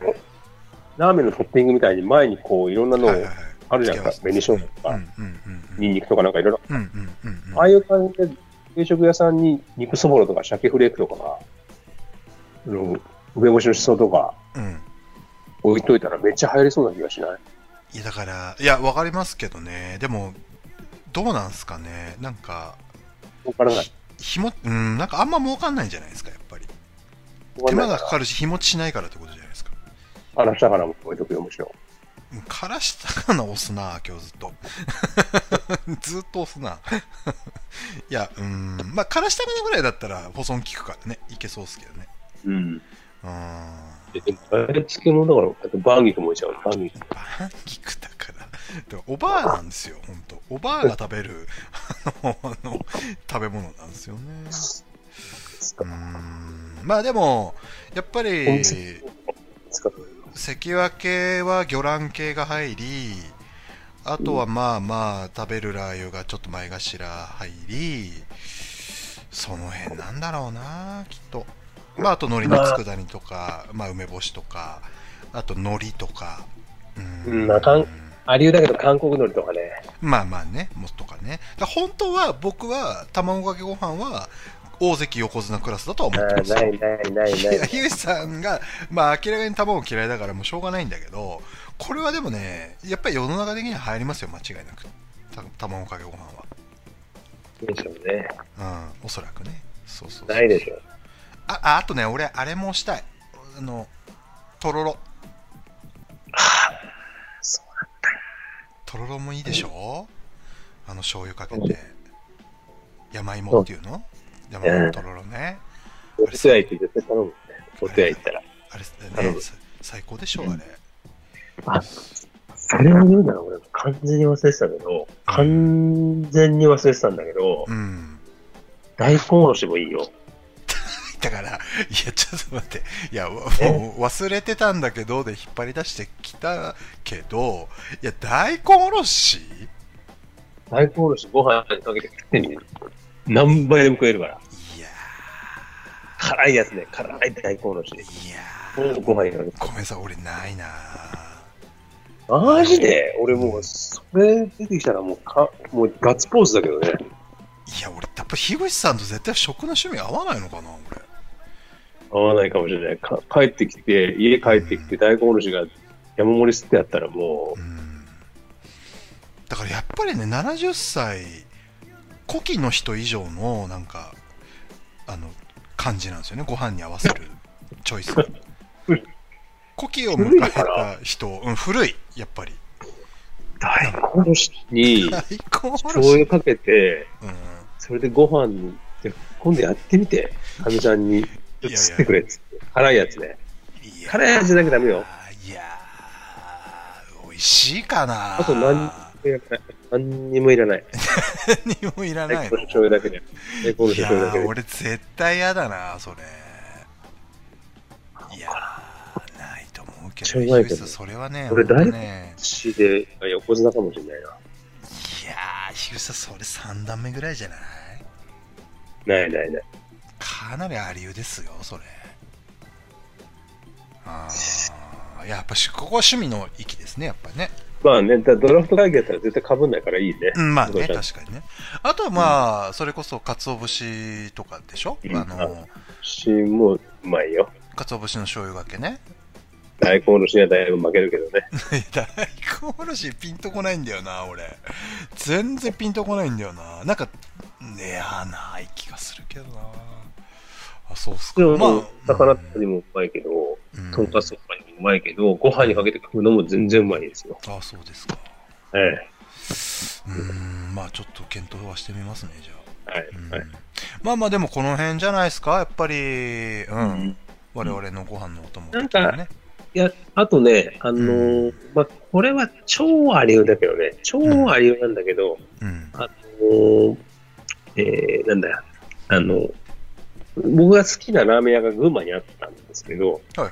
Speaker 3: ラーメンのトッピングみたいに前にこういろんなの
Speaker 2: はいはいはい。
Speaker 3: あるじゃんか、紅生姜と
Speaker 2: う
Speaker 3: か、
Speaker 2: んうんうんう
Speaker 3: ニ
Speaker 2: ん。
Speaker 3: ンニクとかなんかいろいろ、
Speaker 2: うんうんうんうん。
Speaker 3: ああいう感じで定食屋さんに肉そぼろとか鮭フレークとかが、あの梅干しのしそとか
Speaker 2: うん。
Speaker 3: 置いといたらめっちゃ流行りそうな気がしない
Speaker 2: いや、だから、いや、わかりますけどね。でも、どうなんすかね。なんか、
Speaker 3: わからない。
Speaker 2: ひも、うん、なんかあんま儲かんないんじゃないですか、やっぱり。
Speaker 3: わか
Speaker 2: 手
Speaker 3: んな
Speaker 2: 間が
Speaker 3: い
Speaker 2: かかるし、日持ちしないからってことじゃないですか。
Speaker 3: あらしたからも置いとくよ、むしろ。
Speaker 2: からしたかな押すな今日ずっと ずっと押すな いやうーんまあからしたかなぐらいだったら保存効くからねいけそうっすけどね
Speaker 3: うん。
Speaker 2: うーん
Speaker 3: でも、あれ漬物だから、あとバーニクも置いちゃう。バーニク。
Speaker 2: バンキクだからでもおばあなんですよほんとおばあが食べるあのあの食べ物なんですよねうーんまあでもやっぱり
Speaker 3: お店使って
Speaker 2: 関脇系は魚卵系が入りあとはまあまあ食べるラー油がちょっと前頭入りその辺なんだろうなきっとまああと海苔の佃煮とか、まあ、梅干しとかあと海苔とか
Speaker 3: うんまあかんありうだけど韓国海苔とかね。
Speaker 2: まあまあねもっとかねだから本当は僕は卵かけご飯は大関横綱クラスだとは思って
Speaker 3: あ
Speaker 2: ますよ
Speaker 3: ないないない
Speaker 2: い
Speaker 3: ない
Speaker 2: や。樋口さんが、まあ、明らかに卵嫌いだからもうしょうがないんだけどこれはでもねやっぱり世の中的には流行りますよ間違いなくた卵かけご飯
Speaker 3: でしょうね。
Speaker 2: は、うん、おそらくねそうそうそう
Speaker 3: ないでしょ。
Speaker 2: あああとね俺あれもしたいあのとろろ
Speaker 3: そ
Speaker 2: とろろもいいでしょ、あの醤油かけて山芋っていうの山芋のとろろね
Speaker 3: お手合いって絶対頼むね。お手合い行ったら。
Speaker 2: あれ
Speaker 3: 頼
Speaker 2: ね
Speaker 3: む
Speaker 2: さ最高でしょうあれ
Speaker 3: それを言うなら俺完全に忘れてたけど、完全に忘れてたんだけど、
Speaker 2: うん
Speaker 3: 大根おろしもいいよ。
Speaker 2: だからいやちょっと待っていやわもう忘れてたんだけどで引っ張り出してきたけどいや大根おろし
Speaker 3: 大根おろしご飯にかけて食ってみる。何倍でも食えるから。
Speaker 2: いや
Speaker 3: 辛いやつね、辛い大根おろし。
Speaker 2: ーいやー
Speaker 3: ご飯にかけて。
Speaker 2: ごめんなさい俺ないな
Speaker 3: マジで俺もう、それ出てきたらもうか、もうガッツポーズだけどね。
Speaker 2: いや俺やっぱ樋口さんと絶対食の趣味合わないのかな俺
Speaker 3: 合わないかもしれない。か帰ってきて、家帰ってきて大根おろしが山盛り吸ってやったらも
Speaker 2: うんだからやっぱりね70歳古希の人以上のなんかあの感じなんですよねご飯に合わせるチョイス
Speaker 3: 古い
Speaker 2: 古希を迎え
Speaker 3: 古いから
Speaker 2: た人、うん、古いやっぱり
Speaker 3: う、大根おろし
Speaker 2: 大根
Speaker 3: に
Speaker 2: おろ
Speaker 3: 醤
Speaker 2: し、
Speaker 3: 油かけて、
Speaker 2: うん、
Speaker 3: それでご飯で今度やってみて、かみちゃんに、
Speaker 2: やいや
Speaker 3: 吸ってくれっつって。辛いやつね。
Speaker 2: いや
Speaker 3: 辛いやつじゃなきゃダメよ。
Speaker 2: いやー美味しいかな
Speaker 3: あと何いらない何にもいらない。
Speaker 2: 何もいらな
Speaker 3: 大
Speaker 2: い
Speaker 3: 根
Speaker 2: の
Speaker 3: の醤油だけで。大根の
Speaker 2: いや
Speaker 3: 醤油だけ
Speaker 2: ー
Speaker 3: で。
Speaker 2: 俺絶対嫌だなそれいやーないと思うけど
Speaker 3: めっちゃうまいけ
Speaker 2: 樋
Speaker 3: ど
Speaker 2: 口さんそれはね
Speaker 3: 俺
Speaker 2: ほんと
Speaker 3: 大
Speaker 2: ね
Speaker 3: 血で横綱かもしれない
Speaker 2: いやー樋口さんそれ3段目ぐらいじゃない
Speaker 3: な。ないないない。
Speaker 2: かなりありゆですよそれああやっぱしここは趣味の域ですねやっぱね
Speaker 3: まあね、だドラフト会議やったら絶対被んないからいいね。
Speaker 2: うんまあ
Speaker 3: そう
Speaker 2: ね
Speaker 3: だね
Speaker 2: 確かにねあとはまあ、それこそ鰹節とかでしょ、
Speaker 3: うん
Speaker 2: あの
Speaker 3: し、もううまいよ。
Speaker 2: 鰹節の醤油がけね
Speaker 3: 大根おろしにはだいぶ負けるけどね。
Speaker 2: 大根おろしピンとこないんだよな俺全然ピンとこないんだよななんかねやない気がするけどなあそうっすか
Speaker 3: でも、
Speaker 2: ま
Speaker 3: まあ、魚
Speaker 2: あ
Speaker 3: とかにもうまいけど、
Speaker 2: うん
Speaker 3: とんかつとかにもうまいけど、ご飯にかけて食うのも全然うまいですよ。
Speaker 2: あそうですか
Speaker 3: ええ。
Speaker 2: うーんまあちょっと検討はしてみますねじゃ
Speaker 3: はい
Speaker 2: あ、うん
Speaker 3: はい。
Speaker 2: まあまあでもこの辺じゃないですかやっぱりうん、
Speaker 3: うん
Speaker 2: 我々のご飯のお供
Speaker 3: なん
Speaker 2: 的
Speaker 3: か
Speaker 2: なね
Speaker 3: いや、あとね、あのーまあ、これは超ありようだけどね、超ありようなんだけど、
Speaker 2: うん
Speaker 3: あのーえー、なんだよ、あの、僕が好きなラーメン屋が群馬にあったんですけど、
Speaker 2: はいは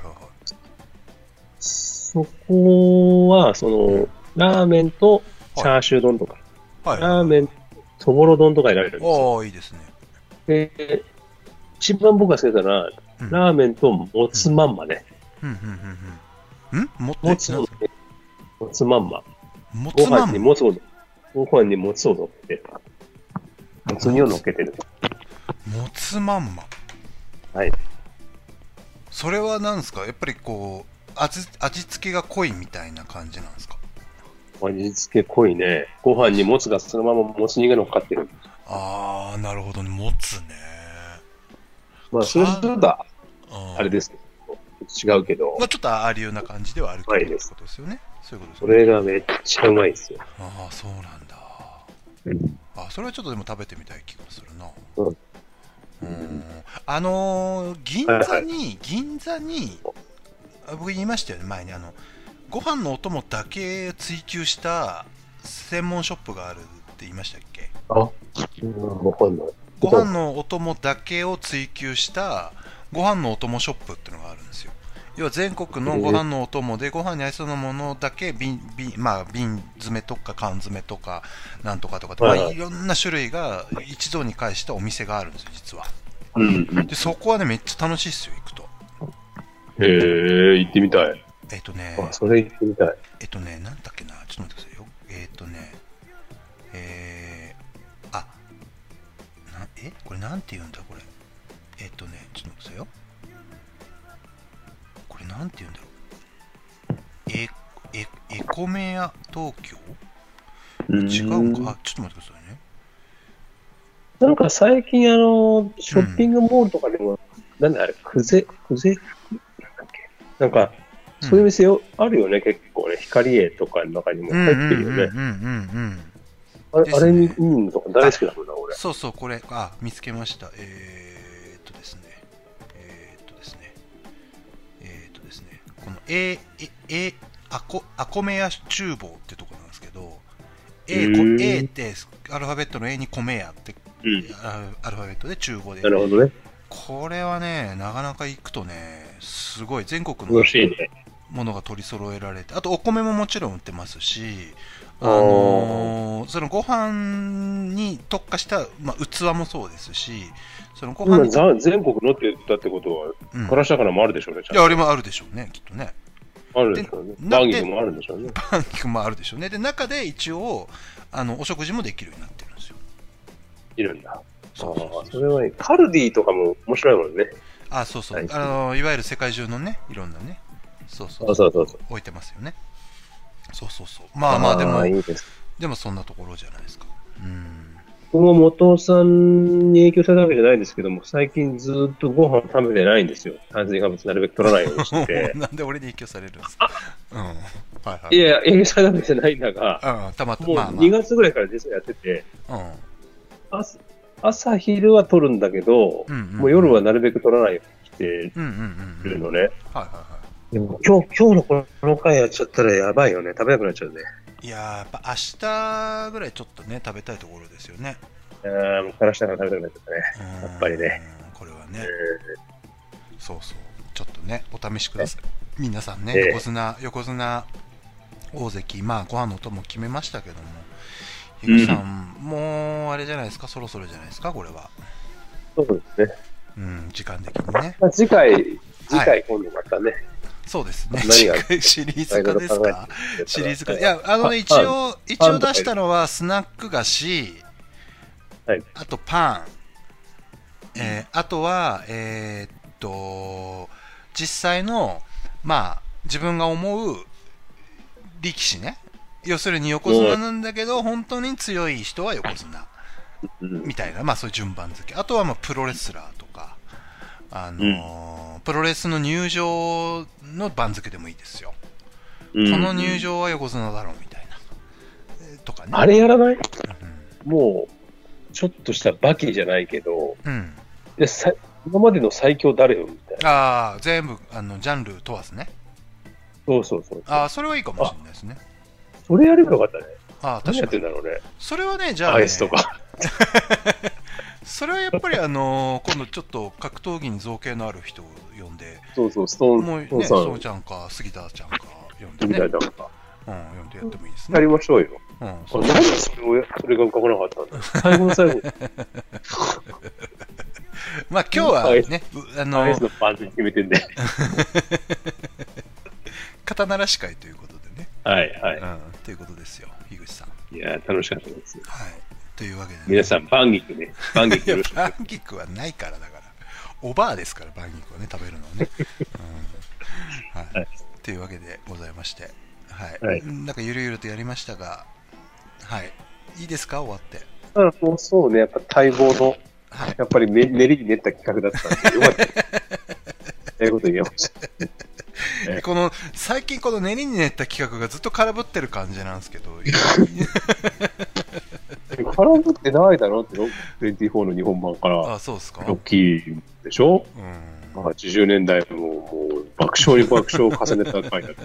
Speaker 2: いは
Speaker 3: そこは、その、ラーメンとチャーシュー丼とか、
Speaker 2: いはい
Speaker 3: ラーメン、そぼろ丼とか選べるんですよ。
Speaker 2: ああいいですね、
Speaker 3: で、一番僕が好きなのは、
Speaker 2: うん、
Speaker 3: ラーメンともつまんまね。
Speaker 2: うんうんうんうんんも
Speaker 3: も
Speaker 2: つ
Speaker 3: つを、もつまんま。
Speaker 2: も
Speaker 3: ご
Speaker 2: つま
Speaker 3: 飯
Speaker 2: ん
Speaker 3: にもつを、ご飯にもつを乗っけて、もつ煮を乗っけてる。
Speaker 2: もつまんま
Speaker 3: はい
Speaker 2: それは何ですかやっぱりこう味味付けが濃いみたいな感じなんですか
Speaker 3: 味付け濃いね。ご飯にもつがそのままもつ煮が乗っかってる。
Speaker 2: ああなるほどねもつね
Speaker 3: まあ、そうすると、
Speaker 2: あ
Speaker 3: あれですけど、違うけど
Speaker 2: まあ、、ちょっとありゅうな感じではあるけど
Speaker 3: は
Speaker 2: っ
Speaker 3: い
Speaker 2: てことですよねそういうことですよ
Speaker 3: そ
Speaker 2: ね
Speaker 3: れがめっちゃうまいですよ。
Speaker 2: ああそうなんだ
Speaker 3: うん
Speaker 2: あそれはちょっとでも食べてみたい気がするな
Speaker 3: うん
Speaker 2: うんあのー銀座に銀座にあ僕言いましたよね前にあのご飯のお供だけ追求した専門ショップがあるって言いましたっけ
Speaker 3: うん、わかんない。
Speaker 2: ご飯のお供だけを追求したご飯のお供ショップっていうのがあるんですよ要は全国のご飯のお供でご飯に合いそうなものだけ瓶瓶,、まあ、瓶詰めとか缶詰とかなんとかとかって、まあ、
Speaker 3: はいはい
Speaker 2: いろんな種類が一堂に会したお店があるんですよ実は
Speaker 3: うん。
Speaker 2: でそこはねめっちゃ楽しいですよ行くと
Speaker 3: へえ、行ってみたい。
Speaker 2: えっ、とね
Speaker 3: あ、それ行ってみたい。
Speaker 2: えっ、とねなんだっけなちょっと待ってくださいよえっ、とねえー、あなえこれなんて言うんだこれえっ、とねちょっと待ってくださいよこれなんて言うんだろうええエコメア東京違うかあちょっと待ってくださいね
Speaker 3: なんか最近、あの、ショッピングモールとかでも、なんだあれ、くぜ、くぜ服なんだっけなんか、
Speaker 2: うん
Speaker 3: そういう店よあるよね、結構ね。光栄とかの中にも入ってる
Speaker 2: う
Speaker 3: よね。
Speaker 2: んうんうんうんうん
Speaker 3: あれ、
Speaker 2: で
Speaker 3: あ
Speaker 2: す
Speaker 3: れ
Speaker 2: ね
Speaker 3: 見るのとか大好きだもんな、俺。
Speaker 2: そうそう、これ、あ、見つけました。えー、っとですね。えー、っとですね。えー、っとですね。この A、A、A、アコ、アコメヤ厨房ってとこなんですけど、A、こ
Speaker 3: うーん
Speaker 2: A ってアルファベットの A に米屋って
Speaker 3: うん。
Speaker 2: アルアルファベットで厨房で
Speaker 3: な。るほどね。
Speaker 2: これはね、なかなか行くとね、すごい全国の
Speaker 3: 楽しいね。
Speaker 2: ものが取り揃えられて、あとお米ももちろん売ってますし、あ
Speaker 3: あー
Speaker 2: のーそのご飯に特化した、まあ、器もそうですし、そのご飯
Speaker 3: 今
Speaker 2: に、
Speaker 3: ざ全国のって言ったってことは、
Speaker 2: うん
Speaker 3: からしたからもあるでしょうね。ち
Speaker 2: い
Speaker 3: ゃん
Speaker 2: や、あれもあるでしょうね、きっとね。
Speaker 3: とあるでしょうね。
Speaker 2: でな
Speaker 3: バーギーもあるんでしょうね。
Speaker 2: パンクもあるでしょうね。で、中で一応、あのお食事もできるようになってるんですよ。
Speaker 3: いるんだ。あ
Speaker 2: そうそう
Speaker 3: あ、
Speaker 2: そ
Speaker 3: そうれはいい。カルディとかも面白いもんね。
Speaker 2: あ、そうそう。
Speaker 3: はい
Speaker 2: あの、いわゆる世界中のね、いろんなね、そうそ
Speaker 3: そううそうそうそう。
Speaker 2: 置いてますよね。そうそうそう。まあまあ、で
Speaker 3: い
Speaker 2: も、
Speaker 3: いです。
Speaker 2: でもそんなところじゃないですか。うん。。
Speaker 3: 僕も元尾さんに影響されたわけじゃないですけども、最近ずっとご飯食べてないんですよ。炭水化物なるべく取らないようにしてて
Speaker 2: なんで俺に影響されるんですか。うん。はいはい。
Speaker 3: いや、影響されたわけじゃないんだが、
Speaker 2: うん、たまた
Speaker 3: もう
Speaker 2: まあま
Speaker 3: 2月ぐらいから実はやってて、
Speaker 2: あ。
Speaker 3: 朝朝昼は取るんだけど、
Speaker 2: うん。うん。
Speaker 3: もう夜
Speaker 2: は。
Speaker 3: はなるべく取らないようにして
Speaker 2: うんうんうんう
Speaker 3: る
Speaker 2: ん。
Speaker 3: の
Speaker 2: はい
Speaker 3: ね。
Speaker 2: はいは
Speaker 3: でも今日、今日のこの回やっちゃったらやばいよね。食べなくなっちゃうね。
Speaker 2: い。いやー、やっぱ明日ぐらいちょっとね、食べたいところですよね。
Speaker 3: ああ、もうからしたら食べたくなっちゃったね。
Speaker 2: や
Speaker 3: っぱりね。
Speaker 2: これはね。
Speaker 3: え
Speaker 2: そうそう、ちょっとね、お試しください。皆さんね、
Speaker 3: ええ
Speaker 2: 横綱、横綱、大関、まあ、ご飯のとも決めましたけども、
Speaker 3: うん
Speaker 2: 樋口さん、もうあれじゃないですか、そろそろじゃないですか、これは。
Speaker 3: ーそうですね。
Speaker 2: うん、時間的にね。
Speaker 3: まあ、次回、次回今度またね。
Speaker 2: そうですね、
Speaker 3: 何が
Speaker 2: 次回シリーズ
Speaker 3: いろ
Speaker 2: 化
Speaker 3: いろ
Speaker 2: です
Speaker 3: 考え
Speaker 2: か。
Speaker 3: て
Speaker 2: シリーズ化。
Speaker 3: はい
Speaker 2: や、あのね、一
Speaker 3: パン
Speaker 2: 応、一応出したのは、スナック菓子、
Speaker 3: はい
Speaker 2: あとパン、えーあとは、えーっと、実際の、まあ、自分が思う力士ね。要するに横綱なんだけど、本当に強い人は横綱。
Speaker 3: うん
Speaker 2: みたいな、まあそういう順番付け。あとはまあプロレスラーとか、あのープロレスの入場の番付でもいいですよ。この入場は横綱だろうみたいな。えーとかね。
Speaker 3: あれやらない
Speaker 2: うん
Speaker 3: もう、ちょっとしたバキじゃないけど、
Speaker 2: うん。
Speaker 3: でさ今までの最強誰よみたいな。
Speaker 2: ああ、全部、あの、ジャンル問わずね。
Speaker 3: そうそうそう。
Speaker 2: ああ、それはいいかもしれないですね。
Speaker 3: それやればよかったね。
Speaker 2: ああ、
Speaker 3: 何
Speaker 2: 確
Speaker 3: やっ
Speaker 2: か
Speaker 3: てん
Speaker 2: に。
Speaker 3: だろうね。
Speaker 2: それはね、じゃあ、
Speaker 3: ア
Speaker 2: ね
Speaker 3: イ、スとか。
Speaker 2: それはやっぱり、あのー今度ちょっと格闘技に造形のある人を呼んで、
Speaker 3: そうそう、ストーン、
Speaker 2: もうね、
Speaker 3: ストーンさ
Speaker 2: そうち
Speaker 3: ん
Speaker 2: ゃんか、杉田ちゃんか、呼んで
Speaker 3: み
Speaker 2: ね、
Speaker 3: た
Speaker 2: う
Speaker 3: い
Speaker 2: ん、
Speaker 3: なのか。
Speaker 2: 呼んでやってもいいです
Speaker 3: や
Speaker 2: ね。
Speaker 3: りましょうよ。
Speaker 2: うん、
Speaker 3: こ
Speaker 2: そう
Speaker 3: れなんでそれをそれが浮かばなかったんだろう最後 の最後に
Speaker 2: まあ、今日はね、うあの
Speaker 3: アイ
Speaker 2: ー
Speaker 3: スのパンツ決めてんで。
Speaker 2: 肩慣らし会ということでね、
Speaker 3: はいは
Speaker 2: うん、ということですよ、樋口さん。
Speaker 3: い。いや、楽しかったです。
Speaker 2: はい。というわけで、ね、
Speaker 3: 皆さん、バンギクね。バンギクよろしく。
Speaker 2: バンギクはないからだから。おばあですから、バンギクはね、食べるのは ね。うんはい。
Speaker 3: はい
Speaker 2: というわけでございまして、はい。
Speaker 3: はい
Speaker 2: なんかゆるゆるとやりましたが、はい。いいですか、終わって。
Speaker 3: あもうそうね、やっぱ待望の、
Speaker 2: はい。
Speaker 3: やっぱりめ練りに練った企画だったんで、よかった。 ええこと言えました。ええ
Speaker 2: この、最近この練りに練った企画がずっと空振ってる感じなんですけど、
Speaker 3: 絡むってないだろって、24の日本版から、
Speaker 2: あ、そうですか。
Speaker 3: ロッキーでしょ
Speaker 2: うん。
Speaker 3: 80年代ももう爆笑に爆笑を重ねた回だった。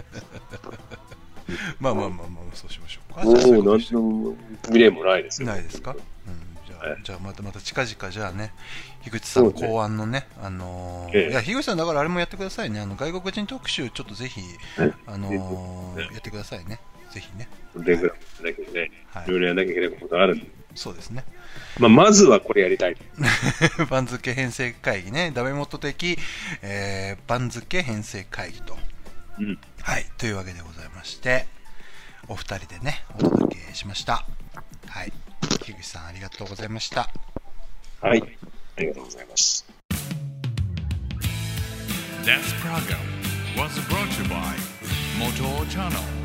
Speaker 2: まあまあまあまあ、そうしましょうか。
Speaker 3: も う
Speaker 2: じゃあそういうこと
Speaker 3: 何
Speaker 2: にして
Speaker 3: の未練もないですよ。
Speaker 2: ないですか、うん、じゃあ,、
Speaker 3: はい
Speaker 2: じゃあまたまた近々じゃあね樋口さん
Speaker 3: そうね
Speaker 2: 考案のねあのー
Speaker 3: ええ
Speaker 2: いや樋口さんだからあれもやってくださいねあの外国人特集ちょっとぜひ、
Speaker 3: はい
Speaker 2: あのーやってくださいねぜひね
Speaker 3: レギュラーもやらなきゃいけない。
Speaker 2: はいい
Speaker 3: ろいろやらなきゃいけないことあるんで。
Speaker 2: そうですね
Speaker 3: まあ、まずはこれやりたい。
Speaker 2: 番付編成会議ねダメ元的、えー番付編成会議と
Speaker 3: うん
Speaker 2: はいというわけでございましてお二人でねお届けしましたはい樋口さんありがとうございました
Speaker 3: はい。ありがとうございます。
Speaker 1: This program was brought to you by Moto Channel.